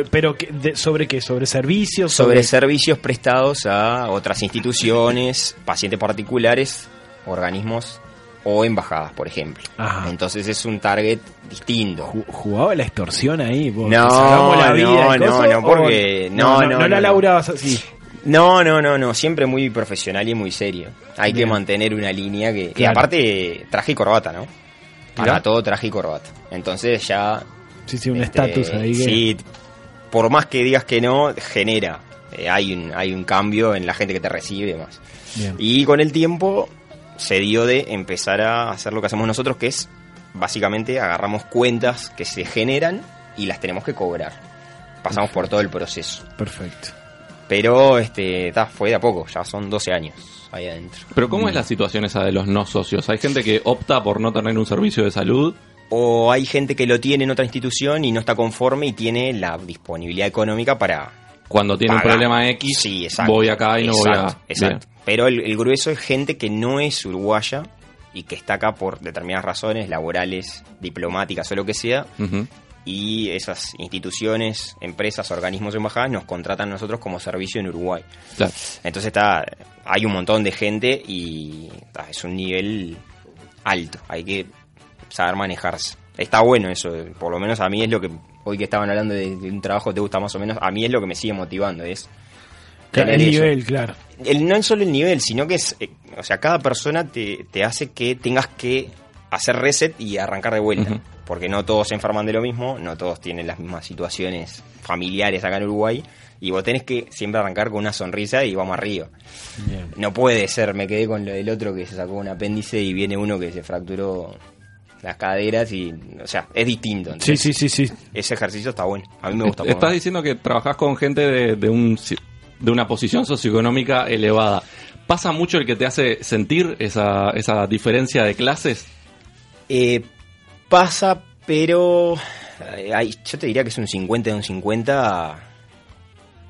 [SPEAKER 2] pero que- de- sobre qué, (laughs) sobre servicios,
[SPEAKER 17] Sobre servicios prestados a otras instituciones, pacientes particulares, organismos o embajadas, por ejemplo. Entonces es un target distinto.
[SPEAKER 2] jugaba la extorsión ahí, vos,
[SPEAKER 17] No,
[SPEAKER 2] te salvamos la
[SPEAKER 17] no,
[SPEAKER 2] vida y
[SPEAKER 17] no,
[SPEAKER 2] cosas,
[SPEAKER 17] no,
[SPEAKER 2] o-
[SPEAKER 17] porque- no, no,
[SPEAKER 2] no,
[SPEAKER 17] no,
[SPEAKER 2] la
[SPEAKER 17] no.
[SPEAKER 2] laburabas así.
[SPEAKER 17] No, no, no, no, siempre muy profesional y muy serio. Hay
[SPEAKER 2] Bien.
[SPEAKER 17] que mantener una línea que... Y
[SPEAKER 2] Claro.
[SPEAKER 17] aparte, traje y corbata, ¿no? Para
[SPEAKER 2] Mirá.
[SPEAKER 17] todo traje y corbata. Entonces ya...
[SPEAKER 2] Sí, sí, un
[SPEAKER 17] este,
[SPEAKER 2] estatus ahí que-
[SPEAKER 17] Sí, por más que digas que no, genera. Eh, hay, un, hay un cambio en la gente que te recibe y demás.
[SPEAKER 2] Bien.
[SPEAKER 17] Y con el tiempo se dio de empezar a hacer lo que hacemos nosotros, que es básicamente agarramos cuentas que se generan y las tenemos que cobrar. Pasamos por todo el proceso.
[SPEAKER 2] Perfecto.
[SPEAKER 17] Pero este, ta, fue de a poco, ya son 12 años ahí adentro. Mm.
[SPEAKER 11] Pero ¿cómo es la situación esa de los no socios? Hay gente que opta por no tener un servicio de salud.
[SPEAKER 17] O hay gente que lo tiene en otra institución y no está conforme y tiene la disponibilidad económica para...
[SPEAKER 11] Cuando tiene un problema X,
[SPEAKER 17] sí, exacto.
[SPEAKER 11] voy acá y no voy
[SPEAKER 17] Exacto,
[SPEAKER 11] a-
[SPEAKER 17] Exacto. Pero el, el grueso es gente que no es uruguaya y que está acá por determinadas razones laborales, diplomáticas o lo que sea,
[SPEAKER 11] Ujú.
[SPEAKER 17] y esas instituciones, empresas, organismos, embajadas nos contratan a nosotros como servicio en Uruguay.
[SPEAKER 11] Claro.
[SPEAKER 17] Entonces está, hay un montón de gente y ta, es un nivel alto, hay que saber manejarse. Está bueno eso, por lo menos a mí es lo que, hoy que estaban hablando de, de un trabajo que te gusta más o menos, a mí es lo que me sigue motivando, es...
[SPEAKER 2] Claro, el
[SPEAKER 17] tener eso.
[SPEAKER 2] nivel, claro.
[SPEAKER 17] El- no es solo el nivel, sino que es, eh, o sea, cada persona te, te hace que tengas que hacer reset y arrancar de vuelta. Porque no todos se enferman de lo mismo, no todos tienen las mismas situaciones familiares acá en Uruguay. Y vos tenés que siempre arrancar con una sonrisa y vamos arriba. No puede ser, me quedé con lo del otro que se sacó un apéndice y viene uno que se fracturó las caderas y, o sea, es distinto.
[SPEAKER 2] Sí,
[SPEAKER 17] Entonces,
[SPEAKER 2] sí, sí, sí.
[SPEAKER 17] Ese ejercicio está bueno, a mí me gusta. por lo
[SPEAKER 11] Estás
[SPEAKER 17] menos.
[SPEAKER 11] diciendo que trabajás con gente de, de un, ci- de una posición socioeconómica elevada. ¿Pasa mucho el que te hace sentir esa, esa diferencia de clases?
[SPEAKER 17] Eh, pasa, pero. eh, ay, yo te diría que es un 50 de un 50.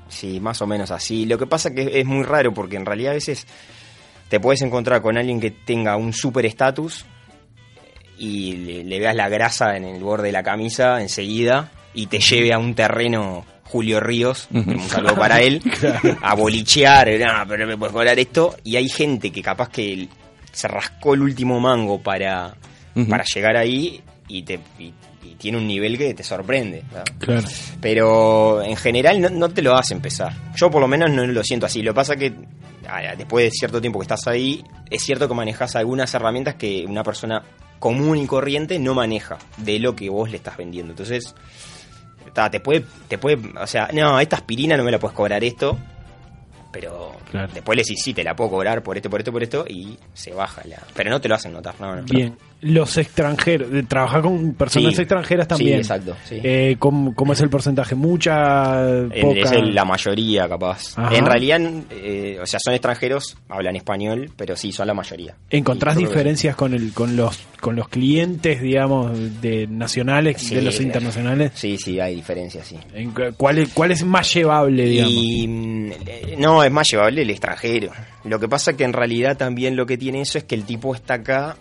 [SPEAKER 17] Sí, más o menos así. Lo que pasa que es muy raro porque en realidad a veces te puedes encontrar con alguien que tenga un super estatus y le, le veas la grasa en el borde de la camisa enseguida y te lleve a un terreno Julio Ríos, un saludo para él, a bolichear, "Ah, pero me puedes colar esto. Y hay gente que capaz que se rascó el último mango para, para llegar ahí y, te, y- y tiene un nivel que te sorprende. ¿no?
[SPEAKER 2] Claro.
[SPEAKER 17] Pero en general no, no te lo hace empezar. Yo por lo menos no lo siento así. Lo que pasa que ah, después de cierto tiempo que estás ahí, es cierto que manejas algunas herramientas que una persona común y corriente no maneja de lo que vos le estás vendiendo. Entonces, ta, te puede, te puede, o sea, no, esta aspirina no me la puedes cobrar esto, pero después le decís, sí, te la puedo cobrar por esto, por esto, por esto, y se baja la... Pero no te lo hacen notar, no, no.
[SPEAKER 2] Bien. Los extranjeros, de trabajar con personas
[SPEAKER 17] Sí.
[SPEAKER 2] extranjeras
[SPEAKER 17] Sí,
[SPEAKER 2] también.
[SPEAKER 17] exacto, sí.
[SPEAKER 2] Eh, ¿cómo, cómo es el porcentaje? Mucha,
[SPEAKER 17] Eh,
[SPEAKER 2] poca.
[SPEAKER 17] Es el- la mayoría, capaz.
[SPEAKER 2] Ajá.
[SPEAKER 17] En realidad, eh, o sea, son extranjeros, hablan español, pero sí, son la mayoría.
[SPEAKER 2] ¿Encontrás
[SPEAKER 17] Y yo creo que
[SPEAKER 2] diferencias con el con los con los clientes, digamos, de nacionales,
[SPEAKER 17] Sí,
[SPEAKER 2] de los
[SPEAKER 17] claro.
[SPEAKER 2] internacionales?
[SPEAKER 17] Sí, sí, hay diferencias, sí.
[SPEAKER 2] ¿En cu- ¿Cuál es, cuál es más llevable, digamos?
[SPEAKER 17] Y mm, eh, no, es más llevable el extranjero. Lo que pasa que en realidad también lo que tiene eso es que el tipo está acá,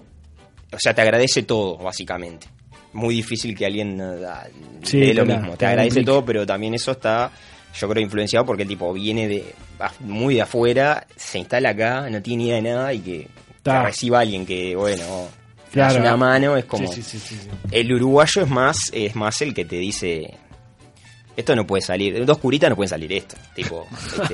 [SPEAKER 17] o sea, te agradece todo, básicamente. Muy difícil que alguien eh, da-
[SPEAKER 2] Sí,
[SPEAKER 17] te dé lo
[SPEAKER 2] claro,
[SPEAKER 17] mismo.
[SPEAKER 2] te
[SPEAKER 17] Te agradece
[SPEAKER 2] complica.
[SPEAKER 17] todo, pero también eso está, yo creo, influenciado porque el tipo viene de a- muy de afuera, se instala acá, no tiene idea de nada y que
[SPEAKER 2] Ta.
[SPEAKER 17] te reciba alguien que, bueno, te
[SPEAKER 2] Claro.
[SPEAKER 17] hace una mano, es como...
[SPEAKER 2] Sí, sí, sí, sí, sí.
[SPEAKER 17] El uruguayo es más, es más el que te dice. Esto no puede salir. Dos curitas no pueden salir esto. Tipo.
[SPEAKER 2] (laughs)
[SPEAKER 17] este,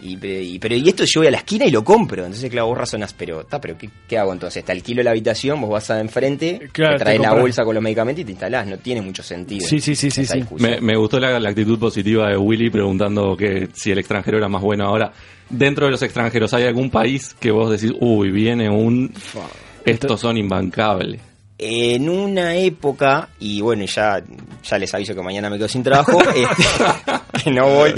[SPEAKER 17] y, pe- y- pero y esto yo voy a la esquina y lo compro. Entonces, claro, vos razonás, pero, ta, pero ¿qué, qué hago entonces? Te alquilo la habitación, vos vas a enfrente,
[SPEAKER 2] Claro,
[SPEAKER 17] te
[SPEAKER 2] te
[SPEAKER 17] traes la
[SPEAKER 2] compras.
[SPEAKER 17] bolsa con los medicamentos y te instalás. No tiene mucho sentido.
[SPEAKER 2] Sí, sí, sí, sí,
[SPEAKER 17] esa
[SPEAKER 2] sí.
[SPEAKER 17] discusión.
[SPEAKER 11] Me, me gustó la, la actitud positiva de Willy preguntando que si el extranjero era más bueno ahora. Dentro de los extranjeros, ¿hay algún país que vos decís, uy, viene un... Estos son imbancables?
[SPEAKER 17] En una época, y bueno, ya, ya les aviso que mañana me quedo sin trabajo, (laughs) este, que no voy.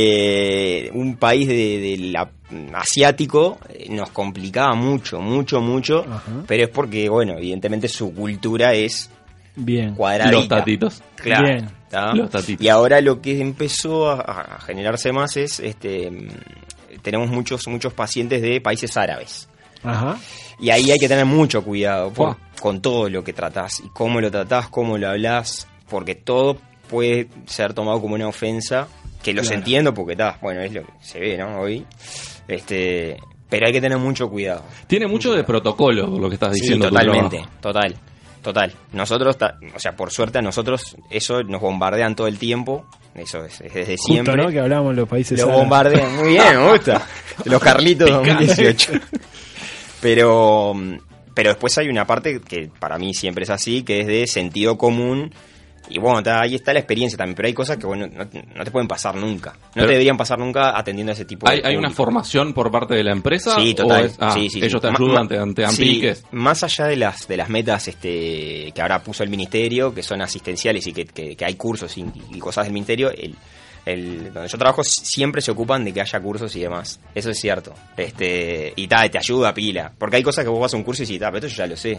[SPEAKER 17] eh, un país de, de la- asiático eh, nos complicaba mucho, mucho, mucho, pero es porque, bueno, evidentemente su cultura es
[SPEAKER 2] Bien.
[SPEAKER 17] cuadradita.
[SPEAKER 11] Los tatitos.
[SPEAKER 17] Claro.
[SPEAKER 11] Bien.
[SPEAKER 17] ¿tá?
[SPEAKER 11] Los tatitos.
[SPEAKER 17] Y ahora lo que empezó a, a generarse más es, este, mm, tenemos muchos, muchos pacientes de países árabes.
[SPEAKER 2] Ajá.
[SPEAKER 17] Y ahí hay que tener mucho cuidado por- con todo lo que tratás y cómo lo tratás, cómo lo hablás, porque todo puede ser tomado como una ofensa, que los
[SPEAKER 4] Claro.
[SPEAKER 17] entiendo porque está, bueno, es lo que se ve, ¿no? Hoy. Este, pero hay que tener mucho cuidado.
[SPEAKER 11] Tiene mucho de protocolo por lo que estás
[SPEAKER 17] Sí,
[SPEAKER 11] diciendo. tu
[SPEAKER 17] totalmente,
[SPEAKER 11] trabajo.
[SPEAKER 17] total, total. Nosotros, ta- o sea, por suerte a nosotros eso nos bombardean todo el tiempo, eso es, es desde
[SPEAKER 2] Justo,
[SPEAKER 17] siempre.
[SPEAKER 2] ¿no? Que hablábamos de los países
[SPEAKER 17] Lo
[SPEAKER 2] árabes.
[SPEAKER 17] bombardean, muy bien, me
[SPEAKER 11] (laughs)
[SPEAKER 17] gusta.
[SPEAKER 2] (laughs)
[SPEAKER 17] Los Carlitos
[SPEAKER 2] Picante.
[SPEAKER 17] 2018. Pero, pero después hay una parte que para mí siempre es así, que es de sentido común. Y bueno, ta, ahí está la experiencia también, pero hay cosas que bueno, no, no te pueden pasar nunca. No
[SPEAKER 11] Pero-
[SPEAKER 17] te deberían pasar nunca atendiendo a ese tipo
[SPEAKER 11] ¿Hay,
[SPEAKER 17] de
[SPEAKER 11] hay una
[SPEAKER 17] público.
[SPEAKER 11] formación por parte de la empresa?
[SPEAKER 17] Sí,
[SPEAKER 11] ¿O
[SPEAKER 17] total.
[SPEAKER 11] es- ah,
[SPEAKER 17] Sí, sí, sí.
[SPEAKER 11] ellos te
[SPEAKER 17] Ma-
[SPEAKER 11] ayudan,
[SPEAKER 17] ma-
[SPEAKER 11] te, te
[SPEAKER 17] sí,
[SPEAKER 11] ampliques.
[SPEAKER 17] más allá de las de las metas este, que ahora puso el ministerio, que son asistenciales y que, que- que hay cursos y, y cosas del ministerio, el, el- donde yo trabajo s- siempre se ocupan de que haya cursos y demás. Eso es cierto. Este, y tal, te ayuda pila. Porque hay cosas que vos vas a un curso y decís, "Ta, pero esto yo ya lo sé.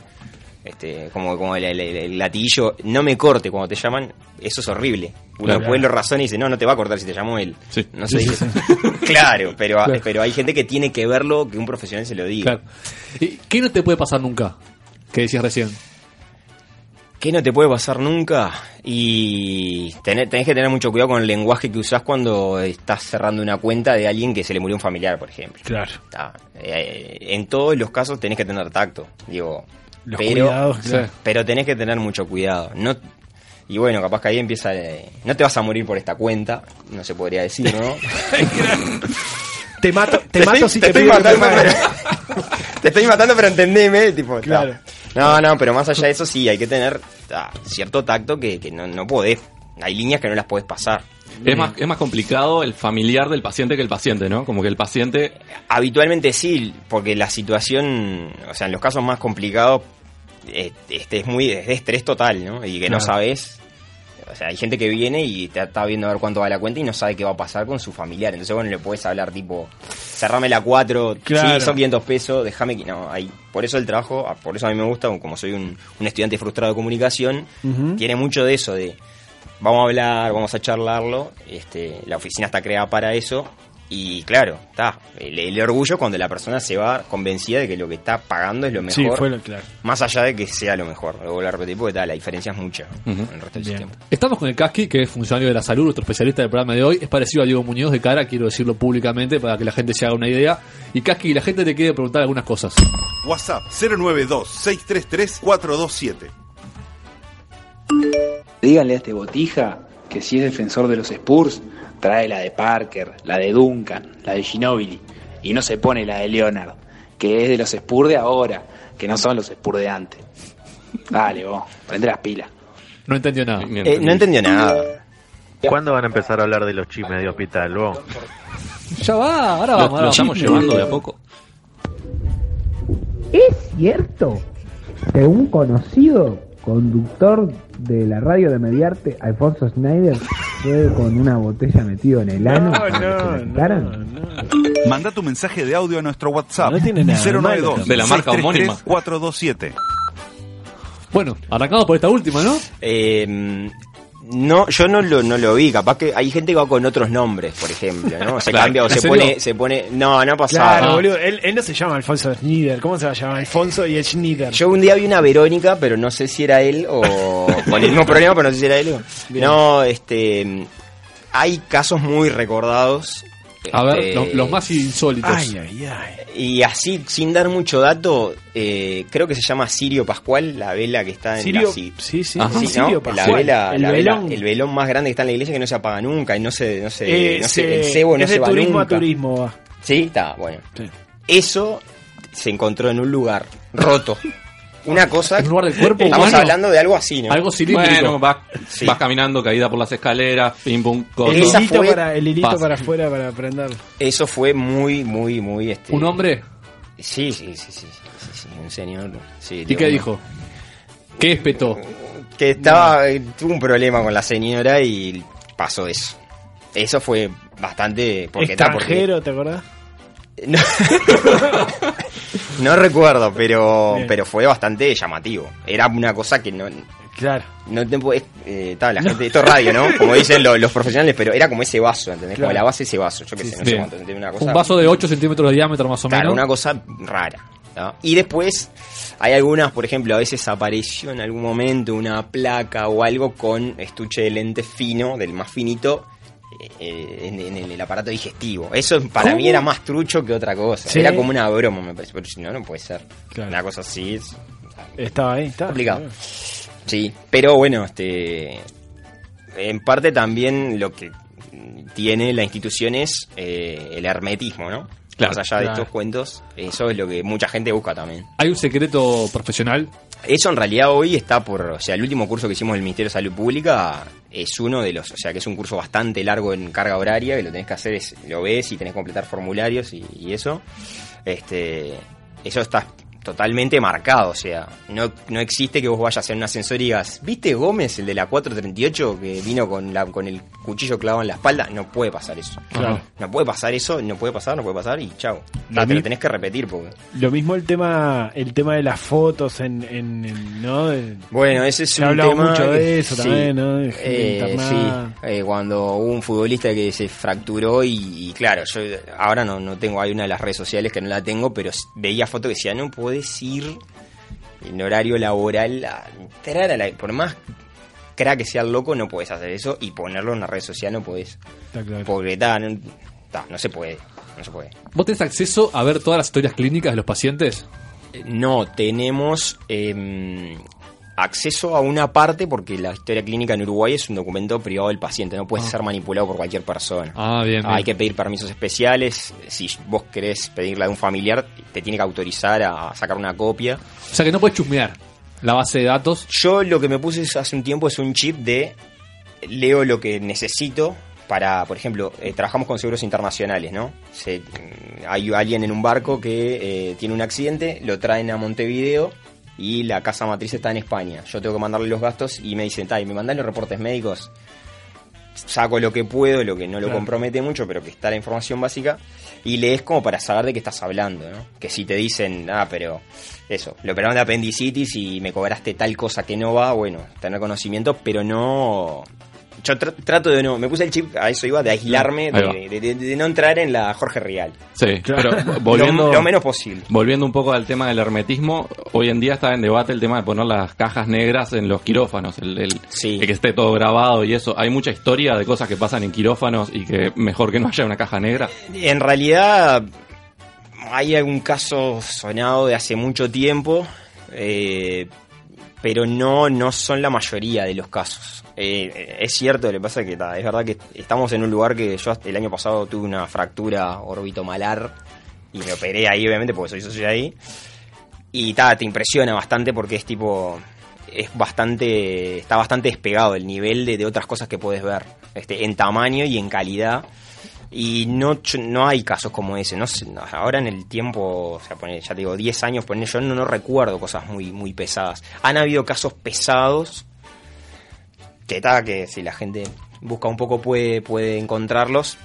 [SPEAKER 17] Este, como como el, el- el- el latillo, no me corte cuando te llaman, eso es horrible. Uno
[SPEAKER 11] Claro.
[SPEAKER 17] después lo razona y dice, no, no te va a cortar si te llamó él. No sé.
[SPEAKER 11] Sí, sí,
[SPEAKER 17] (laughs) claro, pero,
[SPEAKER 24] Claro.
[SPEAKER 17] pero hay gente que tiene que verlo, que un profesional se lo diga.
[SPEAKER 24] Claro. ¿Y ¿Qué no te puede pasar nunca? Que decías recién.
[SPEAKER 17] ¿Qué no te puede pasar nunca? Y tener, tenés que tener mucho cuidado con el lenguaje que usás cuando estás cerrando una cuenta de alguien que se le murió un familiar, por ejemplo.
[SPEAKER 2] Claro.
[SPEAKER 17] Ta, eh, en todos los casos tenés que tener tacto, digo.
[SPEAKER 2] Los
[SPEAKER 17] pero,
[SPEAKER 2] cuidados, claro.
[SPEAKER 17] sí, pero tenés que tener mucho cuidado. No, y bueno, capaz que ahí empieza... eh, no te vas a morir por esta cuenta, no se podría decir, ¿no?
[SPEAKER 2] (laughs) Te mato, te
[SPEAKER 17] Te
[SPEAKER 2] mato
[SPEAKER 17] estoy-
[SPEAKER 2] si
[SPEAKER 17] te
[SPEAKER 2] te,
[SPEAKER 17] estoy
[SPEAKER 2] pido que te
[SPEAKER 17] matando,
[SPEAKER 2] mates.
[SPEAKER 17] (laughs) te estoy matando, pero entendeme, tipo... ta.
[SPEAKER 2] Claro.
[SPEAKER 17] No, no, pero más allá de eso sí, hay que tener ah, cierto tacto que, que no, no podés. Hay líneas que no las podés pasar.
[SPEAKER 11] Es más, es más complicado el familiar del paciente que el paciente, ¿no? Como que el paciente.
[SPEAKER 17] Habitualmente sí, porque la situación, o sea, en los casos más complicados, eh, este es muy es de estrés total, ¿no? Y que no
[SPEAKER 2] Claro.
[SPEAKER 17] sabes. O sea, hay gente que viene y te está viendo a ver cuánto va la cuenta y no sabe qué va a pasar con su familiar. Entonces, bueno, le puedes hablar tipo, cerrame la 4,
[SPEAKER 2] Claro.
[SPEAKER 17] sí, son 500 pesos, déjame que. No, ahí. Por eso el trabajo, ah, por eso a mí me gusta, como soy un- un estudiante frustrado de comunicación,
[SPEAKER 2] Ujú.
[SPEAKER 17] tiene mucho de eso de vamos a hablar, vamos a charlarlo, este, la oficina está creada para eso y claro, está el, el orgullo cuando la persona se va convencida de que lo que está pagando es lo mejor.
[SPEAKER 2] Sí, fue lo claro.
[SPEAKER 17] Más allá de que sea lo mejor, lo vuelvo a repetir porque ta, la diferencia es mucha con el resto del sistema.
[SPEAKER 24] Estamos con el Casqui, que es funcionario de la salud, nuestro especialista del programa de hoy. Es parecido a Diego Muñoz de cara, quiero decirlo públicamente para que la gente se haga una idea. Y Casqui, la gente te quiere preguntar algunas cosas.
[SPEAKER 1] WhatsApp 092-633-427.
[SPEAKER 25] Díganle a este botija que si es defensor de los Spurs, trae la de Parker, la de Duncan, la de Ginobili y no se pone la de Leonard, que es de los Spurs de ahora, que no son los Spurs de antes. Dale, vos, prende las pilas.
[SPEAKER 24] No entendió nada.
[SPEAKER 25] Eh, no entendió
[SPEAKER 17] nada.
[SPEAKER 3] ¿Cuándo van a empezar a hablar de los chismes de hospital? vos?
[SPEAKER 24] Ya va, ahora
[SPEAKER 3] Lo-
[SPEAKER 24] vamos.
[SPEAKER 3] lo
[SPEAKER 24] ahora
[SPEAKER 3] estamos
[SPEAKER 24] vamos.
[SPEAKER 3] llevando de a
[SPEAKER 11] poco.
[SPEAKER 26] Es cierto que un conocido conductor de la radio de Mediarte, Alfonso Snyder, fue con una botella metido en el ano. para que se le quitaran?
[SPEAKER 1] Manda tu mensaje de audio a nuestro WhatsApp.
[SPEAKER 25] tiene nada de
[SPEAKER 1] 092
[SPEAKER 25] malo. De la marca homónima.
[SPEAKER 1] 427.
[SPEAKER 24] Bueno, arrancamos por esta última, ¿no?
[SPEAKER 17] Eh, no, yo no lo, no lo vi, capaz que hay gente que va con otros nombres, por ejemplo,
[SPEAKER 24] (laughs)
[SPEAKER 17] ¿no? Se
[SPEAKER 2] Claro.
[SPEAKER 17] cambia o
[SPEAKER 2] ¿En
[SPEAKER 17] se
[SPEAKER 2] serio?
[SPEAKER 17] pone, se pone. No, no ha pasado.
[SPEAKER 2] Claro, boludo. Él, él no se llama Alfonso Schneider. ¿Cómo se va a llamar? Alfonso y Schneider.
[SPEAKER 17] Yo un día vi una Verónica, pero no sé si era él
[SPEAKER 24] (laughs)
[SPEAKER 17] o con el mismo problema, pero no sé si era él. o-
[SPEAKER 2] Bien.
[SPEAKER 17] No, este hay casos muy recordados.
[SPEAKER 24] A ver,
[SPEAKER 17] este,
[SPEAKER 24] lo- los más insólitos.
[SPEAKER 17] y así sin dar mucho dato, eh, creo que se llama Sirio Pascual, la vela que está en
[SPEAKER 2] Sirio-
[SPEAKER 17] la ci-
[SPEAKER 2] sí, sí,
[SPEAKER 17] Ajá.
[SPEAKER 2] sí,
[SPEAKER 17] ¿no?
[SPEAKER 2] Sirio Pascual,
[SPEAKER 17] la vela,
[SPEAKER 2] el
[SPEAKER 17] la vela-
[SPEAKER 2] velón.
[SPEAKER 17] el velón más grande que está en la iglesia que no se apaga nunca y no se no se,
[SPEAKER 2] Eh,
[SPEAKER 17] no
[SPEAKER 2] se-
[SPEAKER 17] se- el cebo no
[SPEAKER 2] es
[SPEAKER 17] se
[SPEAKER 2] de
[SPEAKER 17] va
[SPEAKER 2] turismo
[SPEAKER 17] nunca.
[SPEAKER 2] a turismo. va.
[SPEAKER 17] Sí, está, bueno. Eso se encontró en un lugar roto. Una cosa.
[SPEAKER 24] lugar del cuerpo
[SPEAKER 17] Estamos
[SPEAKER 24] humano?
[SPEAKER 17] hablando de algo así, ¿no?
[SPEAKER 11] Bueno, vas, vas caminando, caída por las escaleras, pim, pum, coso.
[SPEAKER 17] El
[SPEAKER 2] El hilito,
[SPEAKER 17] fue-
[SPEAKER 2] para, el hilito
[SPEAKER 17] pasa.
[SPEAKER 2] para afuera para prender.
[SPEAKER 17] Eso fue muy, muy, muy. Este...
[SPEAKER 24] ¿Un hombre?
[SPEAKER 17] Sí, sí, sí, sí. sí, sí, un señor. Sí,
[SPEAKER 24] ¿Y
[SPEAKER 17] digo,
[SPEAKER 24] qué
[SPEAKER 17] no.
[SPEAKER 24] dijo? ¿Qué espetó?
[SPEAKER 17] Que estaba. eh, Tuvo un problema con la señora y pasó eso. Eso fue bastante. Porque, está, porque
[SPEAKER 2] Extranjero, ¿te
[SPEAKER 17] (laughs)
[SPEAKER 2] acordás?
[SPEAKER 17] no recuerdo, pero,
[SPEAKER 2] Bien.
[SPEAKER 17] pero fue bastante llamativo. Era una cosa que no.
[SPEAKER 2] Claro.
[SPEAKER 17] No te puedes. eh, ta, la gente, esto es
[SPEAKER 24] (laughs)
[SPEAKER 17] radio, ¿no? Como dicen lo- los profesionales, pero era como ese vaso, ¿entendés? Como
[SPEAKER 24] Claro.
[SPEAKER 17] la base de ese vaso. Yo qué sé, no sé
[SPEAKER 24] Bien.
[SPEAKER 17] cuánto. ¿entendés? Una cosa,
[SPEAKER 24] Un vaso de 8 centímetros de diámetro más o
[SPEAKER 17] Claro,
[SPEAKER 24] menos.
[SPEAKER 17] una cosa rara. ¿no? Y después hay algunas, por ejemplo, a veces apareció en algún momento una placa o algo con estuche de lente fino, del más finito, eh, eh, en, en el aparato digestivo. Eso para
[SPEAKER 24] ¿Cómo?
[SPEAKER 17] mí era más trucho que otra cosa.
[SPEAKER 2] Sí.
[SPEAKER 17] Era como una broma, me parece. Pero si no, no puede ser. Una cosa así es
[SPEAKER 2] Estaba ahí, está.
[SPEAKER 17] complicado. Sí, pero bueno, este en parte también lo que tiene la institución es eh, el hermetismo, ¿no?
[SPEAKER 24] Claro,
[SPEAKER 17] Más allá de
[SPEAKER 24] claro.
[SPEAKER 17] estos cuentos, eso es lo que mucha gente busca también.
[SPEAKER 24] Hay un secreto profesional.
[SPEAKER 17] Eso en realidad hoy está por, o sea, el último curso que hicimos del Ministerio de Salud Pública es uno de los, o sea, que es un curso bastante largo en carga horaria, que lo tenés que hacer, es, lo ves y tenés que completar formularios y, y eso. Este, eso está totalmente marcado, o sea, no, no existe que vos vayas en un ascensor y digas, ¿viste Gómez, el de la 438, que vino con, la, con el cuchillo clavado en la espalda? No puede pasar eso.
[SPEAKER 2] Claro.
[SPEAKER 17] No puede pasar eso, no puede pasar, no puede pasar y chao. O
[SPEAKER 2] A
[SPEAKER 17] sea,
[SPEAKER 2] mí-
[SPEAKER 17] te lo tenés que repetir porque...
[SPEAKER 2] Lo mismo el tema, el tema de las fotos en, en, en- ¿no? De-
[SPEAKER 17] Bueno, ese es
[SPEAKER 2] Se ha
[SPEAKER 17] un
[SPEAKER 2] hablado
[SPEAKER 17] tema
[SPEAKER 2] mucho de
[SPEAKER 17] que-
[SPEAKER 2] eso
[SPEAKER 17] sí.
[SPEAKER 2] también, ¿no? De gente
[SPEAKER 17] Eh,
[SPEAKER 2] internada.
[SPEAKER 17] sí, eh, cuando hubo un futbolista que se fracturó y, y claro, yo ahora no, no tengo, hay una de las redes sociales que no la tengo, pero s- veía fotos que decía, no puedes ir en horario laboral a entrar a la... Por más crack que sea el loco, no puedes hacer eso y ponerlo en la red social no puedes.
[SPEAKER 2] Está claro.
[SPEAKER 17] Porque ta, no, ta, no se puede, no se puede.
[SPEAKER 24] ¿Vos tenés acceso a ver todas las historias clínicas de los pacientes?
[SPEAKER 17] Eh, No, tenemos eh, acceso a una parte porque la historia clínica en Uruguay es un documento privado del paciente, no puede ser manipulado por cualquier persona.
[SPEAKER 24] Ah, bien, bien.
[SPEAKER 17] Hay que pedir permisos especiales, si vos querés pedirla de un familiar, te tiene que autorizar a sacar una copia.
[SPEAKER 24] O sea que no puedes chusmear la base de datos.
[SPEAKER 17] Yo lo que me puse es- hace un tiempo es un chip de leo lo que necesito para, por ejemplo, eh, trabajamos con seguros internacionales, ¿no? Se- mm, hay alguien en un barco que eh, tiene un accidente, lo traen a Montevideo y la casa matriz está en España. Yo tengo que mandarle los gastos y me dicen, "Tai, me mandan los reportes médicos, saco lo que puedo, lo que no lo
[SPEAKER 24] Claro.
[SPEAKER 17] compromete mucho, pero que está la información básica, y lees como para saber de qué estás hablando, ¿no? Que si te dicen, ah, pero eso, lo operaron de apendicitis y me cobraste tal cosa que no va, bueno, tener conocimiento, pero no... Yo tra- trato de no, me puse el chip, a eso iba, de aislarme,
[SPEAKER 11] Ahí va.
[SPEAKER 17] de, de- de- de no entrar en la Jorge Rial.
[SPEAKER 11] Sí,
[SPEAKER 17] Claro.
[SPEAKER 11] pero vo-
[SPEAKER 17] (laughs)
[SPEAKER 11] volviendo,
[SPEAKER 17] Lo- lo menos posible.
[SPEAKER 11] Volviendo un poco al tema del hermetismo, hoy en día está en debate el tema de poner las cajas negras en los quirófanos, el, el- el que esté todo grabado y eso. Hay mucha historia de cosas que pasan en quirófanos y que mejor que no haya una caja negra.
[SPEAKER 17] En realidad, hay algún caso sonado de hace mucho tiempo, eh, pero no, no son la mayoría de los casos. Eh, eh, es cierto, lo que pasa es que ta, es verdad que estamos en un lugar que yo hasta el año pasado tuve una fractura orbitomalar y me operé ahí, obviamente, porque soy socio de ahí. Y ta, te impresiona bastante porque es tipo. Es bastante. Está bastante despegado el nivel de, de otras cosas que puedes ver. Este, en tamaño y en calidad. Y no, ch- no hay casos como ese. No sé, no, ahora en el tiempo, o sea, pone- ya te digo, 10 años, pone, yo no, no recuerdo cosas muy, muy pesadas. Han habido casos pesados que ta, que si la gente busca un poco puede, puede encontrarlos,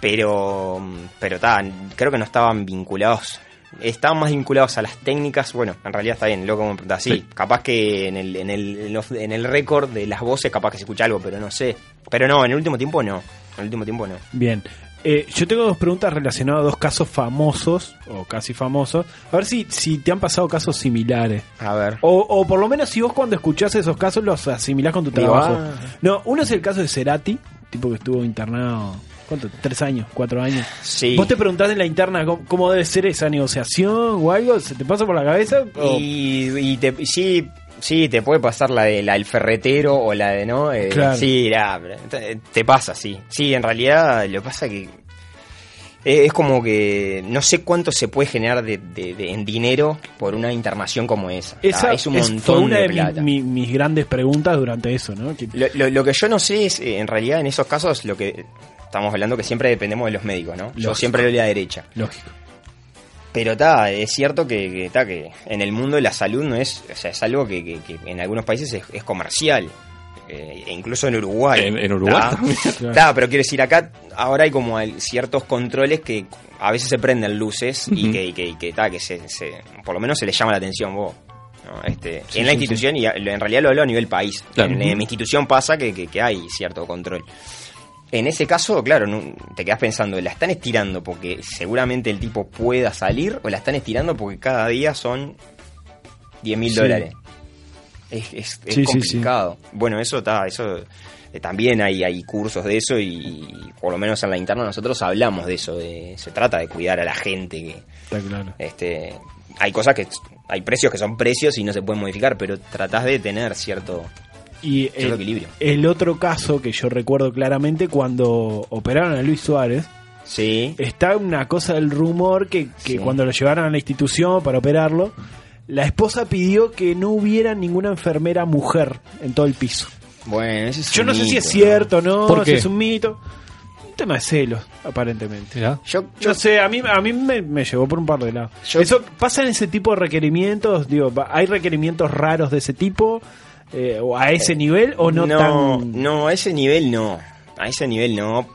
[SPEAKER 17] pero, pero ta, creo que no estaban vinculados. Estaban más vinculados a las técnicas. Bueno, en realidad está bien, loco como me preguntás. Sí, capaz que en el, en el, en los- en el récord de las voces, capaz que se escucha algo, pero no sé. Pero no, en el último tiempo no. En el último tiempo no.
[SPEAKER 2] Bien. Eh, yo tengo dos preguntas relacionadas a dos casos famosos, o casi famosos. A ver si, si te han pasado casos similares.
[SPEAKER 17] A ver.
[SPEAKER 2] O, o por lo menos si vos cuando escuchás esos casos los asimilás con tu
[SPEAKER 17] Digo,
[SPEAKER 2] trabajo.
[SPEAKER 17] ah.
[SPEAKER 2] No, uno es el caso de Cerati, tipo que estuvo internado, ¿cuánto? ¿Tres años? ¿Cuatro años?
[SPEAKER 17] Sí.
[SPEAKER 2] ¿Vos te preguntás en la interna cómo, cómo debe ser esa negociación o algo? ¿Se te pasa por la cabeza? O-
[SPEAKER 17] Y, y te, y sí, sí, te puede pasar la de la del ferretero o la de, ¿no? Eh,
[SPEAKER 2] Claro.
[SPEAKER 17] Sí, la- te, te pasa, sí. Sí, en realidad lo que pasa es que eh, es como que no sé cuánto se puede generar de, de- de- en dinero por una internación como esa.
[SPEAKER 2] Esa
[SPEAKER 17] Ah, es un
[SPEAKER 2] es-
[SPEAKER 17] montón
[SPEAKER 2] fue una
[SPEAKER 17] de,
[SPEAKER 2] de, mi-
[SPEAKER 17] plata.
[SPEAKER 2] mi- mis grandes preguntas durante eso, ¿no? Que-
[SPEAKER 17] Lo, lo- lo que yo no sé es, eh, en realidad, en esos casos, lo que estamos hablando que siempre dependemos de los médicos, ¿no?
[SPEAKER 2] Lógico.
[SPEAKER 17] Yo siempre lo leo a la derecha.
[SPEAKER 2] Lógico.
[SPEAKER 17] Pero ta, es cierto que, que, ta, que en el mundo la salud no es, o sea, es algo que, que- que en algunos países es, es comercial. Eh, e incluso en Uruguay.
[SPEAKER 11] En- en Uruguay
[SPEAKER 24] Ah,
[SPEAKER 17] ta.
[SPEAKER 11] también.
[SPEAKER 17] Ta, pero quiero decir, acá ahora hay como al- ciertos controles que a veces se prenden luces y
[SPEAKER 11] Ujú.
[SPEAKER 17] que, y que, y que, ta, que se, se- por lo menos se les llama la atención vos. ¿no? Este,
[SPEAKER 24] Sí,
[SPEAKER 17] en la
[SPEAKER 24] sí,
[SPEAKER 17] institución, y a- en realidad lo hablo a nivel país.
[SPEAKER 24] Claro.
[SPEAKER 17] En, en mi institución pasa que, que- que hay cierto control. En ese caso, claro, no- te quedas pensando, ¿la están estirando porque seguramente el tipo pueda salir o la están estirando porque cada día son 10 mil
[SPEAKER 2] Sí.
[SPEAKER 17] dólares? Es, es- es
[SPEAKER 2] Sí, sí, sí.
[SPEAKER 17] complicado. Bueno, eso está, eso eh, también hay, hay cursos de eso y, y por lo menos en la interna nosotros hablamos de eso, de- se trata de cuidar a la gente que,
[SPEAKER 2] Está claro.
[SPEAKER 17] este, hay cosas que hay precios que son precios y no se pueden modificar, pero tratás de tener cierto,
[SPEAKER 2] Y
[SPEAKER 17] cierto
[SPEAKER 2] el,
[SPEAKER 17] equilibrio.
[SPEAKER 2] el otro caso que yo recuerdo claramente cuando operaron a Luis Suárez.
[SPEAKER 17] Sí.
[SPEAKER 2] Está una cosa del rumor que, que cuando lo llevaron a la institución para operarlo, la esposa pidió que no hubiera ninguna enfermera mujer en todo el piso.
[SPEAKER 17] Bueno, ese es
[SPEAKER 2] Yo
[SPEAKER 17] un
[SPEAKER 2] no sé si
[SPEAKER 17] mito,
[SPEAKER 2] es cierto, ¿no?
[SPEAKER 17] ¿Por
[SPEAKER 2] Si
[SPEAKER 17] qué?
[SPEAKER 2] es un mito. Un tema de celos, aparentemente.
[SPEAKER 17] Yo,
[SPEAKER 2] no sé, a mí, a mí me, me llevó por un par de lados. Eso pasa en ese tipo de requerimientos, digo, va- ¿hay requerimientos raros de ese tipo? Eh, o a ese nivel o no,
[SPEAKER 17] no,
[SPEAKER 2] tan
[SPEAKER 17] no, a ese nivel no. A ese nivel no.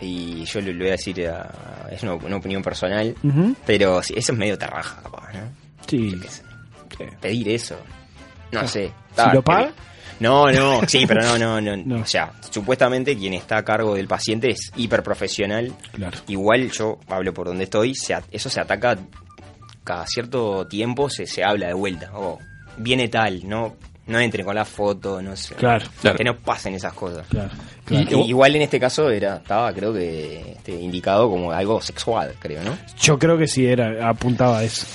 [SPEAKER 17] Y yo lo, lo voy a decir, a- es una, una opinión personal,
[SPEAKER 2] Ujú.
[SPEAKER 17] pero sí, eso es medio trabajo capaz, ¿no?
[SPEAKER 2] Sí.
[SPEAKER 17] Yo qué sé. Pedir eso. No
[SPEAKER 2] Ah,
[SPEAKER 17] sé.
[SPEAKER 2] ¿si lo paga?
[SPEAKER 17] No, no, sí, pero no, no, no,
[SPEAKER 2] (laughs) No.
[SPEAKER 17] O sea, supuestamente quien está a cargo del paciente es hiperprofesional.
[SPEAKER 2] Claro.
[SPEAKER 17] Igual yo hablo por donde estoy, se at- eso se ataca cada cierto tiempo, se, se habla de vuelta. O viene tal, no no entren con la foto, no sé.
[SPEAKER 2] Claro, claro.
[SPEAKER 17] Que no pasen esas cosas.
[SPEAKER 2] Claro,
[SPEAKER 17] Y-
[SPEAKER 2] claro.
[SPEAKER 17] y- igual en este caso era estaba creo que este, indicado como algo sexual, creo, ¿no?
[SPEAKER 2] Yo creo que sí era, Eh, apuntaba a eso.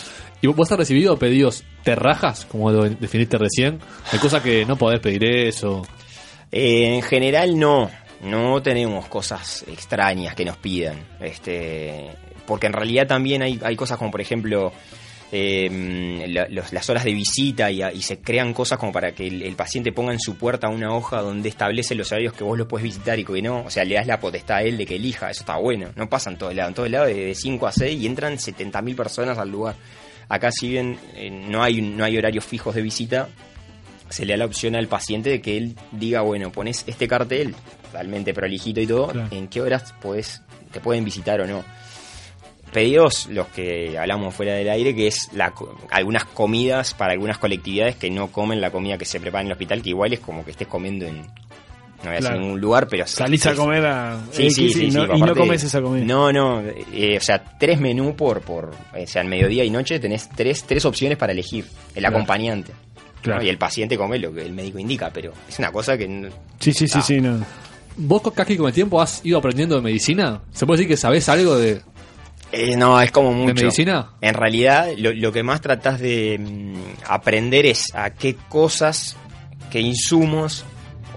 [SPEAKER 24] ¿Y vos has recibido pedidos terrajas, como lo definiste recién? Hay cosas que no podés pedir eso.
[SPEAKER 17] Eh, en general no, no tenemos cosas extrañas que nos pidan. Este, porque en realidad también hay, hay cosas como por ejemplo eh, la- los- las horas de visita y, a- y se crean cosas como para que el, el paciente ponga en su puerta una hoja donde establece los horarios que vos lo puedes visitar y que no. O sea, le das la potestad a él de que elija, eso está bueno. No pasa en todo lado, en todo lado de, de 5 a 6 y entran 70.000 personas al lugar. Acá si bien eh, no, hay, no hay horarios fijos de visita, se le da la opción al paciente de que él diga, bueno, pones este cartel, realmente prolijito y todo, en qué horas podés, te pueden visitar o no. Pedidos, los que hablamos fuera del aire, que es la, co- algunas comidas para algunas colectividades que no comen la comida que se prepara en el hospital, que igual es como que estés comiendo en, no voy a decir
[SPEAKER 2] Claro.
[SPEAKER 17] ningún lugar, pero...
[SPEAKER 2] Salís a
[SPEAKER 17] es-
[SPEAKER 2] comer a
[SPEAKER 17] Sí, sí,
[SPEAKER 2] X
[SPEAKER 17] sí,
[SPEAKER 2] y,
[SPEAKER 17] sí,
[SPEAKER 2] no, y no
[SPEAKER 17] aparte-
[SPEAKER 2] comes esa comida.
[SPEAKER 17] No, no, eh, o sea, tres menús por, por, eh, o sea, al mediodía y noche tenés tres, tres opciones para elegir, el
[SPEAKER 2] Claro.
[SPEAKER 17] acompañante.
[SPEAKER 2] Claro.
[SPEAKER 17] ¿no? Y el paciente come lo que el médico indica, pero es una cosa que... no-
[SPEAKER 2] Sí, sí, sí, sí, no.
[SPEAKER 24] Ah. ¿Vos casi con el tiempo has ido aprendiendo de medicina? ¿Se puede decir que sabés algo de...?
[SPEAKER 17] Eh, no, es como mucho.
[SPEAKER 24] medicina?
[SPEAKER 17] En realidad, lo, lo que más tratás de mm, aprender es a qué cosas, qué insumos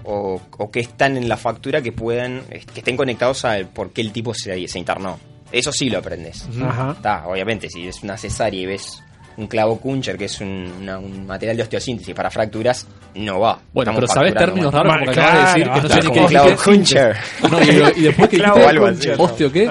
[SPEAKER 17] o, o qué están en la factura que puedan, eh, que estén conectados al por qué el tipo se, se internó. Eso sí lo aprendes.
[SPEAKER 2] Ujú. Ajá.
[SPEAKER 17] Está, obviamente, si es una cesárea y ves un clavo Kuncher, que es un, una- un material de osteosíntesis para fracturas, no va.
[SPEAKER 24] Bueno,
[SPEAKER 17] Estamos
[SPEAKER 24] pero sabés
[SPEAKER 17] fracturando
[SPEAKER 24] términos
[SPEAKER 17] mal.
[SPEAKER 24] raros porque acabas de decir que no sé ni qué
[SPEAKER 17] Como clavo
[SPEAKER 24] dijiste.
[SPEAKER 17] Kuncher.
[SPEAKER 24] No, y, y después que
[SPEAKER 17] (laughs) Clavo
[SPEAKER 24] dijiste,
[SPEAKER 17] algo así.
[SPEAKER 24] ¿Osteo qué?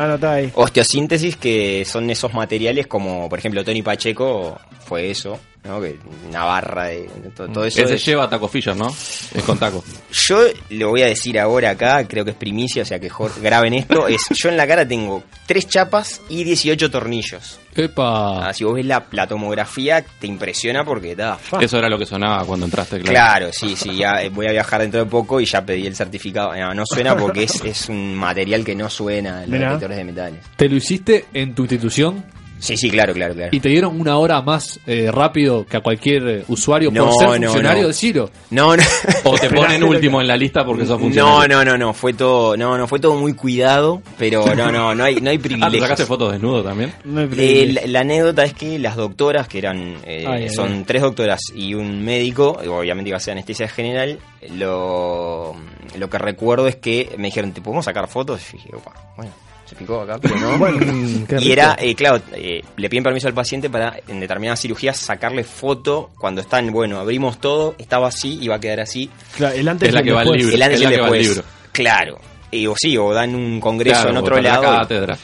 [SPEAKER 17] Osteosíntesis, que son esos materiales como, por ejemplo, Tony Pacheco fue eso, ¿no? Que una barra de to- todo eso.
[SPEAKER 11] Ese
[SPEAKER 17] es-
[SPEAKER 11] lleva Taco Fisher, ¿no? Es con taco.
[SPEAKER 17] Yo lo voy a decir ahora acá, creo que es primicia, o sea que Jorge, graben esto. Es, yo en la cara tengo tres chapas y 18 tornillos.
[SPEAKER 24] ¡Epa!
[SPEAKER 17] Ah, si vos ves la, la tomografía, te impresiona porque da.
[SPEAKER 11] Eso era lo que sonaba cuando entraste,
[SPEAKER 17] Ah. Claro, sí, sí, ya eh, voy a viajar dentro de poco y ya pedí el certificado. No, no suena porque es, es un material que no suena en los
[SPEAKER 24] Mirá.
[SPEAKER 17] detectores de metales.
[SPEAKER 24] ¿Te lo hiciste en tu institución?
[SPEAKER 17] Sí, sí, claro, claro, claro.
[SPEAKER 24] ¿Y te dieron una hora más eh, rápido que a cualquier eh, usuario
[SPEAKER 17] No,
[SPEAKER 24] por ser
[SPEAKER 17] no,
[SPEAKER 24] funcionario
[SPEAKER 17] no.
[SPEAKER 24] de Ciro?
[SPEAKER 17] No, no.
[SPEAKER 11] O
[SPEAKER 17] (laughs)
[SPEAKER 11] te ponen último en la lista porque sos
[SPEAKER 17] No,
[SPEAKER 11] funcionario.
[SPEAKER 17] no, no, no, fue todo, no, no, fue todo muy cuidado, pero no, no, no hay, no hay
[SPEAKER 11] (laughs) Ah, ¿te
[SPEAKER 17] privilegios.
[SPEAKER 11] sacaste fotos desnudo también?
[SPEAKER 17] Eh, la, la anécdota es que las doctoras, que eran, eh,
[SPEAKER 11] Ay, ay,
[SPEAKER 17] son
[SPEAKER 11] ay.
[SPEAKER 17] tres doctoras y un médico, y obviamente iba a ser anestesia general, lo, lo que recuerdo es que me dijeron, ¿te podemos sacar fotos? Y dije, opa, bueno, se picó acá, pero no.
[SPEAKER 24] Mm, qué
[SPEAKER 17] y era,
[SPEAKER 24] rico.
[SPEAKER 17] eh, claro, eh, le piden permiso al paciente para en determinadas cirugías sacarle foto cuando están, bueno, abrimos todo, estaba así y va a quedar así.
[SPEAKER 2] Claro, el antes y el después.
[SPEAKER 17] El antes y el después. Claro. Y, o sí, o dan un congreso
[SPEAKER 11] Claro,
[SPEAKER 17] en otro
[SPEAKER 11] porque la
[SPEAKER 17] lado.
[SPEAKER 11] cátedra.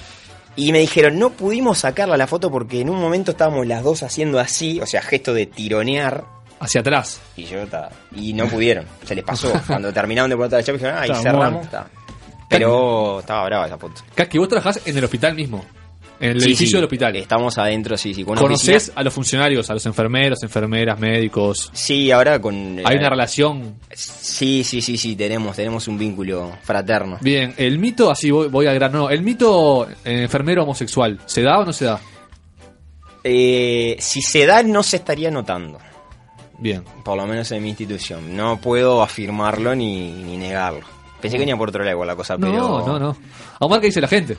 [SPEAKER 17] Y me dijeron, no pudimos sacarla la foto porque en un momento estábamos las dos haciendo así, o sea, gesto de tironear.
[SPEAKER 24] Hacia atrás.
[SPEAKER 17] Y yo ta, Y no pudieron. Se
[SPEAKER 24] (laughs)
[SPEAKER 17] les pasó. Cuando terminaron de poner la chapa, dijeron, ah, y
[SPEAKER 24] Está
[SPEAKER 17] cerramos.
[SPEAKER 24] muerta.
[SPEAKER 17] ta. Pero estaba brava esa foto.
[SPEAKER 24] Casqui, vos trabajás en el hospital mismo. En el
[SPEAKER 17] Sí,
[SPEAKER 24] edificio
[SPEAKER 17] sí,
[SPEAKER 24] del hospital.
[SPEAKER 17] Estamos adentro, sí, sí. con una
[SPEAKER 24] ¿Conoces
[SPEAKER 17] oficina.
[SPEAKER 24] a los funcionarios, a los enfermeros, enfermeras, médicos?
[SPEAKER 17] Sí, ahora con...
[SPEAKER 24] ¿Hay una relación?
[SPEAKER 17] eh, Sí, sí, sí, sí, tenemos, tenemos un vínculo fraterno.
[SPEAKER 24] Bien, el mito, así voy, voy al grano, el mito eh, enfermero homosexual, ¿se da o no se da?
[SPEAKER 17] Eh, si se da, no se estaría notando.
[SPEAKER 24] Bien.
[SPEAKER 17] Por lo menos en mi institución. No puedo afirmarlo ni, ni negarlo. Pensé que venía por otro lado igual la cosa,
[SPEAKER 24] No,
[SPEAKER 17] pero...
[SPEAKER 24] no, no. Omar, ¿qué dice la gente?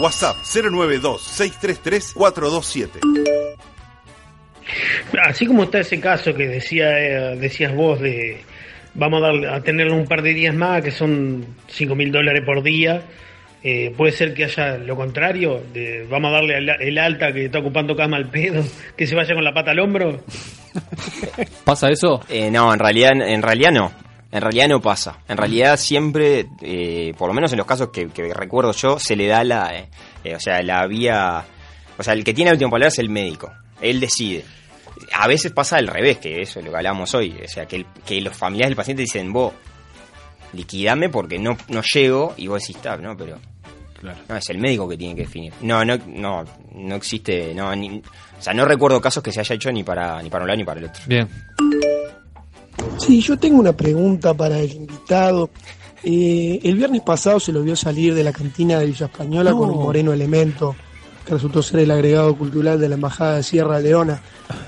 [SPEAKER 1] WhatsApp 092-633-427.
[SPEAKER 12] Así como está ese caso que decía eh, decías vos de vamos a, dar, a tenerlo un par de días más, que son 5 mil dólares por día, eh, puede ser que haya lo contrario, de vamos a darle al- el alta que está ocupando cama al pedo, que se vaya con la pata al hombro.
[SPEAKER 24] ¿Pasa eso?
[SPEAKER 17] Eh, no, en realidad, en realidad no. En realidad no pasa. En realidad siempre, eh, por lo menos en los casos que, que recuerdo yo, se le da la... eh, eh, o sea, la vía... O sea, el que tiene la última palabra es el médico. Él decide. A veces pasa al revés, que eso es lo que hablamos hoy. O sea, que, el- que los familiares del paciente dicen, vos, liquidame porque no, no llego y vos decís, "Está, ¿no? Pero...
[SPEAKER 2] (laughs)
[SPEAKER 17] No, es el médico que tiene que definir. No, no, no, no existe, no, ni- o sea, no recuerdo casos que se haya hecho ni para, ni para un lado ni para el otro.
[SPEAKER 24] Bien.
[SPEAKER 18] Sí, yo tengo una pregunta para el invitado. Eh, el viernes pasado se lo vio salir de la cantina de Villa Española con un moreno elemento que resultó ser el agregado cultural de la Embajada de Sierra Leona.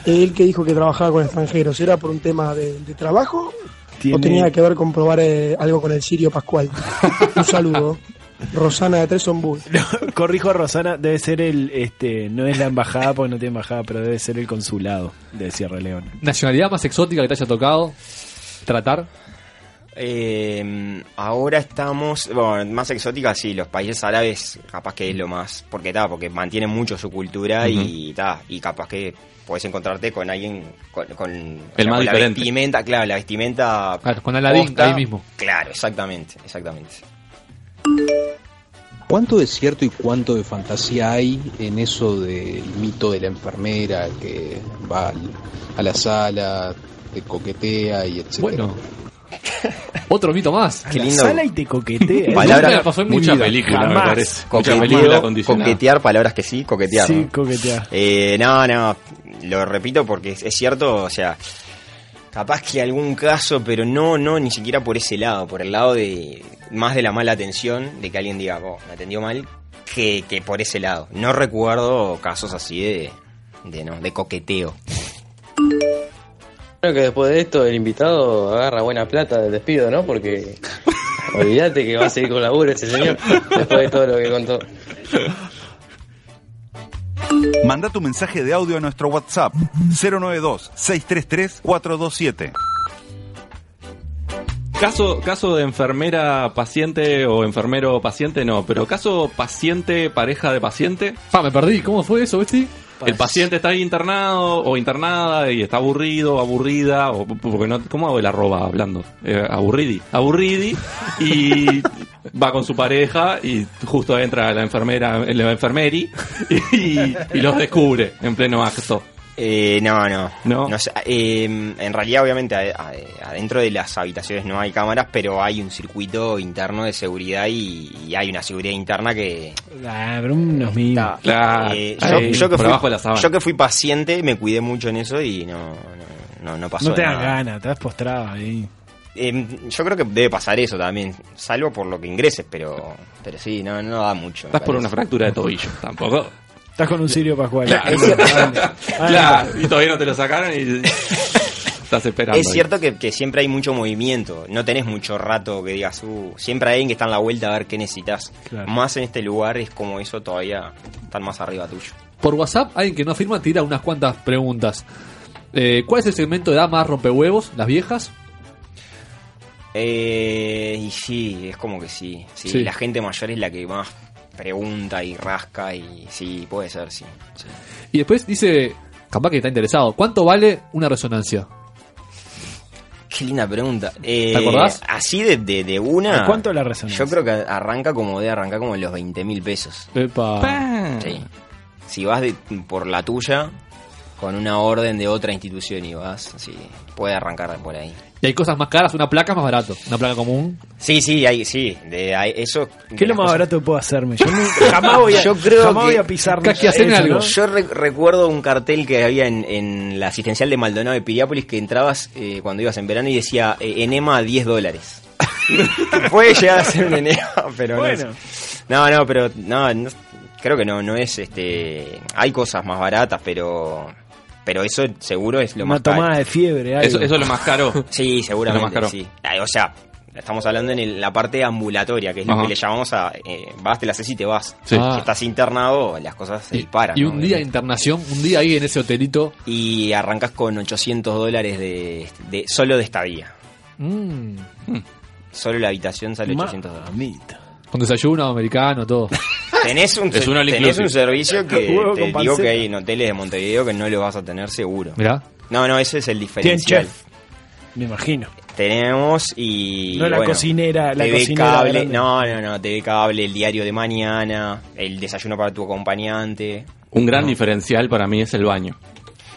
[SPEAKER 18] Él que dijo que trabajaba con extranjeros, ¿era por un tema de, de trabajo o
[SPEAKER 2] Tiene-
[SPEAKER 18] tenía que ver con probar eh, algo con el Sirio Pascual? un saludo. Rosana de Treson Bull.
[SPEAKER 2] Corrijo a Rosana, debe ser el, este, no es la embajada porque no tiene embajada, pero debe ser el consulado de Sierra Leona.
[SPEAKER 24] ¿Nacionalidad más exótica que te haya tocado tratar?
[SPEAKER 17] Eh, ahora estamos, bueno, más exótica sí, los países árabes capaz que es lo más, porque ta, porque mantienen mucho su cultura y ta, y capaz que puedes encontrarte con alguien con, con- o
[SPEAKER 11] más
[SPEAKER 17] con la
[SPEAKER 11] diferente.
[SPEAKER 17] vestimenta, claro, la vestimenta
[SPEAKER 24] Claro, con Aladín,
[SPEAKER 17] posta.
[SPEAKER 24] ahí mismo.
[SPEAKER 17] Claro, exactamente, exactamente.
[SPEAKER 9] ¿Cuánto de cierto y cuánto de fantasía hay en eso del mito de la enfermera que va al- a la sala, te coquetea y etcétera?
[SPEAKER 24] Bueno. Otro mito más.
[SPEAKER 17] Qué lindo.
[SPEAKER 2] Sala y
[SPEAKER 24] (laughs)
[SPEAKER 2] te coquetea.
[SPEAKER 17] Palabra-
[SPEAKER 24] mucha
[SPEAKER 2] película, me parece.
[SPEAKER 17] Coqueteo,
[SPEAKER 2] Mucha película acondicionada.
[SPEAKER 17] coquetear, palabras que sí, coquetear.
[SPEAKER 2] Sí,
[SPEAKER 17] ¿no?
[SPEAKER 2] coquetea.
[SPEAKER 17] Eh, no, no, lo repito porque es, es cierto, o sea, capaz que algún caso, pero no, no, ni siquiera por ese lado, por el lado de más de la mala atención, de que alguien diga, oh, me atendió mal, que, que por ese lado. No recuerdo casos así de, de, no, de coqueteo.
[SPEAKER 14] Creo que después de esto el invitado agarra buena plata del despido, ¿no?
[SPEAKER 17] (laughs)
[SPEAKER 14] Porque olvídate que va a seguir con laburo ese señor después de todo lo que contó.
[SPEAKER 1] Manda tu mensaje de audio a nuestro WhatsApp 092-633-427.
[SPEAKER 11] Caso, caso de enfermera paciente o enfermero paciente, no, pero caso paciente, pareja de paciente.
[SPEAKER 24] Pa, me perdí, ¿cómo fue eso, Besti?
[SPEAKER 17] Pues.
[SPEAKER 11] El paciente está ahí internado o internada y está aburrido, aburrida, o porque no, ¿cómo hago el arroba hablando? Eh, aburridi, aburridi,
[SPEAKER 24] (laughs)
[SPEAKER 11] y va con su pareja y justo entra la enfermera, la enfermeri y, y los descubre en pleno acto.
[SPEAKER 17] Eh, no, no.
[SPEAKER 11] No.
[SPEAKER 17] sé, eh, en realidad, obviamente, a- a- adentro de las habitaciones no hay cámaras, pero hay un circuito interno de seguridad y, y hay una seguridad interna que.
[SPEAKER 2] Ah, pero unos mimos.
[SPEAKER 17] eh, yo, yo que fui, yo que fui paciente me cuidé mucho en eso y no, no, no, no pasó
[SPEAKER 2] no te das
[SPEAKER 17] nada.
[SPEAKER 2] ganas, te das postrado ahí.
[SPEAKER 17] Eh, yo creo que debe pasar eso también, salvo por lo que ingreses, pero, pero sí, no, no da mucho. me
[SPEAKER 11] Estás por
[SPEAKER 17] parece.
[SPEAKER 11] una fractura de tobillo, tampoco.
[SPEAKER 2] Estás con un Sirio Pascual. (laughs)
[SPEAKER 17] (laughs)
[SPEAKER 11] Claro, y todavía no te lo sacaron y estás esperando.
[SPEAKER 17] Es
[SPEAKER 11] ahí.
[SPEAKER 17] cierto que, que siempre hay mucho movimiento, no tenés mucho rato que digas, uh, siempre hay alguien que está en la vuelta a ver qué necesitas.
[SPEAKER 24] Claro.
[SPEAKER 17] Más en este lugar es como eso todavía están más arriba tuyo.
[SPEAKER 24] Por WhatsApp, alguien que no firma tira unas cuantas preguntas. Eh, ¿Cuál es el segmento de edad más rompehuevos? ¿Las viejas?
[SPEAKER 17] Eh, y sí, es como que sí, sí,
[SPEAKER 24] Sí.
[SPEAKER 17] La gente mayor es la que más pregunta y rasca y sí, puede ser, sí.
[SPEAKER 24] Y después dice, capaz que está interesado, ¿cuánto vale una resonancia?
[SPEAKER 17] Qué linda pregunta. Eh,
[SPEAKER 24] acordás?
[SPEAKER 17] Así de, de, de una.
[SPEAKER 24] ¿A cuánto
[SPEAKER 2] la
[SPEAKER 17] Yo creo que arranca como de arrancar como en los 20 mil pesos.
[SPEAKER 24] Epa.
[SPEAKER 17] Sí. Si vas de- por la tuya, con una orden de otra institución y vas, así, puede arrancar de por ahí.
[SPEAKER 24] Y hay cosas más caras, una placa es más barato. Una placa común.
[SPEAKER 17] Sí, sí, hay, sí, de, hay- eso...
[SPEAKER 2] ¿Qué es lo
[SPEAKER 17] (laughs)
[SPEAKER 2] más barato que puedo hacerme? Yo nunca- jamás voy a,
[SPEAKER 17] Yo creo
[SPEAKER 2] jamás
[SPEAKER 17] que-
[SPEAKER 2] voy a pisar eso, ¿no?
[SPEAKER 17] Yo re- recuerdo un cartel que había en, en la asistencial de Maldonado de Piriápolis que entrabas eh, cuando ibas en verano y decía eh, enema a 10 dólares. Puede llegar a ser un enema, pero
[SPEAKER 2] Bueno.
[SPEAKER 17] no. sé. No, no, pero no, no- creo que no, no es este. Hay cosas más baratas, pero. Pero eso seguro es lo
[SPEAKER 2] Una
[SPEAKER 17] más caro.
[SPEAKER 2] tomada de fiebre. algo.
[SPEAKER 17] caro. Sí, seguramente.
[SPEAKER 2] Es lo más caro.
[SPEAKER 17] sí. Ah, O sea, estamos hablando en el- la parte ambulatoria, que es
[SPEAKER 24] Ajá.
[SPEAKER 17] lo que le llamamos a. eh, vas, te la haces y te vas.
[SPEAKER 24] Sí. Ah.
[SPEAKER 17] Si estás internado, las cosas se disparan.
[SPEAKER 24] y
[SPEAKER 17] ¿no?
[SPEAKER 24] un día de internación, un día ahí en ese hotelito.
[SPEAKER 17] Y arrancas con 800 dólares de, de- solo de estadía.
[SPEAKER 24] Mm.
[SPEAKER 17] Solo la habitación sale 800 dólares.
[SPEAKER 24] Con desayuno americano, (laughs) todo.
[SPEAKER 17] Tenés un,
[SPEAKER 24] Es un all
[SPEAKER 17] tenés un
[SPEAKER 24] inclusive.
[SPEAKER 2] (laughs)
[SPEAKER 17] servicio que
[SPEAKER 24] Huevo
[SPEAKER 17] te
[SPEAKER 24] con
[SPEAKER 17] digo
[SPEAKER 24] panceta.
[SPEAKER 17] que hay en hoteles de Montevideo que no lo vas a tener seguro.
[SPEAKER 24] Mirá.
[SPEAKER 17] No, no, ese es el diferencial.
[SPEAKER 2] chef. Me imagino.
[SPEAKER 17] Tenemos y.
[SPEAKER 2] No la
[SPEAKER 17] bueno,
[SPEAKER 2] cocinera, la
[SPEAKER 17] TV
[SPEAKER 2] cocinera
[SPEAKER 17] Cable,
[SPEAKER 2] grande.
[SPEAKER 17] no, no, no, TV Cable, el diario de mañana, el desayuno para tu acompañante.
[SPEAKER 11] Un gran
[SPEAKER 17] No.
[SPEAKER 11] diferencial para mí es el baño.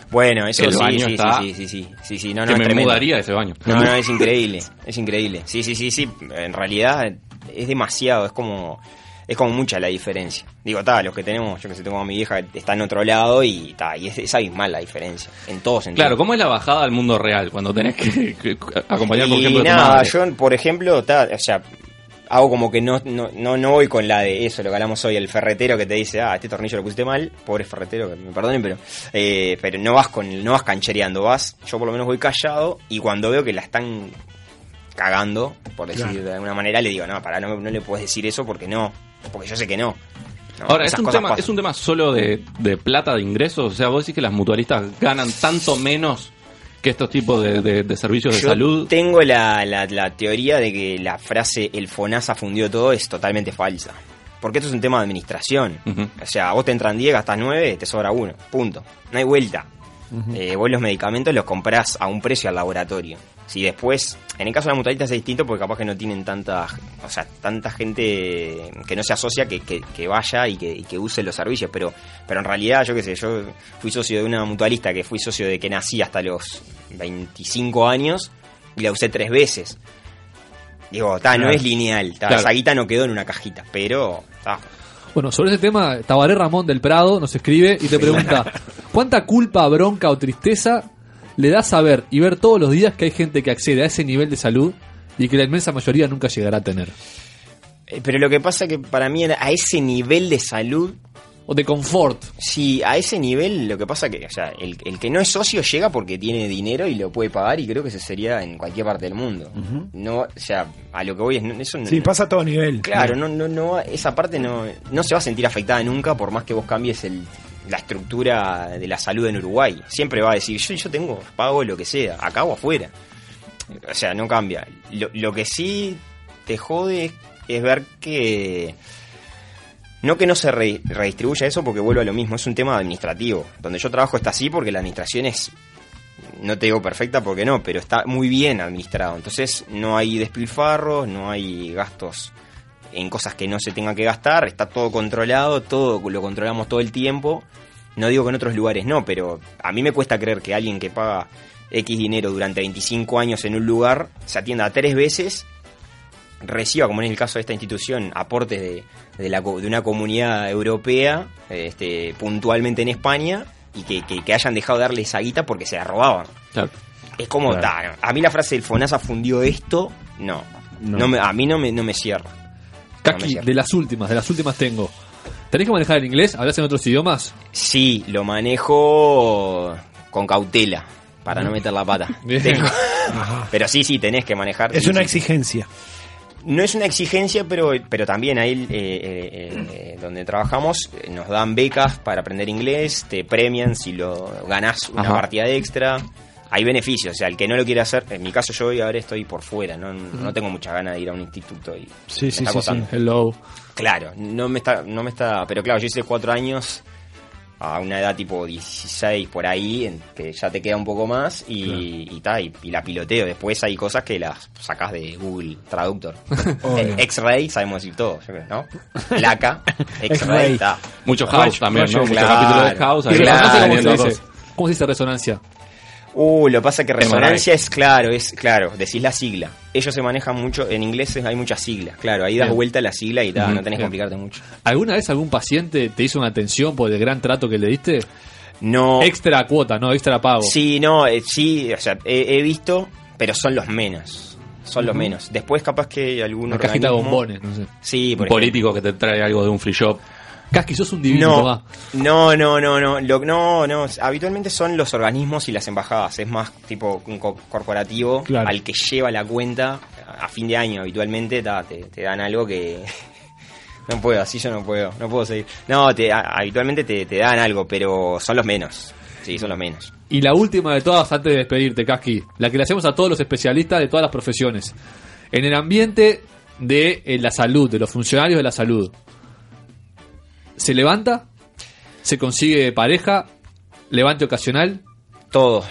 [SPEAKER 17] Bueno, eso
[SPEAKER 11] El
[SPEAKER 17] sí,
[SPEAKER 11] baño
[SPEAKER 17] sí,
[SPEAKER 11] está-
[SPEAKER 17] sí, sí, sí, sí, sí, sí, no, no,
[SPEAKER 11] que
[SPEAKER 17] es
[SPEAKER 11] me
[SPEAKER 17] tremendo.
[SPEAKER 11] mudaría de ese baño.
[SPEAKER 17] No, no,
[SPEAKER 11] (laughs)
[SPEAKER 17] es increíble, es increíble. Sí, sí, sí, sí, en realidad es demasiado, es como es como mucha la diferencia. Digo, está, los que tenemos, yo que sé, tengo a mi vieja que está en otro lado y está, y es, es abismal la diferencia, en todos sentidos.
[SPEAKER 11] Claro, ¿cómo es la bajada al mundo real cuando tenés que, que acompañar, por
[SPEAKER 17] Y
[SPEAKER 11] ejemplo, a tu
[SPEAKER 17] nada,
[SPEAKER 11] madre?
[SPEAKER 17] yo, por ejemplo, ta, o sea, hago como que no, no, no, no voy con la de eso, lo que hablamos hoy, el ferretero que te dice, ah, este tornillo lo pusiste mal, pobre ferretero, que me perdonen, pero, eh, pero no vas con, no vas canchereando, vas, yo por lo menos voy callado y cuando veo que la están cagando, por decir
[SPEAKER 11] Claro.
[SPEAKER 17] de alguna manera, le digo, no, para, no, no le puedes decir eso porque no, porque yo sé que no. No,
[SPEAKER 11] Ahora, es
[SPEAKER 17] esas
[SPEAKER 11] un,
[SPEAKER 17] cosas
[SPEAKER 11] tema,
[SPEAKER 17] pasan.
[SPEAKER 11] ¿es un tema solo de, de plata, de ingresos? O sea, vos decís que las mutualistas ganan tanto menos que estos tipos de, de- de servicios de
[SPEAKER 17] Yo
[SPEAKER 11] salud.
[SPEAKER 17] Tengo la, la- la teoría de que la frase el FONASA fundió todo es totalmente falsa. Porque esto es un tema de administración. O sea, vos te entran 10, gastas 9, te sobra uno. Punto. No hay vuelta. Eh, vos los medicamentos los comprás a un precio al laboratorio. Si después, en el caso de las mutualistas es distinto porque capaz que no tienen tanta, o sea, tanta gente que no se asocia que, que- que vaya y que, y que use los servicios. Pero, pero en realidad, yo qué sé, yo fui socio de una mutualista que fui socio de que nací hasta los 25 años y la usé tres veces. Digo, ta, no
[SPEAKER 24] Claro.
[SPEAKER 17] es lineal. Ta,
[SPEAKER 24] Claro.
[SPEAKER 17] Esa guita no quedó en una cajita, pero ta,
[SPEAKER 24] Bueno, sobre ese tema, Tabaré Ramón del Prado nos escribe y te pregunta: ¿Cuánta culpa, bronca o tristeza le da saber y ver todos los días que hay gente que accede a ese nivel de salud y que la inmensa mayoría nunca llegará a tener?
[SPEAKER 17] Eh, Pero lo que pasa que para mí era a ese nivel de salud
[SPEAKER 24] o de confort.
[SPEAKER 17] Sí, a ese nivel lo que pasa que, o sea, el, el que no es socio llega porque tiene dinero y lo puede pagar y creo que eso sería en cualquier parte del mundo. No, o sea, a lo que voy es no- eso no-
[SPEAKER 2] Sí, pasa a todo nivel.
[SPEAKER 17] Claro, no, no, no, esa parte no, no se va a sentir afectada nunca por más que vos cambies el- la estructura de la salud en Uruguay. Siempre va a decir, yo, yo tengo, pago lo que sea, acá o afuera. O sea, no cambia. Lo, lo que sí te jode es, es ver que... No que no se re- redistribuya eso porque vuelvo a lo mismo, es un tema administrativo. Donde yo trabajo está así porque la administración es no te digo perfecta porque no, pero está muy bien administrado. Entonces no hay despilfarros, no hay gastos en cosas que no se tengan que gastar, está todo controlado, todo lo controlamos todo el tiempo. No digo que en otros lugares no, pero a mí me cuesta creer que alguien que paga X dinero durante 25 años en un lugar se atienda tres veces, reciba, como en el caso de esta institución, aportes de, de la co- de una comunidad europea, este, puntualmente en España, y que, que- que hayan dejado de darle esa guita porque se la robaban. Es como,
[SPEAKER 24] Claro.
[SPEAKER 17] ta, no. a mí la frase del FONASA fundió esto, no.
[SPEAKER 24] No.
[SPEAKER 17] No me- a mí no me, no me cierra. No me
[SPEAKER 24] Kaki,
[SPEAKER 17] cierra.
[SPEAKER 24] de las últimas, de las últimas tengo. ¿Tenés que manejar el inglés? ¿Hablas en otros idiomas?
[SPEAKER 17] Sí, lo manejo con cautela, para no meter
[SPEAKER 24] (laughs)
[SPEAKER 17] la pata. Tengo- (laughs) pero sí, sí, tenés que manejar.
[SPEAKER 2] Es
[SPEAKER 17] sí,
[SPEAKER 2] una
[SPEAKER 17] sí.
[SPEAKER 2] exigencia.
[SPEAKER 17] No es una exigencia, pero, pero también ahí eh, eh, eh, eh, donde trabajamos eh, nos dan becas para aprender inglés, te premian si lo ganás una
[SPEAKER 24] Ajá.
[SPEAKER 17] partida extra. Hay beneficios, o sea, el que no lo quiere hacer, en mi caso yo hoy ahora estoy por fuera, no, no tengo mucha ganas de ir a un instituto y
[SPEAKER 24] Sí,
[SPEAKER 17] me
[SPEAKER 24] sí,
[SPEAKER 17] está
[SPEAKER 24] sí, sí.
[SPEAKER 17] costando.
[SPEAKER 24] Hello.
[SPEAKER 17] Claro, no me está, no me está, pero claro, yo hice cuatro años a una edad tipo 16 por ahí, en que ya te queda un poco más y, y, ta, y- y la piloteo. Después hay cosas que las sacas de Google
[SPEAKER 11] (laughs)
[SPEAKER 17] Traductor.
[SPEAKER 11] Obvio.
[SPEAKER 17] Eh, X-Ray sabemos decir todo, yo creo,
[SPEAKER 11] (laughs)
[SPEAKER 17] ¿no? Laca, X-Ray,
[SPEAKER 11] X-Ray.
[SPEAKER 17] está.
[SPEAKER 11] Mucho House también, ¿no? Mucho capítulo de House, ahí
[SPEAKER 17] Claro,
[SPEAKER 11] aprendiendo
[SPEAKER 17] claro.
[SPEAKER 11] cosas.
[SPEAKER 24] ¿Cómo se dice resonancia?
[SPEAKER 17] Uh, lo pasa que resonancia es claro, es claro, decís la sigla. Ellos se manejan mucho, en inglés hay muchas siglas, claro, ahí das
[SPEAKER 24] Bien.
[SPEAKER 17] vuelta a la sigla y ta,
[SPEAKER 24] Ujú,
[SPEAKER 17] no tenés
[SPEAKER 24] bien.
[SPEAKER 17] que complicarte mucho.
[SPEAKER 24] ¿Alguna vez algún paciente te hizo una atención por el gran trato que le diste?
[SPEAKER 17] No.
[SPEAKER 24] Extra cuota, no, extra pago.
[SPEAKER 17] Sí, no, eh, sí, o sea, he, he visto, pero son los menos. Son los
[SPEAKER 24] Ujú.
[SPEAKER 17] menos. Después capaz que algún
[SPEAKER 24] Una cajita de
[SPEAKER 17] organismo-
[SPEAKER 24] bombones, no sé.
[SPEAKER 17] Sí, por
[SPEAKER 24] Un político
[SPEAKER 17] que te trae algo de un free shop.
[SPEAKER 24] Casqui, sos un divino.
[SPEAKER 17] no,
[SPEAKER 24] Tomás.
[SPEAKER 17] no, no, no, no, lo- no, no. Habitualmente son los organismos y las embajadas. Es más tipo un co- corporativo
[SPEAKER 24] Claro.
[SPEAKER 17] al que lleva la cuenta a fin de año. Habitualmente ta, te, te dan algo que (laughs) no puedo. Así yo no puedo. No puedo seguir. No, te, a- habitualmente te, te dan algo, pero son los menos. Sí, son los menos.
[SPEAKER 24] Y la última de todas, antes de despedirte, Casqui, la que le hacemos a todos los especialistas de todas las profesiones. En el ambiente de eh, la salud, de los funcionarios de la salud, ¿se levanta? ¿Se consigue pareja? ¿Levante ocasional?
[SPEAKER 17] Todo.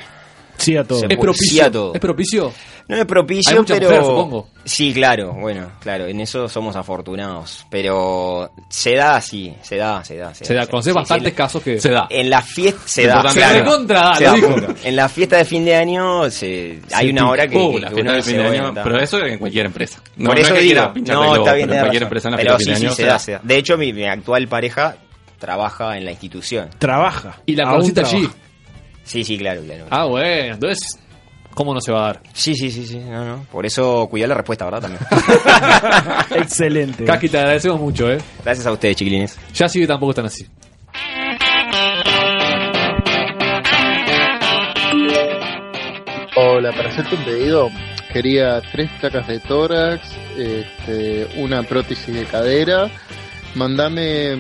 [SPEAKER 2] Sí a todo.
[SPEAKER 17] Se
[SPEAKER 24] ¿Es
[SPEAKER 17] pulsea
[SPEAKER 24] propicio?
[SPEAKER 17] todo.
[SPEAKER 24] ¿Es propicio?
[SPEAKER 17] No es propicio,
[SPEAKER 24] Hay mucha
[SPEAKER 17] pero.
[SPEAKER 24] mujer,
[SPEAKER 17] (laughs)
[SPEAKER 24] supongo.
[SPEAKER 17] Sí, claro, bueno, claro, en eso somos afortunados. Pero se da así, se da, se da.
[SPEAKER 24] Se da, conoces bastantes casos que- Se da.
[SPEAKER 17] En la fiesta se
[SPEAKER 24] Lo
[SPEAKER 17] da.
[SPEAKER 24] importante es- Se recontra da,
[SPEAKER 17] se
[SPEAKER 24] lo
[SPEAKER 17] da,
[SPEAKER 24] dijo.
[SPEAKER 17] punto. En la fiesta de fin de año se, hay una hora que,
[SPEAKER 11] Uh,
[SPEAKER 17] que-
[SPEAKER 11] la
[SPEAKER 17] que
[SPEAKER 11] fiesta
[SPEAKER 17] uno
[SPEAKER 11] de
[SPEAKER 17] dice,
[SPEAKER 11] fin de
[SPEAKER 17] bueno,
[SPEAKER 11] año,
[SPEAKER 17] está.
[SPEAKER 11] pero eso en cualquier empresa. No,
[SPEAKER 17] Por eso
[SPEAKER 11] no es que
[SPEAKER 17] digo,
[SPEAKER 11] quiera pinchar
[SPEAKER 17] no,
[SPEAKER 11] de globo,
[SPEAKER 17] está bien,
[SPEAKER 11] pero en
[SPEAKER 17] tenés
[SPEAKER 11] cualquier
[SPEAKER 17] razón.
[SPEAKER 11] empresa en la
[SPEAKER 17] Pero
[SPEAKER 11] fiesta
[SPEAKER 17] sí,
[SPEAKER 11] de fin de
[SPEAKER 17] sí,
[SPEAKER 11] año
[SPEAKER 17] se da, se da. De hecho, mi, mi actual pareja trabaja en la institución.
[SPEAKER 2] Trabaja.
[SPEAKER 24] ¿Y la
[SPEAKER 17] Aún
[SPEAKER 24] conociste allí?
[SPEAKER 17] trabaja. Sí, sí, claro, claro.
[SPEAKER 24] Ah, bueno, entonces, ¿cómo no se va a dar?
[SPEAKER 17] Sí, sí, sí, sí, no, no. Por eso cuidar la respuesta, ¿verdad? También.
[SPEAKER 2] Excelente.
[SPEAKER 24] Casqui, te agradecemos mucho, ¿eh?
[SPEAKER 17] Gracias a ustedes, chiquilines.
[SPEAKER 24] Ya sí que tampoco están así.
[SPEAKER 16] Hola, para hacerte un pedido, quería tres placas de tórax, este, una prótesis de cadera. Mandame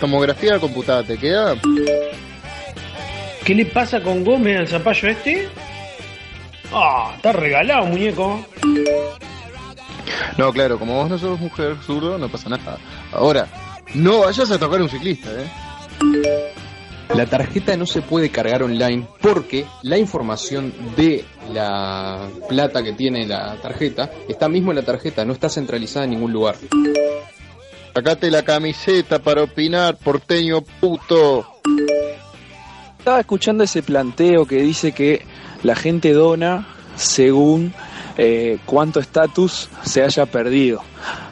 [SPEAKER 16] tomografía computada, ¿te queda?
[SPEAKER 12] ¿Qué le pasa con Gómez al zapallo este? Ah, está regalado, muñeco.
[SPEAKER 16] No, claro, como vos no sos mujer zurdo, no pasa nada. Ahora, no vayas a tocar a un ciclista, ¿eh?
[SPEAKER 9] La tarjeta no se puede cargar online porque la información de la plata que tiene la tarjeta está mismo en la tarjeta, no está centralizada en ningún lugar.
[SPEAKER 16] Sacate la camiseta para opinar, porteño puto.
[SPEAKER 18] Estaba escuchando ese planteo que dice que la gente dona según eh, cuánto estatus se haya perdido.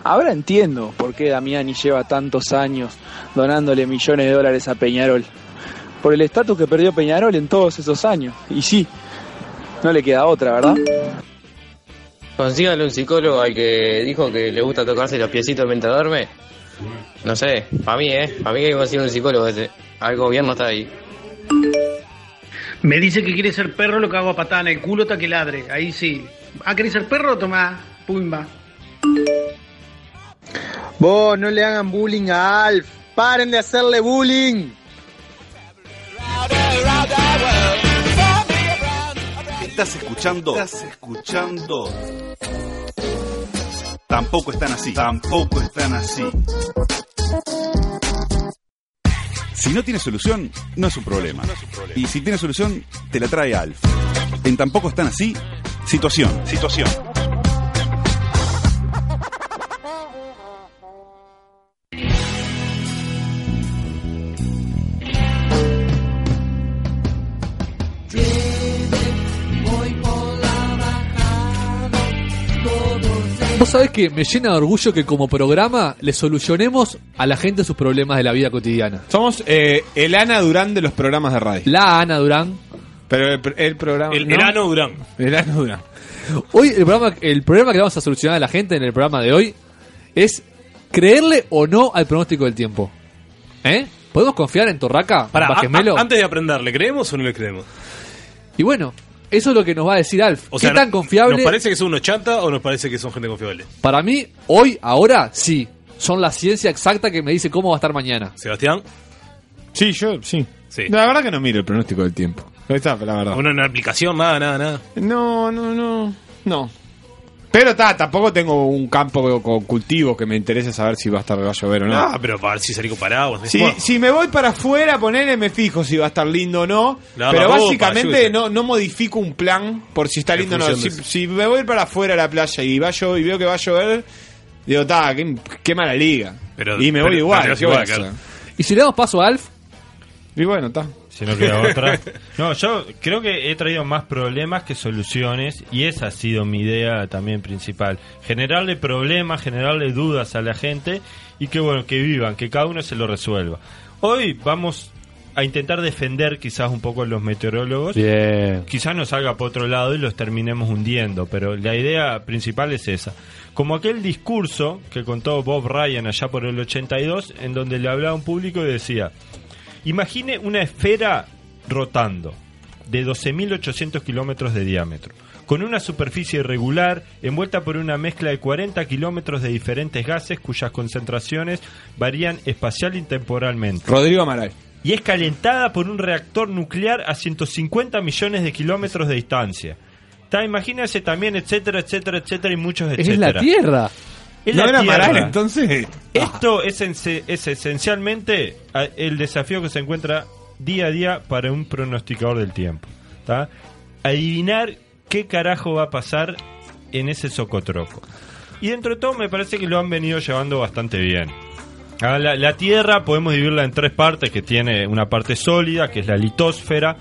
[SPEAKER 18] Ahora entiendo por qué Damiani lleva tantos años donándole millones de dólares a Peñarol. Por el estatus que perdió Peñarol en todos esos años. Y sí, no le queda otra, ¿verdad?
[SPEAKER 14] Consígale un psicólogo al que dijo que le gusta tocarse los piecitos mientras duerme. No sé, para mí, ¿eh? Para mí que hay que conseguir un psicólogo ese. Al gobierno está ahí.
[SPEAKER 12] Me dice que quiere ser perro, lo cago a patada en el culo hasta que ladre. Ahí sí. Ah, ¿querés ser perro? Tomá, pumba.
[SPEAKER 3] Vos, no le hagan bullying a Alf. Paren de hacerle bullying.
[SPEAKER 27] Estás escuchando. Estás escuchando. Tampoco están así. Tampoco están así.
[SPEAKER 1] Si no tiene solución, no es un problema. Y si tiene solución, te la trae Alf. En tampoco están así. Situación. Situación.
[SPEAKER 24] Vos sabés que me llena de orgullo que como programa le solucionemos a la gente sus problemas de la vida cotidiana.
[SPEAKER 5] Somos eh, el Ana Durán de los programas de radio.
[SPEAKER 24] La Ana Durán.
[SPEAKER 5] Pero el, el programa.
[SPEAKER 1] El- el Ana Durán.
[SPEAKER 5] El Ana Durán.
[SPEAKER 24] Hoy el programa, el problema que vamos a solucionar a la gente en el programa de hoy es creerle o no al pronóstico del tiempo. ¿Eh? ¿Podemos confiar en Torraca?
[SPEAKER 10] Pará,
[SPEAKER 24] en Vasquezmelo?
[SPEAKER 10] a- a- antes de aprender, ¿le creemos o no le creemos?
[SPEAKER 24] Y bueno, eso es lo que nos va a decir Alf.
[SPEAKER 10] O sea,
[SPEAKER 24] ¿Qué tan
[SPEAKER 10] no-
[SPEAKER 24] confiable?
[SPEAKER 10] ¿Nos parece que son unos chanta o nos parece que son gente confiable?
[SPEAKER 24] Para mí, hoy, ahora, sí. Son la ciencia exacta que me dice cómo va a estar mañana.
[SPEAKER 10] Sebastián.
[SPEAKER 5] Sí, yo, sí. La verdad que no miro el pronóstico del tiempo. Ahí está, la verdad.
[SPEAKER 10] Bueno, una aplicación, nada, nada, nada.
[SPEAKER 5] No, no, no. No. Pero ta, tampoco tengo un campo con cultivo que me interese saber si va a estar va a llover o no.
[SPEAKER 10] Ah, pero para ver si salí con paraguas.
[SPEAKER 5] Si,
[SPEAKER 10] Bueno,
[SPEAKER 5] si me voy para afuera, ponele, me fijo si va a estar lindo o no.
[SPEAKER 10] La
[SPEAKER 5] pero
[SPEAKER 10] ropa, yo qué
[SPEAKER 5] básicamente
[SPEAKER 10] sé.
[SPEAKER 5] no, no modifico un plan por si está
[SPEAKER 10] En
[SPEAKER 5] lindo o no. Si,
[SPEAKER 10] función de
[SPEAKER 5] si me voy para afuera a la playa y, va a llover, y veo que va a llover, digo, ta, qué, qué mala liga.
[SPEAKER 10] Pero-
[SPEAKER 5] y me
[SPEAKER 10] pero-
[SPEAKER 5] voy igual.
[SPEAKER 10] pero te vas
[SPEAKER 5] ¿qué
[SPEAKER 10] igual,
[SPEAKER 5] voy a hacer?
[SPEAKER 10] claro.
[SPEAKER 24] ¿Y si le damos paso a Alf?
[SPEAKER 5] Y bueno, está.
[SPEAKER 7] si no
[SPEAKER 5] (laughs)
[SPEAKER 7] queda otra. No, yo creo que he traído más problemas que soluciones y esa ha sido mi idea también principal. Generarle problemas, generarle dudas a la gente y que bueno, que vivan, que cada uno se lo resuelva. Hoy vamos a intentar defender quizás un poco a los meteorólogos.
[SPEAKER 24] Bien.
[SPEAKER 7] Quizás nos salga por otro lado y los terminemos hundiendo, pero la idea principal es esa. Como aquel discurso que contó Bob Ryan allá por el 82, en donde le hablaba a un público y decía, Imagine una esfera rotando de 12.800 kilómetros de diámetro, con una superficie irregular envuelta por una mezcla de 40 kilómetros de diferentes gases cuyas concentraciones varían espacial y temporalmente.
[SPEAKER 5] Rodrigo Amaral.
[SPEAKER 7] Y es calentada por un reactor nuclear a 150 millones de kilómetros de distancia. Está, imagínense también, etcétera, etcétera, etcétera, y muchos
[SPEAKER 24] Es
[SPEAKER 7] etcétera.
[SPEAKER 24] la Tierra.
[SPEAKER 7] Es la Tierra.
[SPEAKER 24] entonces.
[SPEAKER 7] (laughs) Esto es, ense- es esencialmente a- el desafío que se encuentra día a día para un pronosticador del tiempo. ¿tá? Adivinar qué carajo va a pasar en ese socotroco. Y dentro de todo me parece que lo han venido llevando bastante bien. Ah, La, la Tierra podemos dividirla en tres partes, que tiene una parte sólida, que es la litósfera,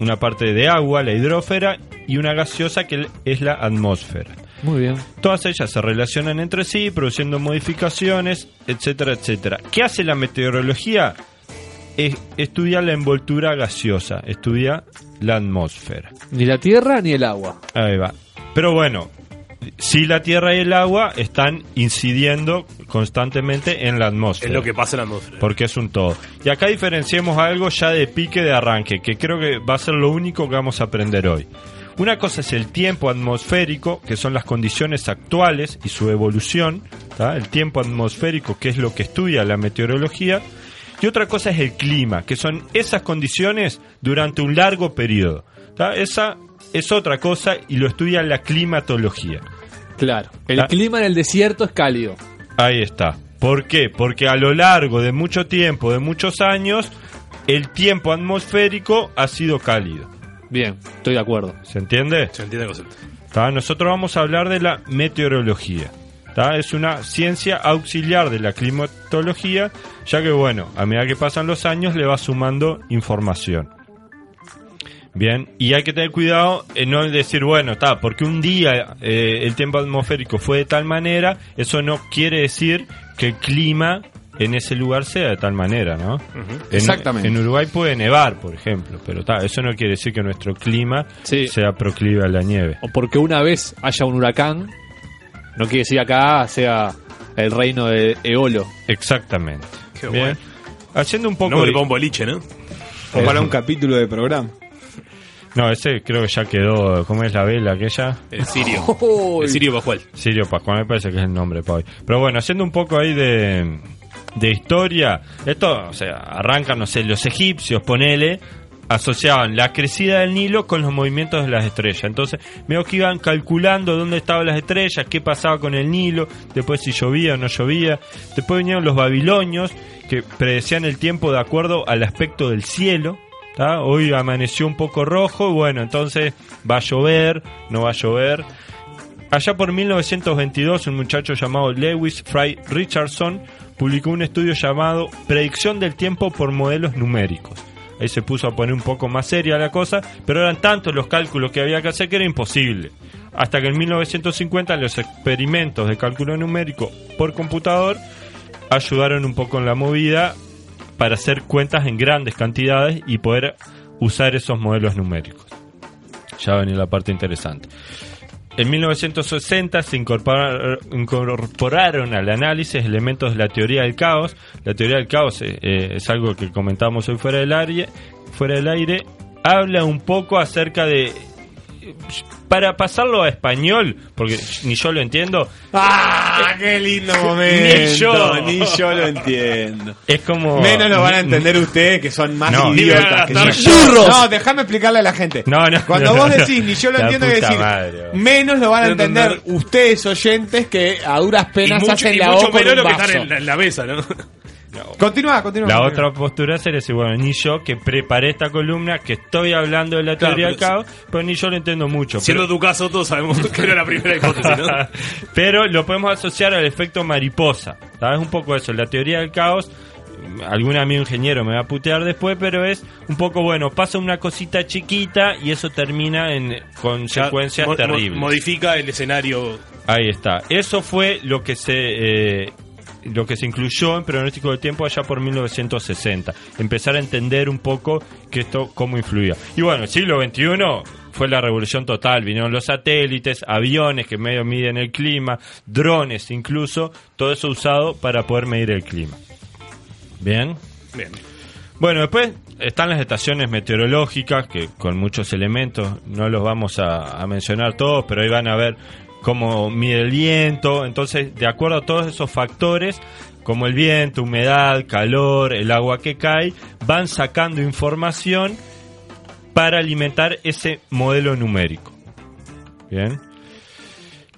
[SPEAKER 7] una parte de agua, la hidrósfera, y una gaseosa, que es la atmósfera.
[SPEAKER 24] Muy bien.
[SPEAKER 7] Todas ellas se relacionan entre sí, produciendo modificaciones, etcétera, etcétera. ¿Qué hace la meteorología? Es, estudia la envoltura gaseosa, estudia la atmósfera.
[SPEAKER 24] Ni la Tierra ni el agua.
[SPEAKER 7] Ahí va. Pero bueno, si la Tierra y el agua están incidiendo constantemente en la atmósfera.
[SPEAKER 16] Es lo que pasa en la atmósfera.
[SPEAKER 7] Porque es un todo. Y acá diferenciemos algo ya de pique de arranque, que creo que va a ser lo único que vamos a aprender hoy. Una cosa es el tiempo atmosférico, que son las condiciones actuales y su evolución, ¿tá? el tiempo atmosférico, que es lo que estudia la meteorología, y otra cosa es el clima, que son esas condiciones durante un largo periodo. ¿tá? Esa es otra cosa y lo estudia la climatología.
[SPEAKER 24] Claro, el clima en el desierto es cálido.
[SPEAKER 7] Ah. Ahí está. ¿Por qué? Porque a lo largo de mucho tiempo, de muchos años, el tiempo atmosférico ha sido cálido.
[SPEAKER 24] Bien, estoy de acuerdo.
[SPEAKER 7] ¿Se entiende?
[SPEAKER 16] Se entiende el concepto.
[SPEAKER 7] ¿Tá? Nosotros vamos a hablar de la meteorología. ¿tá? Es una ciencia auxiliar de la climatología, ya que, bueno, a medida que pasan los años le va sumando información. Bien, y hay que tener cuidado en no decir, bueno, está, porque un día eh, el tiempo atmosférico fue de tal manera, eso no quiere decir que el clima en ese lugar sea de tal manera, ¿no? En-
[SPEAKER 16] Exactamente.
[SPEAKER 7] En Uruguay puede nevar, por ejemplo, pero está, eso no quiere decir que nuestro clima sea proclive a la nieve.
[SPEAKER 24] O porque una vez haya un huracán, no quiere decir acá sea el reino de Eolo.
[SPEAKER 7] Exactamente. Bien. Haciendo un poco
[SPEAKER 16] No,
[SPEAKER 7] de-
[SPEAKER 16] el bomboliche, ¿no?
[SPEAKER 7] O para un
[SPEAKER 5] capítulo de programa.
[SPEAKER 7] No, ese creo que ya quedó, ¿cómo es la vela aquella?
[SPEAKER 16] El sirio.
[SPEAKER 24] Oh.
[SPEAKER 16] El sirio Pascual.
[SPEAKER 7] Sirio Pascual, me parece que es el nombre para hoy. Pero bueno, haciendo un poco ahí de, de historia, esto, o sea, arranca, no sé, los egipcios, ponele, asociaban la crecida del Nilo con los movimientos de las estrellas. Entonces, veo que iban calculando dónde estaban las estrellas, qué pasaba con el Nilo, después si llovía o no llovía. Después vinieron los babilonios, que predecían el tiempo de acuerdo al aspecto del cielo. ¿tá? Hoy amaneció un poco rojo, bueno, entonces va a llover, no va a llover. Allá por 1922, un muchacho llamado Lewis Fry Richardson publicó un estudio llamado Predicción del tiempo por modelos numéricos. Ahí se puso a poner un poco más seria la cosa, pero eran tantos los cálculos que había que hacer que era imposible. Hasta que en 1950 los experimentos de cálculo numérico por computador ayudaron un poco en la movida para hacer cuentas en grandes cantidades y poder usar esos modelos numéricos. Ya va a venir la parte interesante. En 1960 se incorporar- incorporaron al análisis elementos de la teoría del caos. La teoría del caos eh, eh, es algo que comentamos hoy fuera del aire. Fuera del aire habla un poco acerca de para pasarlo a español, porque ni yo lo entiendo.
[SPEAKER 5] ¡Ah! ¡Qué lindo momento!
[SPEAKER 7] Ni yo.
[SPEAKER 5] Ni yo lo entiendo.
[SPEAKER 7] Es como
[SPEAKER 5] Menos lo van a entender ustedes que son más
[SPEAKER 7] No. Ni van a
[SPEAKER 5] idiotas que
[SPEAKER 7] gastar
[SPEAKER 5] yo.
[SPEAKER 7] churros.
[SPEAKER 5] No, déjame explicarle a la gente.
[SPEAKER 7] (laughs) No, no,
[SPEAKER 5] Cuando
[SPEAKER 7] no,
[SPEAKER 5] vos
[SPEAKER 7] no.
[SPEAKER 5] decís, ni yo lo
[SPEAKER 7] (laughs) La
[SPEAKER 5] entiendo, que
[SPEAKER 7] puta
[SPEAKER 5] decir,
[SPEAKER 7] madre, bro.
[SPEAKER 5] menos lo van a
[SPEAKER 16] No, no,
[SPEAKER 5] entender ustedes oyentes que a duras penas
[SPEAKER 16] y mucho,
[SPEAKER 5] hacen
[SPEAKER 16] y
[SPEAKER 5] la
[SPEAKER 16] mucho
[SPEAKER 5] O con
[SPEAKER 16] menos
[SPEAKER 5] un
[SPEAKER 16] lo que
[SPEAKER 5] vaso.
[SPEAKER 16] están en la, en la mesa, ¿no? (laughs)
[SPEAKER 5] Continúa, continúa.
[SPEAKER 7] La
[SPEAKER 5] continúa.
[SPEAKER 7] otra postura sería decir, bueno, ni yo que preparé esta columna, que estoy hablando de la
[SPEAKER 16] Claro,
[SPEAKER 7] teoría del
[SPEAKER 16] pero
[SPEAKER 7] caos, pues ni yo lo entiendo mucho.
[SPEAKER 16] Siendo tu caso,
[SPEAKER 7] (laughs)
[SPEAKER 16] todos sabemos (laughs) que era la primera hipótesis, ¿no?
[SPEAKER 7] Pero lo podemos asociar al efecto mariposa. ¿Sabes? Un poco eso. La teoría del caos algún amigo ingeniero me va a putear después, pero es un poco bueno, pasa una cosita chiquita y eso termina en consecuencias
[SPEAKER 10] Mo- mo-
[SPEAKER 7] terribles.
[SPEAKER 10] Modifica el escenario.
[SPEAKER 7] Ahí está. Eso fue lo que se eh, lo que se incluyó en pronóstico del tiempo allá por 1960. Empezar a entender un poco que esto cómo influía. Y bueno, el siglo XXI fue la revolución total. Vinieron los satélites, aviones que medio miden el clima, drones incluso, todo eso usado para poder medir el clima. Bien.
[SPEAKER 10] Bien.
[SPEAKER 7] Bueno, después están las estaciones meteorológicas, que con muchos elementos, no los vamos a, a mencionar todos, pero ahí van a ver cómo mide el viento. Entonces, de acuerdo a todos esos factores, como el viento, humedad, calor, el agua que cae, van sacando información para alimentar ese modelo numérico. Bien.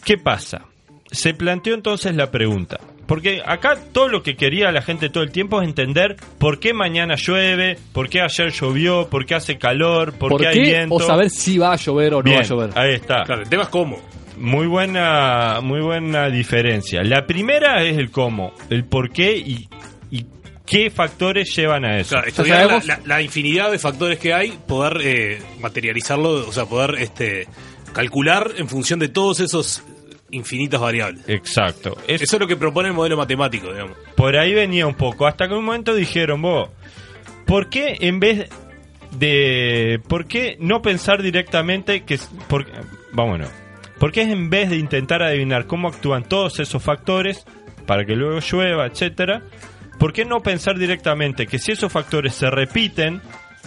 [SPEAKER 7] ¿Qué pasa? Se planteó entonces la pregunta. Porque acá todo lo que quería la gente todo el tiempo es entender por qué mañana llueve, por qué ayer llovió, por qué hace calor, por,
[SPEAKER 24] ¿Por
[SPEAKER 7] qué, hay
[SPEAKER 24] qué?
[SPEAKER 7] viento.
[SPEAKER 24] O saber si va a llover o no va a
[SPEAKER 7] Bien,
[SPEAKER 24] llover.
[SPEAKER 7] Ahí está.
[SPEAKER 10] Claro, el tema es cómo.
[SPEAKER 7] Muy buena, muy buena diferencia. La primera es el cómo, el por qué y, y qué factores llevan a eso.
[SPEAKER 10] Claro, estudiar la, la- la infinidad de factores que hay, poder eh, materializarlo, o sea, poder este, calcular en función de todos esos infinitas variables.
[SPEAKER 7] Exacto.
[SPEAKER 10] Eso es lo que propone el modelo matemático, digamos.
[SPEAKER 7] Por ahí venía un poco. Hasta que en un momento dijeron, vos, ¿por qué en vez de. ¿Por qué no pensar directamente que. es- Por, vámonos. ¿Por qué en vez de intentar adivinar cómo actúan todos esos factores para que luego llueva, etcétera? ¿Por qué no pensar directamente que si esos factores se repiten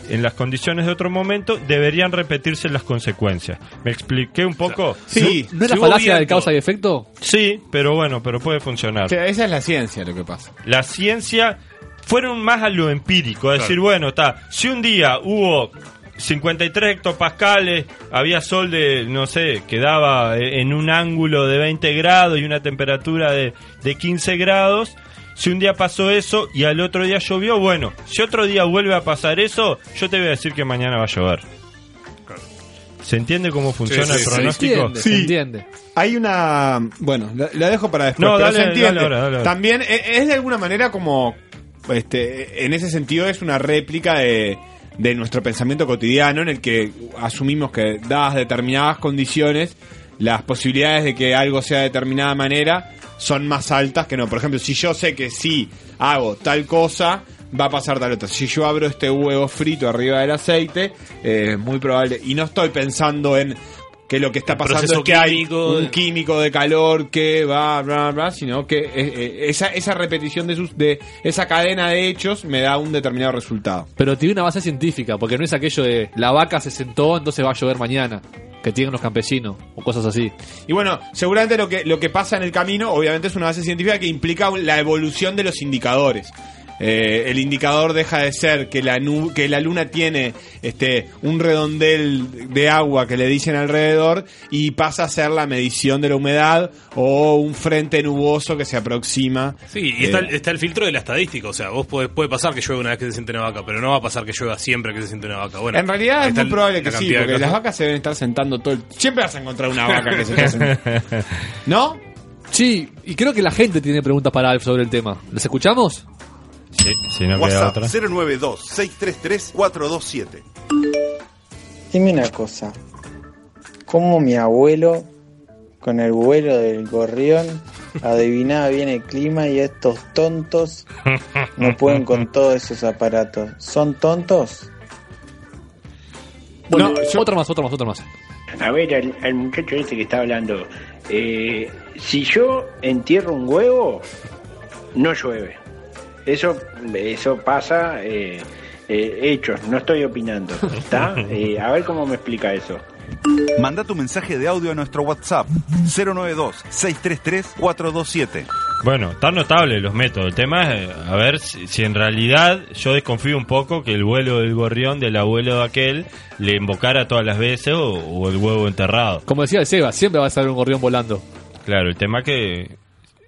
[SPEAKER 7] en las condiciones de otro momento, deberían repetirse las consecuencias? ¿Me expliqué un poco?
[SPEAKER 24] Sí. ¿No es la falacia del causa y efecto?
[SPEAKER 7] Sí, pero bueno, pero puede funcionar.
[SPEAKER 28] Que esa es la ciencia lo que pasa.
[SPEAKER 7] La ciencia fueron más a lo empírico, a decir, bueno, está, si un día hubo 53 hectopascales, había sol de, no sé, quedaba e, en un ángulo de 20 grados y una temperatura de, de 15 grados, si un día pasó eso y al otro día llovió, bueno, si otro día vuelve a pasar eso, yo te voy a decir que mañana va a llover. ¿Se entiende cómo funciona
[SPEAKER 5] sí, sí.
[SPEAKER 7] el pronóstico?
[SPEAKER 24] entiende.
[SPEAKER 5] Hay una. Bueno, la, la dejo para después.
[SPEAKER 7] No,
[SPEAKER 5] pero
[SPEAKER 7] dale,
[SPEAKER 5] se entiende.
[SPEAKER 7] dale ahora, dale ahora.
[SPEAKER 5] También e- es, de alguna manera como. Este, en ese sentido es una réplica de, de nuestro pensamiento cotidiano en el que asumimos que dadas determinadas condiciones, las posibilidades de que algo sea de determinada manera son más altas que no. Por ejemplo, si yo sé que si hago tal cosa, va a pasar tal otra. Si yo abro este huevo frito arriba del aceite, eh, es muy probable. Y no estoy pensando en que lo que está pasando
[SPEAKER 10] proceso
[SPEAKER 5] es que hay
[SPEAKER 10] químico.
[SPEAKER 5] un químico de calor que va, bla, bla, sino que eh, eh, esa, esa repetición de, sus, de esa cadena de hechos me da un determinado resultado.
[SPEAKER 24] Pero tiene una base científica, porque no es aquello de la vaca se sentó, entonces va a llover mañana, que tienen los campesinos, o cosas así.
[SPEAKER 5] Y bueno, seguramente lo que, lo que pasa en el camino, obviamente, es una base científica que implica un- la evolución de los indicadores. Eh, el indicador deja de ser que la, nu- que la luna tiene este, un redondel de agua que le dicen alrededor y pasa a ser la medición de la humedad o un frente nuboso que se aproxima.
[SPEAKER 10] Sí, y
[SPEAKER 5] Eh,
[SPEAKER 10] está, el- está el filtro de la estadística. O sea, vos podés- puede pasar que llueva una vez que se siente una vaca, pero no va a pasar que llueva siempre que se siente una vaca. Bueno,
[SPEAKER 5] en realidad
[SPEAKER 10] ahí
[SPEAKER 5] es
[SPEAKER 10] está
[SPEAKER 5] muy
[SPEAKER 10] el-
[SPEAKER 5] probable
[SPEAKER 10] la
[SPEAKER 5] que sí,
[SPEAKER 10] cantidad de
[SPEAKER 5] porque las
[SPEAKER 10] cosas.
[SPEAKER 5] vacas se deben estar sentando todo el... Siempre vas a encontrar una
[SPEAKER 24] (laughs)
[SPEAKER 5] vaca que se está sentando. ¿No?
[SPEAKER 24] Sí, y creo que la gente tiene preguntas para Alf sobre el tema. ¿Las escuchamos?
[SPEAKER 7] Sí, si no
[SPEAKER 1] WhatsApp
[SPEAKER 5] (laughs)
[SPEAKER 1] 092-633-427.
[SPEAKER 6] Dime una cosa. ¿Cómo mi abuelo, con el vuelo del gorrión, adivinaba bien el clima y estos tontos no
[SPEAKER 7] (laughs)
[SPEAKER 6] pueden
[SPEAKER 2] (laughs)
[SPEAKER 6] con todos esos aparatos? ¿Son tontos?
[SPEAKER 24] Bueno, otra más, otra más, otra más.
[SPEAKER 2] A ver, al, al muchacho este que está hablando, eh, si yo entierro un huevo, no llueve. Eso, eso pasa eh, eh, hechos, no estoy opinando. ¿está? Eh, a ver cómo me explica eso.
[SPEAKER 1] Manda tu mensaje de audio a nuestro WhatsApp 092-633-427.
[SPEAKER 7] Bueno, están notables los métodos. El tema es eh, a ver si, si en realidad yo desconfío un poco que el vuelo del gorrión del abuelo de aquel le invocara todas las veces o, o el huevo enterrado.
[SPEAKER 24] Como decía el Seba, siempre va a salir un gorrión volando.
[SPEAKER 7] Claro, el tema que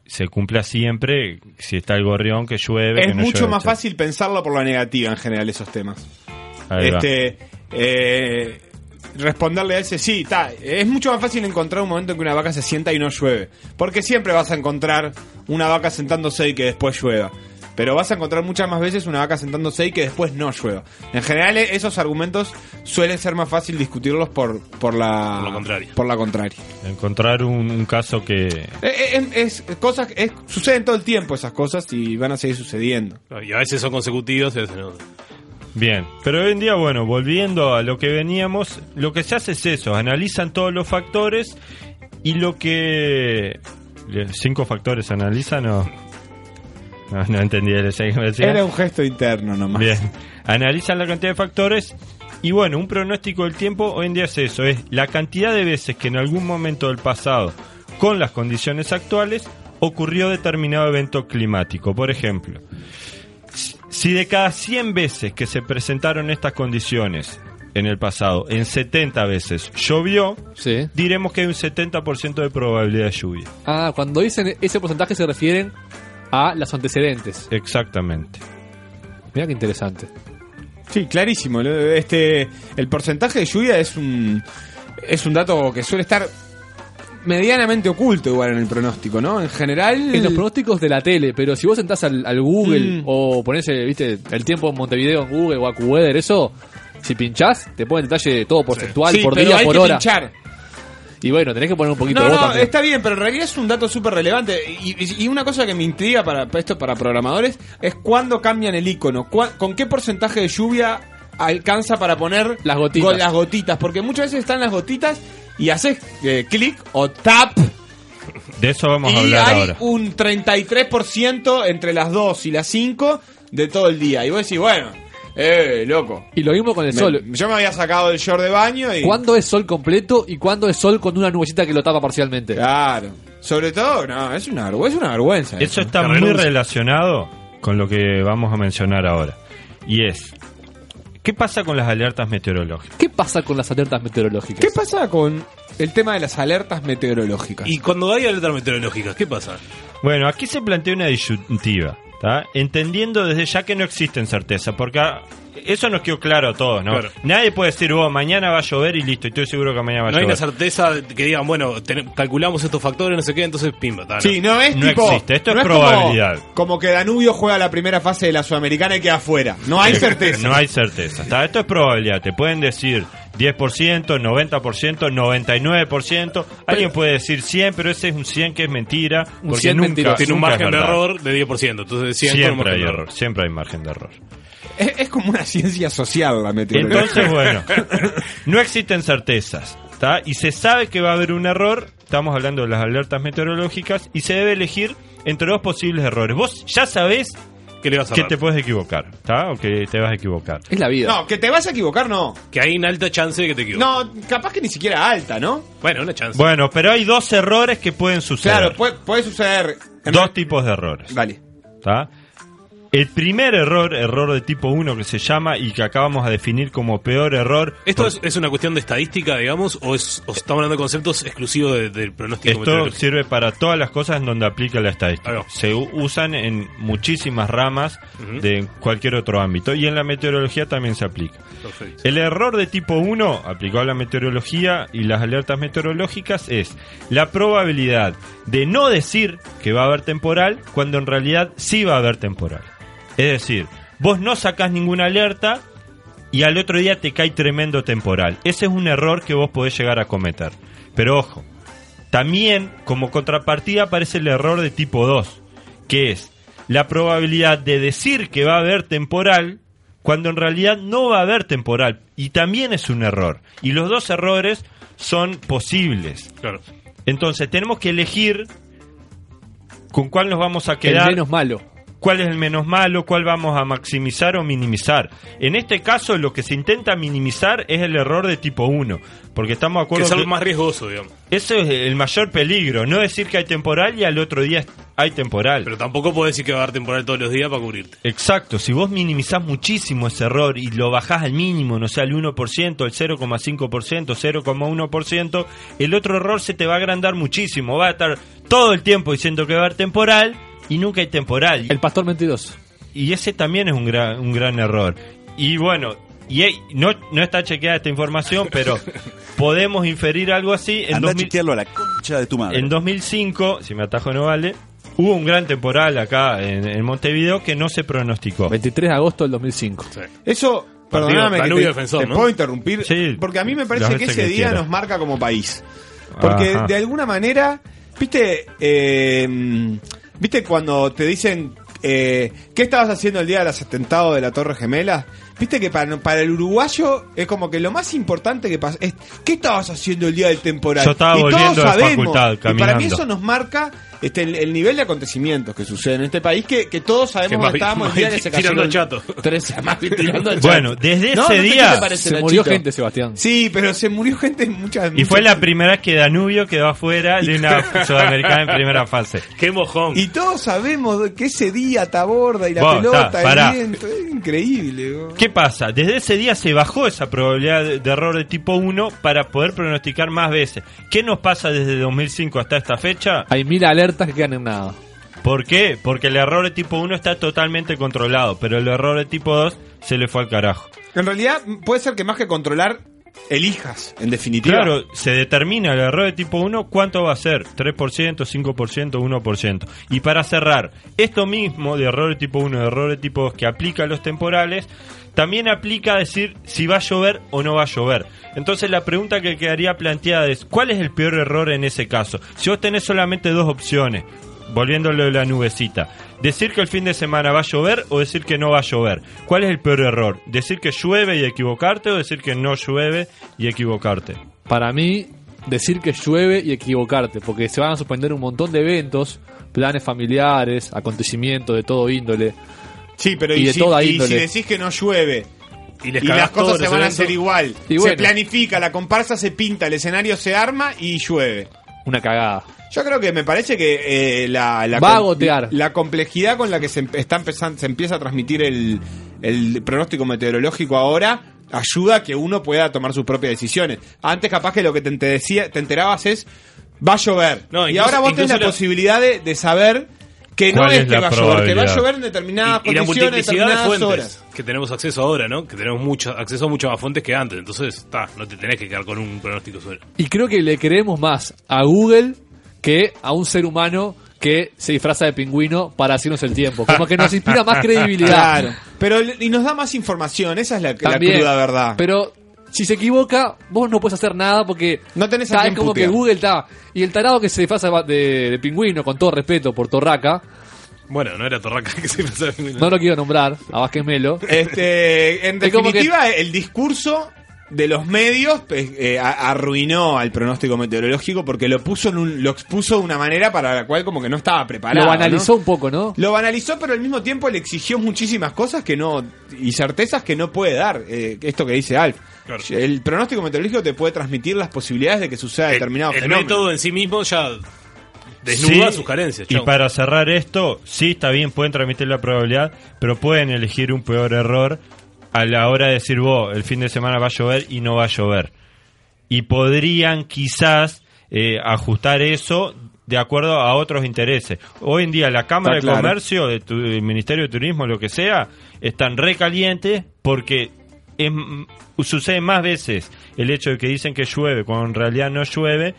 [SPEAKER 7] se cumpla siempre si está el gorrión que llueve. que
[SPEAKER 5] Es
[SPEAKER 7] no
[SPEAKER 5] mucho
[SPEAKER 7] llueve,
[SPEAKER 5] más
[SPEAKER 7] etcétera.
[SPEAKER 5] fácil pensarlo por la negativa en general esos temas.
[SPEAKER 7] Ahí va.
[SPEAKER 5] este, eh, responderle a ese sí, ta, es mucho más fácil encontrar un momento en que una vaca se sienta y no llueve, porque siempre vas a encontrar una vaca sentándose y que después llueva. Pero vas a encontrar muchas más veces una vaca sentándose y que después no llueva. En general, eh, esos argumentos suelen ser más fácil discutirlos por, por la. Por la contraria.
[SPEAKER 7] Encontrar un, un caso que.
[SPEAKER 5] Eh, eh, Es, es cosas, es- suceden todo el tiempo esas cosas y van a seguir sucediendo.
[SPEAKER 16] Y a veces son consecutivos y a veces no.
[SPEAKER 7] Bien, pero hoy en día, bueno, volviendo a lo que veníamos, lo que se hace es eso, analizan todos los factores y lo que... ¿Cinco factores analizan o...? (laughs) No, no entendí el ese que me decía.
[SPEAKER 5] Era un gesto interno nomás.
[SPEAKER 7] Bien. Analizan la cantidad de factores y bueno, un pronóstico del tiempo hoy en día es eso, es la cantidad de veces que en algún momento del pasado, con las condiciones actuales, ocurrió determinado evento climático. Por ejemplo, si de cada 100 veces que se presentaron estas condiciones en el pasado, en 70 veces llovió, diremos que hay un 70% de probabilidad de lluvia.
[SPEAKER 24] Ah, cuando dicen ese porcentaje se refieren a los antecedentes.
[SPEAKER 7] Exactamente.
[SPEAKER 24] Mira qué interesante.
[SPEAKER 5] Sí, clarísimo. Lo- Este, el porcentaje de lluvia es un es un dato que suele estar medianamente oculto igual en el pronóstico, ¿no? En general.
[SPEAKER 24] En los pronósticos de la tele, pero si vos sentás al, al
[SPEAKER 5] Mm.
[SPEAKER 24] Google o ponés eh, viste, el tiempo en Montevideo en Google o a AccuWeather, eso, si pinchás, te ponen detalle todo porcentual,
[SPEAKER 5] Sí,
[SPEAKER 24] por
[SPEAKER 5] pero
[SPEAKER 24] día,
[SPEAKER 5] hay
[SPEAKER 24] por
[SPEAKER 5] que
[SPEAKER 24] hora.
[SPEAKER 5] pinchar.
[SPEAKER 24] Y bueno, tenés que poner un poquito
[SPEAKER 5] No,
[SPEAKER 24] vos
[SPEAKER 5] no,
[SPEAKER 24] también.
[SPEAKER 5] está bien, pero en realidad es un dato súper relevante. Y, y- y una cosa que me intriga para para esto para programadores es cuándo cambian el icono. Cuá- ¿Con qué porcentaje de lluvia alcanza para poner las
[SPEAKER 24] gotitas.
[SPEAKER 5] Con las gotitas, porque muchas veces están las gotitas y haces eh, clic o tap
[SPEAKER 7] De eso vamos a
[SPEAKER 5] y
[SPEAKER 7] hablar
[SPEAKER 5] hay
[SPEAKER 7] ahora.
[SPEAKER 5] un 33% entre las 2 y las 5 de todo el día. Y vos decís, bueno, eh, loco.
[SPEAKER 24] Y lo mismo con el
[SPEAKER 5] Me-
[SPEAKER 24] sol.
[SPEAKER 5] Yo me había sacado el short de baño y.
[SPEAKER 24] ¿Cuándo es sol completo y cuándo es sol con una nubecita que lo tapa parcialmente?
[SPEAKER 5] Claro. Sobre todo, no, es una, vergüenza- es una vergüenza.
[SPEAKER 7] Eso está
[SPEAKER 5] Que
[SPEAKER 7] muy
[SPEAKER 5] renuncie.
[SPEAKER 7] relacionado con lo que vamos a mencionar ahora. Y es, ¿qué pasa con las alertas meteorológicas?
[SPEAKER 24] ¿Qué pasa con las alertas meteorológicas?
[SPEAKER 5] ¿Qué pasa con el tema de las alertas meteorológicas?
[SPEAKER 16] Y cuando hay alertas meteorológicas, ¿qué pasa?
[SPEAKER 7] Bueno, aquí se plantea una disyuntiva, ¿tá? entendiendo desde ya que no existen certezas, porque ah, eso nos quedó claro a todos, ¿no?
[SPEAKER 16] Claro.
[SPEAKER 7] Nadie puede decir, oh, mañana va a llover y listo, y estoy seguro que mañana va a
[SPEAKER 16] No hay una
[SPEAKER 7] llover.
[SPEAKER 16] certeza de que digan, bueno, ten- calculamos estos factores, no sé qué, entonces pimba. ta,
[SPEAKER 5] Sí, no es tipo. no
[SPEAKER 16] como-
[SPEAKER 5] como- Como, que Danubio juega la primera fase de la Sudamericana y queda afuera. No hay certeza.
[SPEAKER 7] (laughs) No hay certeza. Está, Esto es probabilidad. Te pueden decir 10%, 90%, 99%. Alguien puede decir 100, pero ese es un 100 que es mentira.
[SPEAKER 16] Un
[SPEAKER 7] porque
[SPEAKER 16] 100
[SPEAKER 7] nunca,
[SPEAKER 16] mentiroso. Tiene un
[SPEAKER 7] nunca es
[SPEAKER 16] margen de
[SPEAKER 7] verdad.
[SPEAKER 16] error de 10%. Entonces, 100 con un
[SPEAKER 7] Siempre
[SPEAKER 16] margen
[SPEAKER 7] hay
[SPEAKER 16] de
[SPEAKER 7] error. Siempre hay margen de error.
[SPEAKER 5] Es, es como una ciencia social la meteorología.
[SPEAKER 16] (laughs)
[SPEAKER 7] Entonces, bueno, no existen certezas. ¿tá? Y se sabe que va a haber un error. Estamos hablando de las alertas meteorológicas. Y se debe elegir entre dos posibles errores. Vos ya sabés
[SPEAKER 16] que,
[SPEAKER 7] le
[SPEAKER 16] vas a errar.
[SPEAKER 7] te puedes equivocar. ¿tá? O que te vas a equivocar.
[SPEAKER 24] Es la vida.
[SPEAKER 5] No, que te vas a equivocar, no.
[SPEAKER 16] Que hay una alta chance de que te equivoques.
[SPEAKER 5] No, capaz que ni siquiera alta, ¿no?
[SPEAKER 16] Bueno, una chance.
[SPEAKER 7] Bueno, pero hay dos errores que pueden suceder.
[SPEAKER 5] Claro, puede, puede suceder.
[SPEAKER 7] Dos tipos de errores.
[SPEAKER 5] Vale.
[SPEAKER 7] ¿Tá? El primer error, error de tipo 1 que se llama y que acabamos a definir como peor error,
[SPEAKER 16] ¿Esto es, es una cuestión de estadística, digamos, o, es, o estamos hablando de conceptos exclusivos de- del pronóstico
[SPEAKER 7] Esto
[SPEAKER 16] meteorológico?
[SPEAKER 7] sirve para todas las cosas en donde aplica la estadística. Se u- usan en muchísimas ramas
[SPEAKER 16] Ujú.
[SPEAKER 7] de cualquier otro ámbito y en la meteorología también se aplica.
[SPEAKER 16] Perfecto.
[SPEAKER 7] El error de tipo 1 aplicado a la meteorología y las alertas meteorológicas es la probabilidad de no decir que va a haber temporal cuando en realidad sí va a haber temporal. Es decir, vos no sacás ninguna alerta y al otro día te cae tremendo temporal. Ese es un error que vos podés llegar a cometer. Pero ojo, también como contrapartida aparece el error de tipo 2, que es la probabilidad de decir que va a haber temporal cuando en realidad no va a haber temporal. Y también es un error. Y los dos errores son posibles.
[SPEAKER 16] Claro.
[SPEAKER 7] Entonces tenemos que elegir con cuál nos vamos a
[SPEAKER 24] El
[SPEAKER 7] quedar.
[SPEAKER 24] menos malo.
[SPEAKER 7] ¿Cuál es el menos malo? ¿Cuál vamos a maximizar o minimizar? En este caso, lo que se intenta minimizar es el error de tipo 1. Porque estamos de
[SPEAKER 16] Que
[SPEAKER 7] acuerdo
[SPEAKER 16] es algo
[SPEAKER 7] que-
[SPEAKER 16] más riesgoso, digamos.
[SPEAKER 7] eso es el mayor peligro, no decir que hay temporal y al otro día hay temporal.
[SPEAKER 16] Pero tampoco puedes decir que va a haber temporal todos los días para cubrirte.
[SPEAKER 7] Exacto, si vos minimizás muchísimo ese error y lo bajás al mínimo, no sé, al 1%, al 0,5%, 0,1%, el otro error se te va a agrandar muchísimo. Va a estar todo el tiempo diciendo que va a haber temporal y nunca hay temporal. El
[SPEAKER 24] pastor mentiroso.
[SPEAKER 7] Y ese también es un gran, un gran error. Y bueno, y hay- no, no está chequeada esta información,
[SPEAKER 24] (laughs)
[SPEAKER 7] pero podemos inferir algo así. En
[SPEAKER 15] Anda a
[SPEAKER 7] 2000
[SPEAKER 15] chequearlo a la concha de tu madre.
[SPEAKER 7] en 2005, si me atajo no vale, Hubo un gran temporal acá en, en Montevideo que no se pronosticó.
[SPEAKER 24] 23 de agosto del 2005.
[SPEAKER 5] Eso,
[SPEAKER 7] Partido
[SPEAKER 5] perdóname, que
[SPEAKER 7] Danubio
[SPEAKER 5] te,
[SPEAKER 7] Defensor,
[SPEAKER 5] te
[SPEAKER 7] ¿no?
[SPEAKER 5] puedo interrumpir,
[SPEAKER 7] Sí,
[SPEAKER 5] porque a mí me
[SPEAKER 7] las
[SPEAKER 5] parece que
[SPEAKER 7] veces
[SPEAKER 5] ese
[SPEAKER 7] que
[SPEAKER 5] día
[SPEAKER 7] quieras.
[SPEAKER 5] nos marca como país. Porque
[SPEAKER 7] Ajá.
[SPEAKER 5] de alguna manera, viste, eh, viste cuando te dicen, eh, ¿qué estabas haciendo el día del atentado de la Torre Gemela? Viste que para, para el uruguayo es como que lo más importante que pasa es, ¿qué estabas haciendo el día del temporal?
[SPEAKER 7] Yo estaba
[SPEAKER 5] y todos
[SPEAKER 7] volviendo de
[SPEAKER 5] sabemos,
[SPEAKER 7] facultad,
[SPEAKER 5] y para mí
[SPEAKER 7] caminando.
[SPEAKER 5] eso nos marca este, el, el nivel de acontecimientos que suceden en este país, que, que todos
[SPEAKER 16] Que
[SPEAKER 5] sabemos
[SPEAKER 16] más
[SPEAKER 5] dónde
[SPEAKER 16] bien-
[SPEAKER 5] estábamos el día que se cayó
[SPEAKER 16] tirando
[SPEAKER 5] el-
[SPEAKER 16] chato.
[SPEAKER 5] (laughs)
[SPEAKER 24] Tres,
[SPEAKER 5] más bien tirando al chat.
[SPEAKER 7] Bueno, desde
[SPEAKER 5] No,
[SPEAKER 7] ese
[SPEAKER 5] no sé
[SPEAKER 7] día
[SPEAKER 5] qué te parece,
[SPEAKER 24] Se
[SPEAKER 5] Nachito.
[SPEAKER 24] murió gente, Sebastián.
[SPEAKER 5] Sí, pero se murió gente en muchas.
[SPEAKER 7] Y fue la primera vez que Danubio quedó afuera de
[SPEAKER 24] (laughs)
[SPEAKER 7] una sudamericana en primera fase.
[SPEAKER 16] Qué mojón.
[SPEAKER 5] Y todos sabemos de que ese día Taborda y la
[SPEAKER 7] Vos,
[SPEAKER 5] pelota,
[SPEAKER 7] ta,
[SPEAKER 5] el
[SPEAKER 7] pará.
[SPEAKER 5] viento, es increíble. vos.
[SPEAKER 7] ¿Qué pasa? Desde ese día se bajó esa probabilidad de- de error de tipo 1 para poder pronosticar más veces. ¿Qué nos pasa desde 2005 hasta esta fecha?
[SPEAKER 24] Hay mil alertas que quedan en nada.
[SPEAKER 7] ¿Por qué? Porque el error de tipo 1 está totalmente controlado, pero el error de tipo 2 se le fue al carajo.
[SPEAKER 5] En realidad, puede ser que más que controlar, elijas, en definitiva.
[SPEAKER 7] Claro, se determina el error de tipo 1, ¿cuánto va a ser? 3%, 5%, 1%. Y para cerrar, esto mismo de error de tipo 1, de error de tipo 2 que aplica a los temporales, también aplica a decir si va a llover o no va a llover. Entonces la pregunta que quedaría planteada es, ¿cuál es el peor error en ese caso? Si vos tenés solamente dos opciones, volviendo a lo de la nubecita, decir que el fin de semana va a llover o decir que no va a llover. ¿Cuál es el peor error? ¿Decir que llueve y equivocarte o decir que no llueve y equivocarte?
[SPEAKER 24] Para mí, decir que llueve y equivocarte, porque se van a suspender un montón de eventos, planes familiares, acontecimientos de todo índole.
[SPEAKER 5] Sí, pero
[SPEAKER 24] y,
[SPEAKER 5] y,
[SPEAKER 24] de
[SPEAKER 5] si,
[SPEAKER 24] toda
[SPEAKER 5] y si
[SPEAKER 24] índole.
[SPEAKER 5] decís que no llueve. Y,
[SPEAKER 24] les
[SPEAKER 5] las
[SPEAKER 24] cagás
[SPEAKER 5] cosas
[SPEAKER 24] todos
[SPEAKER 5] se
[SPEAKER 24] los
[SPEAKER 5] van a
[SPEAKER 24] eventos.
[SPEAKER 5] hacer igual.
[SPEAKER 24] Y bueno.
[SPEAKER 5] Se planifica, la comparsa se pinta, el escenario se arma y llueve.
[SPEAKER 24] Una cagada.
[SPEAKER 5] Yo creo que me parece que eh, la, la,
[SPEAKER 24] Va a
[SPEAKER 5] com-
[SPEAKER 24] gotear.
[SPEAKER 5] la complejidad con la que se, em- está empezando, se empieza a transmitir el, el pronóstico meteorológico ahora ayuda a que uno pueda tomar sus propias decisiones. Antes capaz que lo que te, te decía, te enterabas es va a llover.
[SPEAKER 16] No,
[SPEAKER 5] y
[SPEAKER 16] incluso-
[SPEAKER 5] ahora vos tenés la
[SPEAKER 16] incluso la-
[SPEAKER 5] posibilidad de, de saber que no
[SPEAKER 7] ¿Cuál
[SPEAKER 5] es,
[SPEAKER 7] es
[SPEAKER 5] que
[SPEAKER 7] la
[SPEAKER 5] va a llover, que va a
[SPEAKER 7] probabilidad?
[SPEAKER 5] llover en determinadas
[SPEAKER 16] y la
[SPEAKER 5] condiciones, en
[SPEAKER 16] multiplicidad de
[SPEAKER 5] determinadas
[SPEAKER 16] fuentes
[SPEAKER 5] horas.
[SPEAKER 16] que tenemos acceso ahora, ¿no? Que tenemos mucho, acceso a muchas más fuentes que antes. Entonces, está, no te tenés que quedar con un pronóstico solo.
[SPEAKER 24] Y creo que le creemos más a Google que a un ser humano que se disfraza de pingüino para hacernos el tiempo. Como que nos inspira
[SPEAKER 5] (laughs)
[SPEAKER 24] más credibilidad.
[SPEAKER 5] Claro. Pero el- y nos da más información, esa es la, la
[SPEAKER 24] También.
[SPEAKER 5] cruda verdad.
[SPEAKER 24] Pero si se equivoca, vos no puedes hacer nada porque
[SPEAKER 5] no tenés
[SPEAKER 24] está,
[SPEAKER 5] a quién
[SPEAKER 24] es como
[SPEAKER 5] putear.
[SPEAKER 24] que Google está. Y el tarado que se disfraza de, de pingüino, con todo respeto por Torraca,
[SPEAKER 16] Bueno, no era Torraca que se pensaba en
[SPEAKER 24] no lo quiero nombrar, a Vázquez Melo.
[SPEAKER 5] Este, en
[SPEAKER 24] Es como que-
[SPEAKER 5] definitiva, el discurso de los medios pues, eh, a- arruinó al pronóstico meteorológico porque lo puso en un- lo expuso de una manera para la cual como que no estaba preparado.
[SPEAKER 24] lo
[SPEAKER 5] ¿no?
[SPEAKER 24] analizó un poco, ¿no?
[SPEAKER 5] Lo banalizó, pero al mismo tiempo le exigió muchísimas cosas que no y certezas que no puede dar. eh, esto que dice Alf. El pronóstico meteorológico te puede transmitir las posibilidades de que suceda determinado
[SPEAKER 16] El
[SPEAKER 5] fenómeno.
[SPEAKER 16] método en sí mismo ya desnuda
[SPEAKER 7] Sí,
[SPEAKER 16] sus carencias.
[SPEAKER 7] Y
[SPEAKER 16] chau.
[SPEAKER 7] para cerrar esto, sí, está bien, pueden transmitir la probabilidad, pero pueden elegir un peor error a la hora de decir, vos, el fin de semana va a llover y no va a llover. Y podrían quizás eh, ajustar eso de acuerdo a otros intereses. Hoy en día la Cámara
[SPEAKER 5] Está
[SPEAKER 7] de
[SPEAKER 5] claro.
[SPEAKER 7] Comercio, de tu- del Ministerio de Turismo, lo que sea, están recalientes porque es m- sucede más veces el hecho de que dicen que llueve cuando en realidad no llueve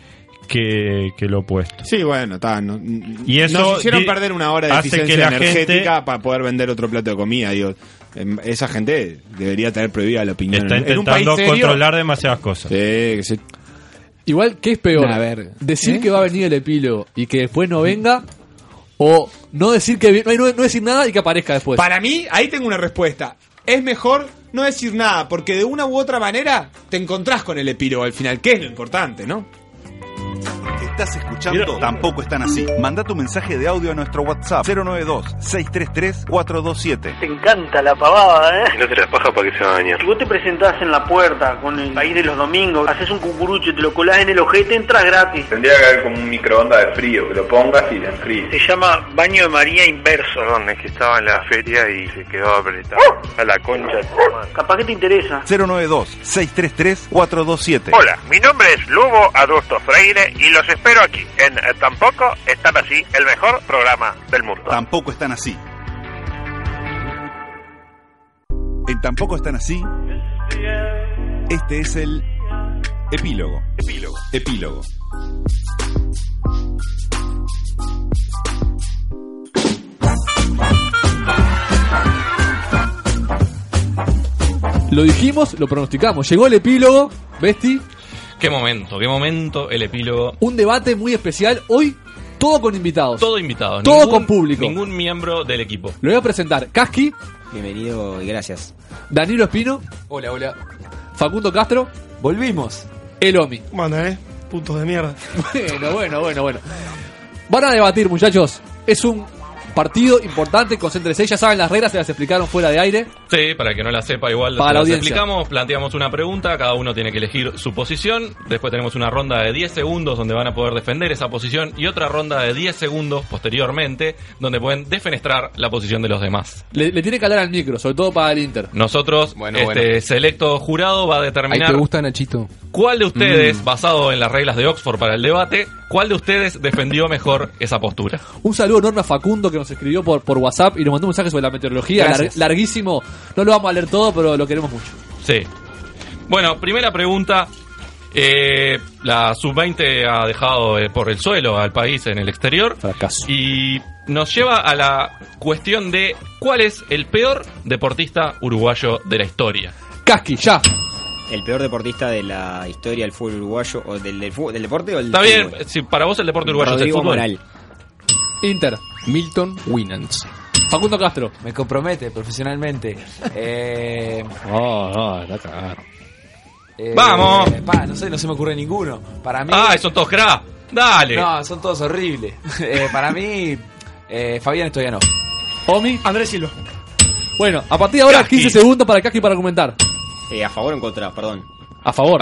[SPEAKER 7] que, que lo opuesto.
[SPEAKER 5] Sí, bueno, está. no-
[SPEAKER 7] Y eso
[SPEAKER 5] Nos hicieron
[SPEAKER 7] di-
[SPEAKER 5] perder una hora de
[SPEAKER 7] hace que
[SPEAKER 5] eficiencia
[SPEAKER 7] la
[SPEAKER 5] energética
[SPEAKER 7] gente-
[SPEAKER 5] para poder vender otro plato de comida. Digo, Em, esa gente debería tener prohibida la opinión.
[SPEAKER 7] Está
[SPEAKER 5] En- en un
[SPEAKER 7] intentando
[SPEAKER 5] país serio-
[SPEAKER 7] controlar demasiadas cosas.
[SPEAKER 5] Sí, que sí.
[SPEAKER 24] Igual, ¿qué es peor?
[SPEAKER 5] Una verga.
[SPEAKER 24] Decir que va a venir el epilo y que después no venga, o no decir que vi- no, no- no decir nada y que aparezca después.
[SPEAKER 5] Para mí, ahí tengo una respuesta. Es mejor no decir nada, porque de una u otra manera te encontrás con el epílogo al final, que es lo importante, ¿no?
[SPEAKER 1] Estás escuchando Tampoco están así. Manda tu mensaje de audio a nuestro WhatsApp 092-633-427.
[SPEAKER 3] Te encanta la pavada, ¿eh?
[SPEAKER 1] no te la paja para que se va a bañar.
[SPEAKER 3] Si vos te presentás en la puerta con el país de los domingos, haces un cucurucho, te lo colás en el ojete, entras gratis.
[SPEAKER 26] Tendría que haber como un microondas de frío, que lo pongas y te enfríes.
[SPEAKER 3] Se llama baño de María inverso.
[SPEAKER 26] Perdón, es que estaba en la feria y se quedó apretado.
[SPEAKER 5] ¡Uh!
[SPEAKER 26] A la concha.
[SPEAKER 3] Capaz que
[SPEAKER 7] (laughs)
[SPEAKER 3] te interesa.
[SPEAKER 1] 092-633-427.
[SPEAKER 26] Hola, mi nombre es Lugo Adusto Freire y los espero aquí en eh, Tampoco Están Así, el mejor programa del mundo.
[SPEAKER 1] Tampoco están así. En Tampoco están así. Este es el epílogo. Epílogo. Epílogo.
[SPEAKER 24] Lo dijimos, lo pronosticamos. Llegó el epílogo, Besti.
[SPEAKER 11] Qué momento, qué momento el epílogo.
[SPEAKER 24] Un debate muy especial. Hoy, todo con invitados.
[SPEAKER 11] Todo invitado.
[SPEAKER 24] Todo
[SPEAKER 11] ningún-
[SPEAKER 24] con público.
[SPEAKER 11] Ningún miembro del equipo.
[SPEAKER 24] Lo voy a presentar. Casqui,
[SPEAKER 17] Bienvenido y gracias.
[SPEAKER 24] Danilo Espino.
[SPEAKER 17] Hola, hola.
[SPEAKER 24] Facundo Castro. Volvimos. El Omi.
[SPEAKER 25] Bueno, eh. Puntos de mierda.
[SPEAKER 24] Bueno, bueno, bueno, bueno. Van a debatir, muchachos. Es un partido importante. Concéntrense. Ya saben las reglas, se las explicaron fuera de aire.
[SPEAKER 11] Sí, para el que no la sepa igual.
[SPEAKER 24] Para la
[SPEAKER 11] las
[SPEAKER 24] audiencia.
[SPEAKER 11] explicamos, planteamos una pregunta, cada uno tiene que elegir su posición, después tenemos una ronda de 10 segundos donde van a poder defender esa posición y otra ronda de 10 segundos posteriormente donde pueden defenestrar la posición de los demás.
[SPEAKER 24] Le, le tiene que hablar al micro, sobre todo para el Inter.
[SPEAKER 11] Nosotros, este
[SPEAKER 24] bueno.
[SPEAKER 11] selecto jurado va a
[SPEAKER 24] Ahí Mm.
[SPEAKER 11] determinar
[SPEAKER 24] Nachito.
[SPEAKER 11] cuál de ustedes, basado en las reglas de Oxford para el debate, cuál de ustedes defendió mejor esa postura.
[SPEAKER 24] Un saludo enorme a Facundo que nos escribió por, por WhatsApp y nos mandó un mensaje sobre la meteorología.
[SPEAKER 11] Gracias.
[SPEAKER 24] Lar- larguísimo. No lo vamos a leer todo, pero lo queremos mucho.
[SPEAKER 11] Sí. Bueno, primera pregunta. Eh, la sub-20 ha dejado eh, por el suelo al país en el exterior. Y nos lleva a la cuestión de cuál es el peor deportista uruguayo de la historia.
[SPEAKER 24] Casqui, ya.
[SPEAKER 17] El peor deportista de la historia del fútbol uruguayo, o del, del, fu- del deporte o del
[SPEAKER 11] Está bien,
[SPEAKER 17] fútbol.
[SPEAKER 11] si para vos el deporte uruguayo es
[SPEAKER 17] Rodrigo
[SPEAKER 11] el fútbol.
[SPEAKER 17] Moral.
[SPEAKER 24] Inter. Milton Winans. Facundo Castro.
[SPEAKER 18] Me compromete profesionalmente. Eh,
[SPEAKER 24] No, Oh, no, la cagaron.
[SPEAKER 18] eh,
[SPEAKER 11] Vamos.
[SPEAKER 18] pa, no sé, no se me ocurre ninguno. Para mí.
[SPEAKER 11] Ah, son todos cracks. Dale.
[SPEAKER 18] No, son todos horribles. (laughs) Eh, para mí, eh, Fabián Estoyanov.
[SPEAKER 24] Omi.
[SPEAKER 18] Andrés Silva.
[SPEAKER 24] Bueno, a partir de ahora, 15 segundos para Casqui para comentar.
[SPEAKER 17] Eh, a favor o en contra, perdón.
[SPEAKER 24] A favor.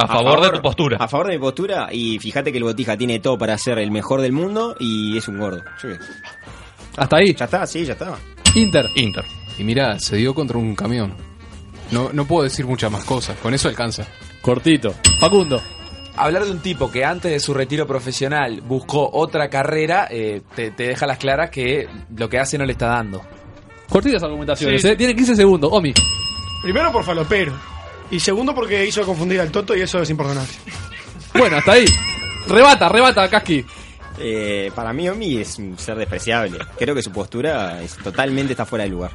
[SPEAKER 11] postura.
[SPEAKER 17] A favor de mi postura. Y fíjate que el Botija tiene todo para ser el mejor del mundo y es un gordo. Yo qué sé.
[SPEAKER 24] Hasta ahí.
[SPEAKER 17] Ya está, sí, ya está.
[SPEAKER 24] Inter.
[SPEAKER 11] Inter.
[SPEAKER 9] Y mira, se dio contra un camión. No, no puedo decir muchas más cosas, con eso alcanza.
[SPEAKER 24] Cortito. Facundo.
[SPEAKER 18] Hablar de un tipo que antes de su retiro profesional buscó otra carrera, eh, te, te deja las claras que lo que hace no le está dando.
[SPEAKER 24] Cortitas argumentaciones,
[SPEAKER 18] Sí.
[SPEAKER 24] ¿eh? Tiene 15 segundos. Omi.
[SPEAKER 25] Primero por falopero. Y segundo porque hizo confundir al Toto y eso es imperdonable.
[SPEAKER 24] Bueno, hasta ahí. Rebata, rebata, Casqui.
[SPEAKER 17] Eh, para mí, Omi es un ser despreciable. Creo que su postura es, totalmente está fuera
[SPEAKER 24] (laughs)
[SPEAKER 17] de lugar.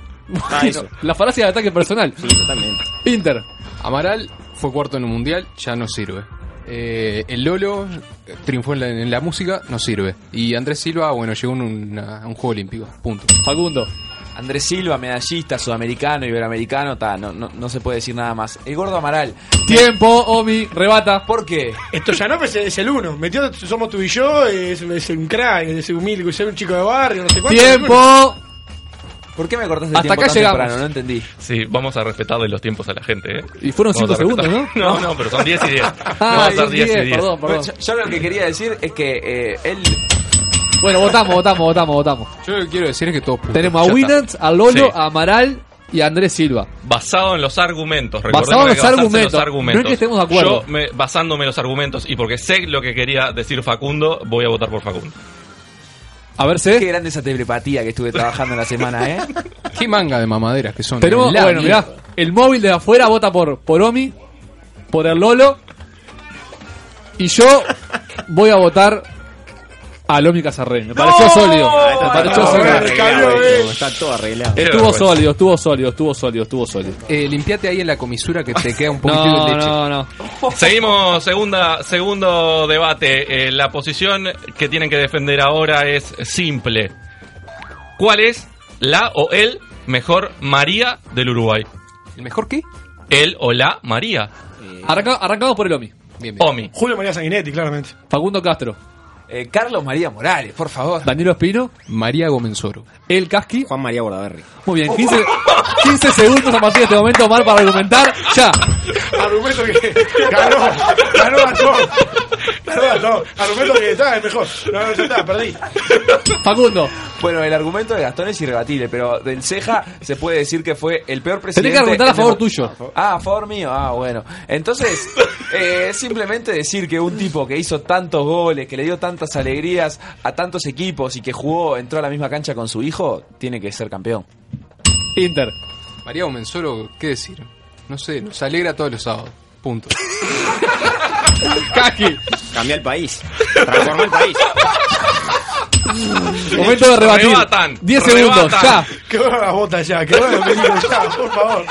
[SPEAKER 17] Ah, eso.
[SPEAKER 24] La falacia de ataque personal.
[SPEAKER 17] Sí, totalmente.
[SPEAKER 24] Inter.
[SPEAKER 9] Amaral fue cuarto en un mundial, ya no sirve. Eh, el Lolo eh, triunfó en la, en la música, no sirve. Y Andrés Silva, bueno, llegó a un, a un juego olímpico. Punto.
[SPEAKER 24] Facundo.
[SPEAKER 18] Andrés Silva, medallista, sudamericano, iberoamericano, ta, no, no, no se puede decir nada más. El gordo Amaral.
[SPEAKER 24] Tiempo, Omi, rebata.
[SPEAKER 18] ¿Por qué?
[SPEAKER 25] Esto ya no, es, es el uno. Metió Somos tú y yo, es, es un crack, es humilde, es un chico de barrio, no sé cuánto.
[SPEAKER 24] ¡Tiempo!
[SPEAKER 18] ¿Por qué me cortaste
[SPEAKER 11] Hasta
[SPEAKER 18] el tiempo
[SPEAKER 11] acá
[SPEAKER 18] tan
[SPEAKER 11] llegamos.
[SPEAKER 18] temprano? No entendí.
[SPEAKER 11] Sí, vamos a respetarle los tiempos a la gente. ¿eh?
[SPEAKER 18] Y fueron
[SPEAKER 11] Vamos
[SPEAKER 18] cinco
[SPEAKER 11] a
[SPEAKER 18] segundos,
[SPEAKER 11] respetar- No, no, pero son 10
[SPEAKER 18] (laughs)
[SPEAKER 11] y (laughs) 10.
[SPEAKER 18] Ah,
[SPEAKER 11] vamos a hacer 10 y 10.
[SPEAKER 18] Bueno, Yo, yo lo que quería decir es que eh, él
[SPEAKER 24] Bueno, votamos, votamos, votamos, votamos.
[SPEAKER 9] Yo lo que quiero decir es que todos
[SPEAKER 24] Tenemos a
[SPEAKER 11] Ya está.
[SPEAKER 24] Winans, a Lolo,
[SPEAKER 11] Sí.
[SPEAKER 24] a Amaral y a Andrés Silva.
[SPEAKER 11] Basado en los argumentos,
[SPEAKER 24] Basado
[SPEAKER 11] recordemos
[SPEAKER 24] en los
[SPEAKER 11] que basarse
[SPEAKER 24] argumentos.
[SPEAKER 11] en los
[SPEAKER 24] No es que estemos de acuerdo.
[SPEAKER 11] Yo, me- basándome en los argumentos y porque sé lo que quería decir Facundo, voy a votar por Facundo.
[SPEAKER 24] A ver, sé.
[SPEAKER 18] Qué grande esa telepatía que estuve trabajando en la semana, ¿eh?
[SPEAKER 9] (laughs) Qué manga de mamaderas que son.
[SPEAKER 24] Tenemos,
[SPEAKER 9] La
[SPEAKER 24] bueno, mirá,
[SPEAKER 9] mierda.
[SPEAKER 24] el móvil de afuera vota por, por Omi, por el Lolo. Y yo voy a votar al Omi Casarrey. Me pareció sólido. Me pareció sólido.
[SPEAKER 17] Está todo arreglado.
[SPEAKER 24] Estuvo sólido, estuvo sólido, estuvo sólido, estuvo sólido.
[SPEAKER 9] Eh, limpiate ahí en la comisura que te queda un poquito
[SPEAKER 24] No,
[SPEAKER 9] de leche.
[SPEAKER 24] no, no.
[SPEAKER 25] Oh.
[SPEAKER 11] Seguimos, segunda, segundo debate. Eh, la posición que tienen que defender ahora es simple. ¿Cuál es la o el mejor María del Uruguay?
[SPEAKER 9] ¿El mejor qué?
[SPEAKER 11] El o la María.
[SPEAKER 24] Arranca- arrancamos por el Omi.
[SPEAKER 11] Omi.
[SPEAKER 25] Julio María Sanguinetti, claramente.
[SPEAKER 24] Facundo Castro.
[SPEAKER 18] Eh, Carlos María Morales, por favor.
[SPEAKER 24] Danilo Espino.
[SPEAKER 9] María Gomenzoro.
[SPEAKER 24] El Casqui.
[SPEAKER 17] Juan María Bordaberry.
[SPEAKER 24] Muy bien, 15, 15 segundos a partir de este momento, Omar, para argumentar. Ya.
[SPEAKER 25] Argumento Ah, que ganó, ganó a todos. Ganó a todos. Argumento que está, es mejor. No, no, ya está, perdí.
[SPEAKER 24] Facundo.
[SPEAKER 18] Bueno, el argumento de Gastón es irrebatible, pero del Ceja se puede decir que fue el peor presidente.
[SPEAKER 24] Tenés que argumentar a
[SPEAKER 18] el demo-
[SPEAKER 24] favor tuyo.
[SPEAKER 18] Ah, a favor mío. Ah, bueno. Entonces, eh, simplemente decir que un tipo que hizo tantos goles, que le dio tantas alegrías a tantos equipos y que jugó, entró a la misma cancha con su hijo, tiene que ser campeón.
[SPEAKER 24] Inter.
[SPEAKER 9] María Gomenzoro, ¿qué decir? No sé, nos alegra todos los sábados.
[SPEAKER 24] (laughs)
[SPEAKER 9] Punto.
[SPEAKER 17] (laughs) Cambia el país. Transformó el país.
[SPEAKER 24] Momento de rebatir.
[SPEAKER 25] Rebatan,
[SPEAKER 24] 10 segundos,
[SPEAKER 25] rebatan.
[SPEAKER 24] ya.
[SPEAKER 25] Que vuelvan las botas ya, que vuelvan los pedidos ya, por favor.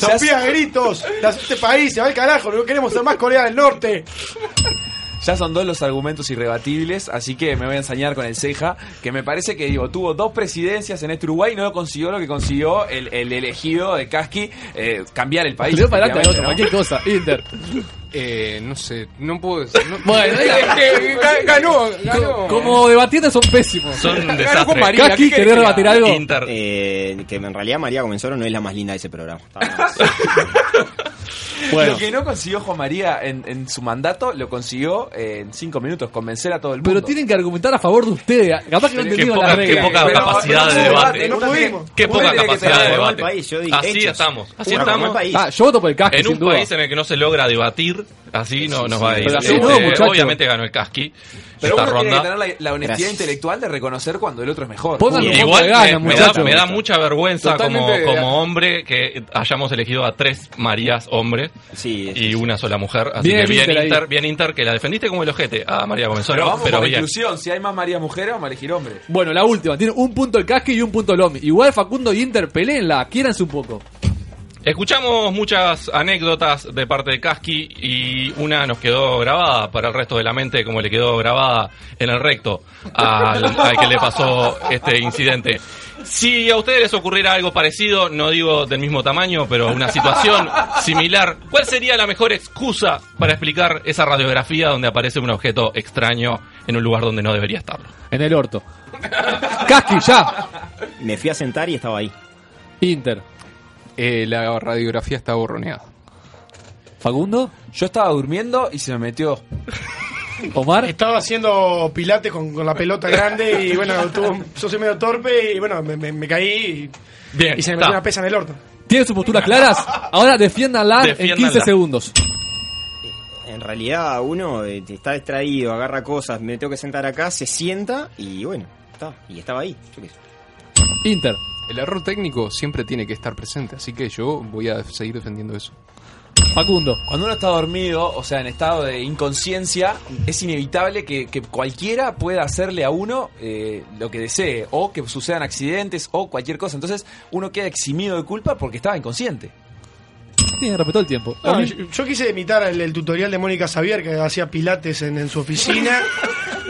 [SPEAKER 25] Nos pidan gritos, las este país se va al carajo, no queremos ser más Corea del Norte.
[SPEAKER 18] Ya son dos los argumentos irrebatibles, así que me voy a ensañar con el Ceja, que me parece que digo, tuvo dos presidencias en este Uruguay y no consiguió lo que consiguió el, el elegido de Casqui, eh, cambiar el país.
[SPEAKER 24] Le doy para adelante a otro, cualquier
[SPEAKER 9] cosa, Inter. Eh, no sé, no puedo decir. no-
[SPEAKER 24] Bueno,
[SPEAKER 9] (laughs) es que ga- ganó, ganó.
[SPEAKER 24] Como debatientes son pésimos.
[SPEAKER 9] Ganó con María.
[SPEAKER 24] Casqui,
[SPEAKER 9] ¿qué
[SPEAKER 24] ¿querés
[SPEAKER 9] querés
[SPEAKER 24] rebatir
[SPEAKER 9] que haga?
[SPEAKER 24] algo?
[SPEAKER 17] Eh, que en realidad María Comensoro no es la más linda de ese programa.
[SPEAKER 24] Eh,
[SPEAKER 18] Lo que no consiguió Juan María en, en su mandato, lo consiguió eh, en cinco minutos, convencer a todo el mundo.
[SPEAKER 24] Pero tienen que argumentar a favor de ustedes. Capaz que no entendieron las reglas.
[SPEAKER 11] Qué poca capacidad de debate. así
[SPEAKER 29] hechos.
[SPEAKER 11] estamos. Así
[SPEAKER 29] Bueno, como
[SPEAKER 11] estamos.
[SPEAKER 29] el país.
[SPEAKER 24] Ah, yo voto por el casqui,
[SPEAKER 11] En un
[SPEAKER 24] sin duda.
[SPEAKER 11] país en el que no se logra debatir, así no nos
[SPEAKER 18] sí.
[SPEAKER 11] va a ir.
[SPEAKER 18] Pero así
[SPEAKER 11] Este,
[SPEAKER 18] no, muchacho.
[SPEAKER 11] obviamente ganó el casqui.
[SPEAKER 18] Pero
[SPEAKER 11] esta
[SPEAKER 18] uno tiene que
[SPEAKER 11] ronda.
[SPEAKER 18] tener la, la honestidad
[SPEAKER 11] Gracias.
[SPEAKER 18] intelectual de reconocer cuando el otro es mejor.
[SPEAKER 11] Y Igual me- me, da, me da mucha vergüenza como,
[SPEAKER 18] Totalmente.
[SPEAKER 11] como hombre que hayamos elegido a tres Marías hombres y una sola mujer. Así
[SPEAKER 18] Bien
[SPEAKER 11] que bien
[SPEAKER 18] Inter
[SPEAKER 11] Inter,
[SPEAKER 18] ahí.
[SPEAKER 11] bien Inter, que la defendiste como el ojete a María Comenzó,
[SPEAKER 18] Pero vamos
[SPEAKER 11] pero
[SPEAKER 18] por
[SPEAKER 11] bien.
[SPEAKER 18] inclusión, si hay más Marías mujeres, vamos a elegir hombres.
[SPEAKER 24] Bueno, la última. Tiene un punto el casqui y un punto el Omi. Igual Facundo y Inter, peleenla. Quiéranse un poco.
[SPEAKER 11] Escuchamos muchas anécdotas de parte de Casqui y una nos quedó grabada para el resto de la mente, como le quedó grabada en el recto al, al que le pasó este incidente. Si a ustedes les ocurriera algo parecido, no digo del mismo tamaño, pero una situación similar, ¿cuál sería la mejor excusa para explicar esa radiografía donde aparece un objeto extraño en un lugar donde no debería estarlo?
[SPEAKER 24] En el orto. Casqui, ya.
[SPEAKER 17] Me fui a sentar y estaba ahí.
[SPEAKER 24] Inter.
[SPEAKER 9] Eh, la radiografía está borroneada.
[SPEAKER 24] ¿Facundo?
[SPEAKER 18] Yo estaba durmiendo y se me metió.
[SPEAKER 24] Omar.
[SPEAKER 25] Estaba haciendo pilates este, con, con la pelota grande y bueno, tuvo, un- yo soy medio torpe y bueno, me, me- me caí y,
[SPEAKER 24] Bien,
[SPEAKER 25] y se me metió
[SPEAKER 24] está.
[SPEAKER 25] una pesa en el orto.
[SPEAKER 24] ¿Tienen sus posturas claras? Ahora defiéndanla en
[SPEAKER 17] Defiéndanla.
[SPEAKER 24] 15 segundos.
[SPEAKER 17] En realidad uno eh, está distraído, agarra cosas, me tengo que sentar acá, se sienta y bueno, está. Y estaba ahí. Yo qué sé.
[SPEAKER 24] Inter.
[SPEAKER 9] El error técnico siempre tiene que estar presente, así que yo voy a seguir defendiendo eso.
[SPEAKER 24] Facundo.
[SPEAKER 18] Cuando uno está dormido, o sea, en estado de inconsciencia, es inevitable que, que cualquiera pueda hacerle a uno eh, lo que desee, o que sucedan accidentes, o cualquier cosa. Entonces, uno queda eximido de culpa porque estaba inconsciente.
[SPEAKER 24] Tiene respetó el tiempo.
[SPEAKER 25] No,
[SPEAKER 24] Omi.
[SPEAKER 25] yo, yo quise imitar el, el tutorial de Mónica Xavier que hacía pilates en, en su oficina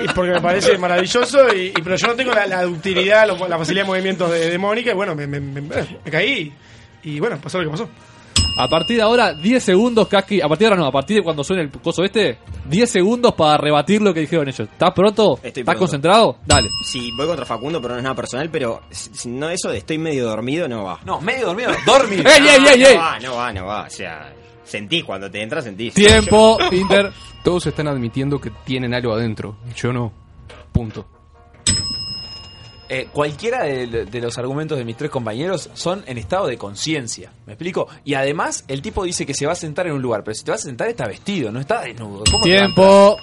[SPEAKER 25] y porque me parece maravilloso, y, y- pero yo no tengo la, la ductilidad, lo- la facilidad de movimientos de, de Mónica y bueno, me, me- me- me caí y bueno, pasó lo que pasó.
[SPEAKER 24] A partir de ahora, 10 segundos, Casqui. A partir de ahora no, a partir de cuando suene el coso este, 10 segundos para rebatir lo que dijeron ellos. ¿Estás pronto?
[SPEAKER 17] Estoy
[SPEAKER 24] ¿Estás
[SPEAKER 17] pronto.
[SPEAKER 24] concentrado? Dale.
[SPEAKER 17] Sí, voy contra Facundo, pero no es nada personal, pero si- si no eso de estoy medio dormido no va.
[SPEAKER 18] No, medio dormido, dormido.
[SPEAKER 17] No,
[SPEAKER 24] (laughs) ¡Ey, ey, ey, ey!
[SPEAKER 17] No va, no va, no va. O sea, sentís cuando te entras, sentís. (laughs)
[SPEAKER 24] Tiempo, Inter.
[SPEAKER 9] Todos están admitiendo que tienen algo adentro. Yo no. Punto.
[SPEAKER 18] Eh, cualquiera de, de los argumentos de mis tres compañeros son en estado de conciencia. ¿Me explico? Y además, el tipo dice que se va a sentar en un lugar, pero si te vas a sentar está vestido, no está desnudo. ¿Cómo te va a
[SPEAKER 24] Tiempo.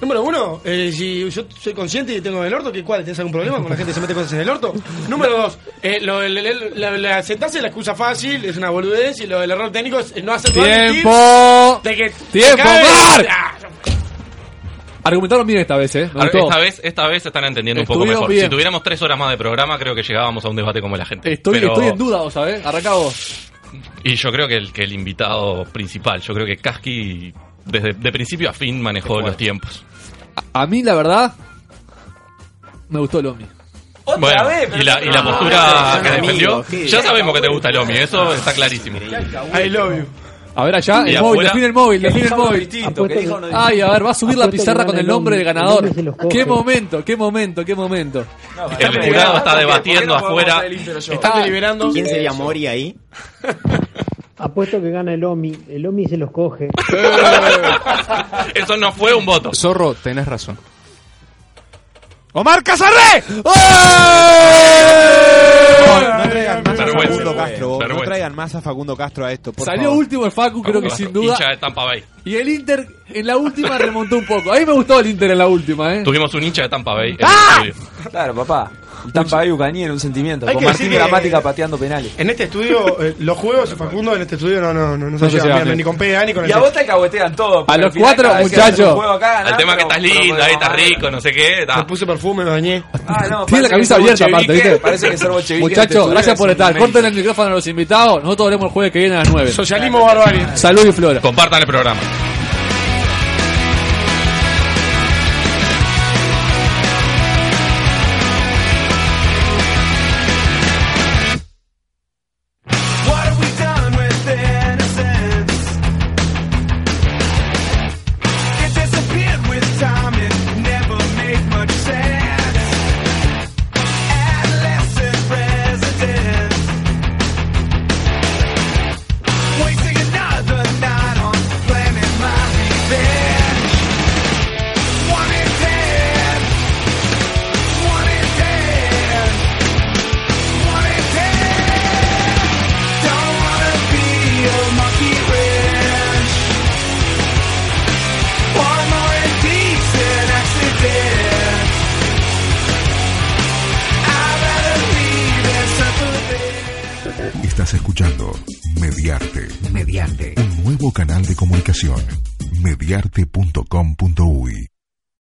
[SPEAKER 25] Número uno, eh, si yo soy consciente y tengo en el orto, ¿qué cuál? ¿Tienes algún problema con la gente que se mete cosas en
[SPEAKER 18] (laughs)
[SPEAKER 25] el orto? Número dos, eh, lo, del- el- la, la- sentarse es la excusa fácil, es una boludez, y lo del error técnico es eh, no hacer no admitir
[SPEAKER 24] ¡Tiempo!
[SPEAKER 25] de que
[SPEAKER 24] ¡Tiempo,
[SPEAKER 25] cabe-
[SPEAKER 24] Mar!
[SPEAKER 25] Ah,
[SPEAKER 24] Argumentaron bien esta vez, ¿eh? Me
[SPEAKER 11] Ar-
[SPEAKER 24] gustó.
[SPEAKER 11] Esta vez, esta vez están entendiendo un poco
[SPEAKER 24] Estuvieron
[SPEAKER 11] mejor.
[SPEAKER 24] bien.
[SPEAKER 11] Si tuviéramos tres horas más de programa, creo que llegábamos a un debate como la gente.
[SPEAKER 24] Estoy,
[SPEAKER 11] Pero-
[SPEAKER 24] estoy en duda, vos sabés. Arrancá vos.
[SPEAKER 11] Y yo creo que el, que el invitado principal, yo creo que Kaski desde de principio a fin manejó los tiempos.
[SPEAKER 24] A mí, la verdad, me gustó el Omi.
[SPEAKER 11] bueno,
[SPEAKER 24] vez, pero
[SPEAKER 11] y la, y la
[SPEAKER 24] no,
[SPEAKER 11] postura
[SPEAKER 24] no,
[SPEAKER 11] que
[SPEAKER 24] no,
[SPEAKER 11] defendió,
[SPEAKER 24] amigo, sí.
[SPEAKER 11] ya sabemos que te gusta el Omi, eso está clarísimo.
[SPEAKER 25] I love you.
[SPEAKER 24] A ver allá,
[SPEAKER 11] Y
[SPEAKER 24] el móvil,
[SPEAKER 11] afuera-
[SPEAKER 24] define el móvil,
[SPEAKER 11] que
[SPEAKER 24] define el
[SPEAKER 11] elija uno
[SPEAKER 24] móvil.
[SPEAKER 11] distinto, que elija uno
[SPEAKER 24] Ay, a
[SPEAKER 11] distinto.
[SPEAKER 24] ver, va a subir la
[SPEAKER 11] Apuesto que
[SPEAKER 24] pizarra
[SPEAKER 11] gana
[SPEAKER 24] con el
[SPEAKER 11] el
[SPEAKER 24] nombre del
[SPEAKER 11] hombre, el
[SPEAKER 24] ganador.
[SPEAKER 11] hombre se los coge.
[SPEAKER 24] Qué momento, qué momento, qué momento.
[SPEAKER 11] El jurado está debatiendo afuera.
[SPEAKER 24] Están deliberando.
[SPEAKER 17] Ah,
[SPEAKER 24] Eh,
[SPEAKER 17] ¿Quién sería Mori ahí?
[SPEAKER 12] Apuesto que gana el Omi. El Omi se los coge.
[SPEAKER 11] Eso no fue un voto.
[SPEAKER 9] Zorro, tenés razón.
[SPEAKER 5] ¡Omar Casarré!
[SPEAKER 24] Oh.
[SPEAKER 5] No, no traigan más a
[SPEAKER 11] Vergüenza.
[SPEAKER 5] Facundo Castro, vos. no
[SPEAKER 11] Vergüenza.
[SPEAKER 5] traigan más a Facundo Castro a esto. por
[SPEAKER 24] Salió
[SPEAKER 5] favor.
[SPEAKER 24] último el Facu, creo que sin duda.
[SPEAKER 11] Hincha de Tampa Bay.
[SPEAKER 24] Y el Inter en la última remontó un poco. A mí me gustó el Inter en la última, ¿eh? Ah.
[SPEAKER 11] Tuvimos un hincha de Tampa Bay. en el estudio.
[SPEAKER 18] Claro, papá. Tampa Bay Buccaneers, un sentimiento.
[SPEAKER 25] Hay
[SPEAKER 18] Con
[SPEAKER 25] que
[SPEAKER 18] Martín
[SPEAKER 25] decir que- eh,
[SPEAKER 18] Gramática pateando penales.
[SPEAKER 25] En este estudio, eh, los juegos, Facundo, en este estudio no, no, no, no se
[SPEAKER 18] No se
[SPEAKER 25] llevan
[SPEAKER 18] llevan
[SPEAKER 25] bien,
[SPEAKER 18] bien.
[SPEAKER 25] ni con PDA ni con el
[SPEAKER 18] Y a vos te alcahuetean todo. porque
[SPEAKER 25] A los
[SPEAKER 18] al final
[SPEAKER 25] cuatro,
[SPEAKER 18] cada vez que haces un
[SPEAKER 25] muchacho.
[SPEAKER 18] juego acá, ganás,
[SPEAKER 11] El tema es que
[SPEAKER 18] pero-
[SPEAKER 11] estás lindo, ahí estás rico, no sé qué. ta.
[SPEAKER 25] Me puse perfume, me bañé.
[SPEAKER 18] Ah, no,
[SPEAKER 24] Tiene la
[SPEAKER 18] parece
[SPEAKER 24] camisa
[SPEAKER 18] que
[SPEAKER 24] abierta,
[SPEAKER 18] ser
[SPEAKER 24] aparte,
[SPEAKER 18] bolchevique,
[SPEAKER 24] ¿viste?
[SPEAKER 18] Parece que ser este bolchevique te
[SPEAKER 24] Muchachos,
[SPEAKER 18] sube
[SPEAKER 24] gracias por
[SPEAKER 18] así,
[SPEAKER 24] estar.
[SPEAKER 18] me-
[SPEAKER 24] Corten el micrófono a los invitados. Nosotros veremos el jueves que viene a las 9.
[SPEAKER 25] Socialismo barbarie.
[SPEAKER 24] Salud y flora.
[SPEAKER 11] Compartan el programa.
[SPEAKER 4] What have we done with innocence? It disappeared with time, it never made much sense. Adolescent presidents. Wasting another night on planning my revenge. One in ten. One in ten. One in ten. Don't wanna be a monkey wrench. One more indecent accident. I'd rather leave than suffer this.
[SPEAKER 1] Estás escuchando Mediarte.
[SPEAKER 4] Mediarte.
[SPEAKER 1] Un nuevo canal de comunicación. Mediarte.com.uy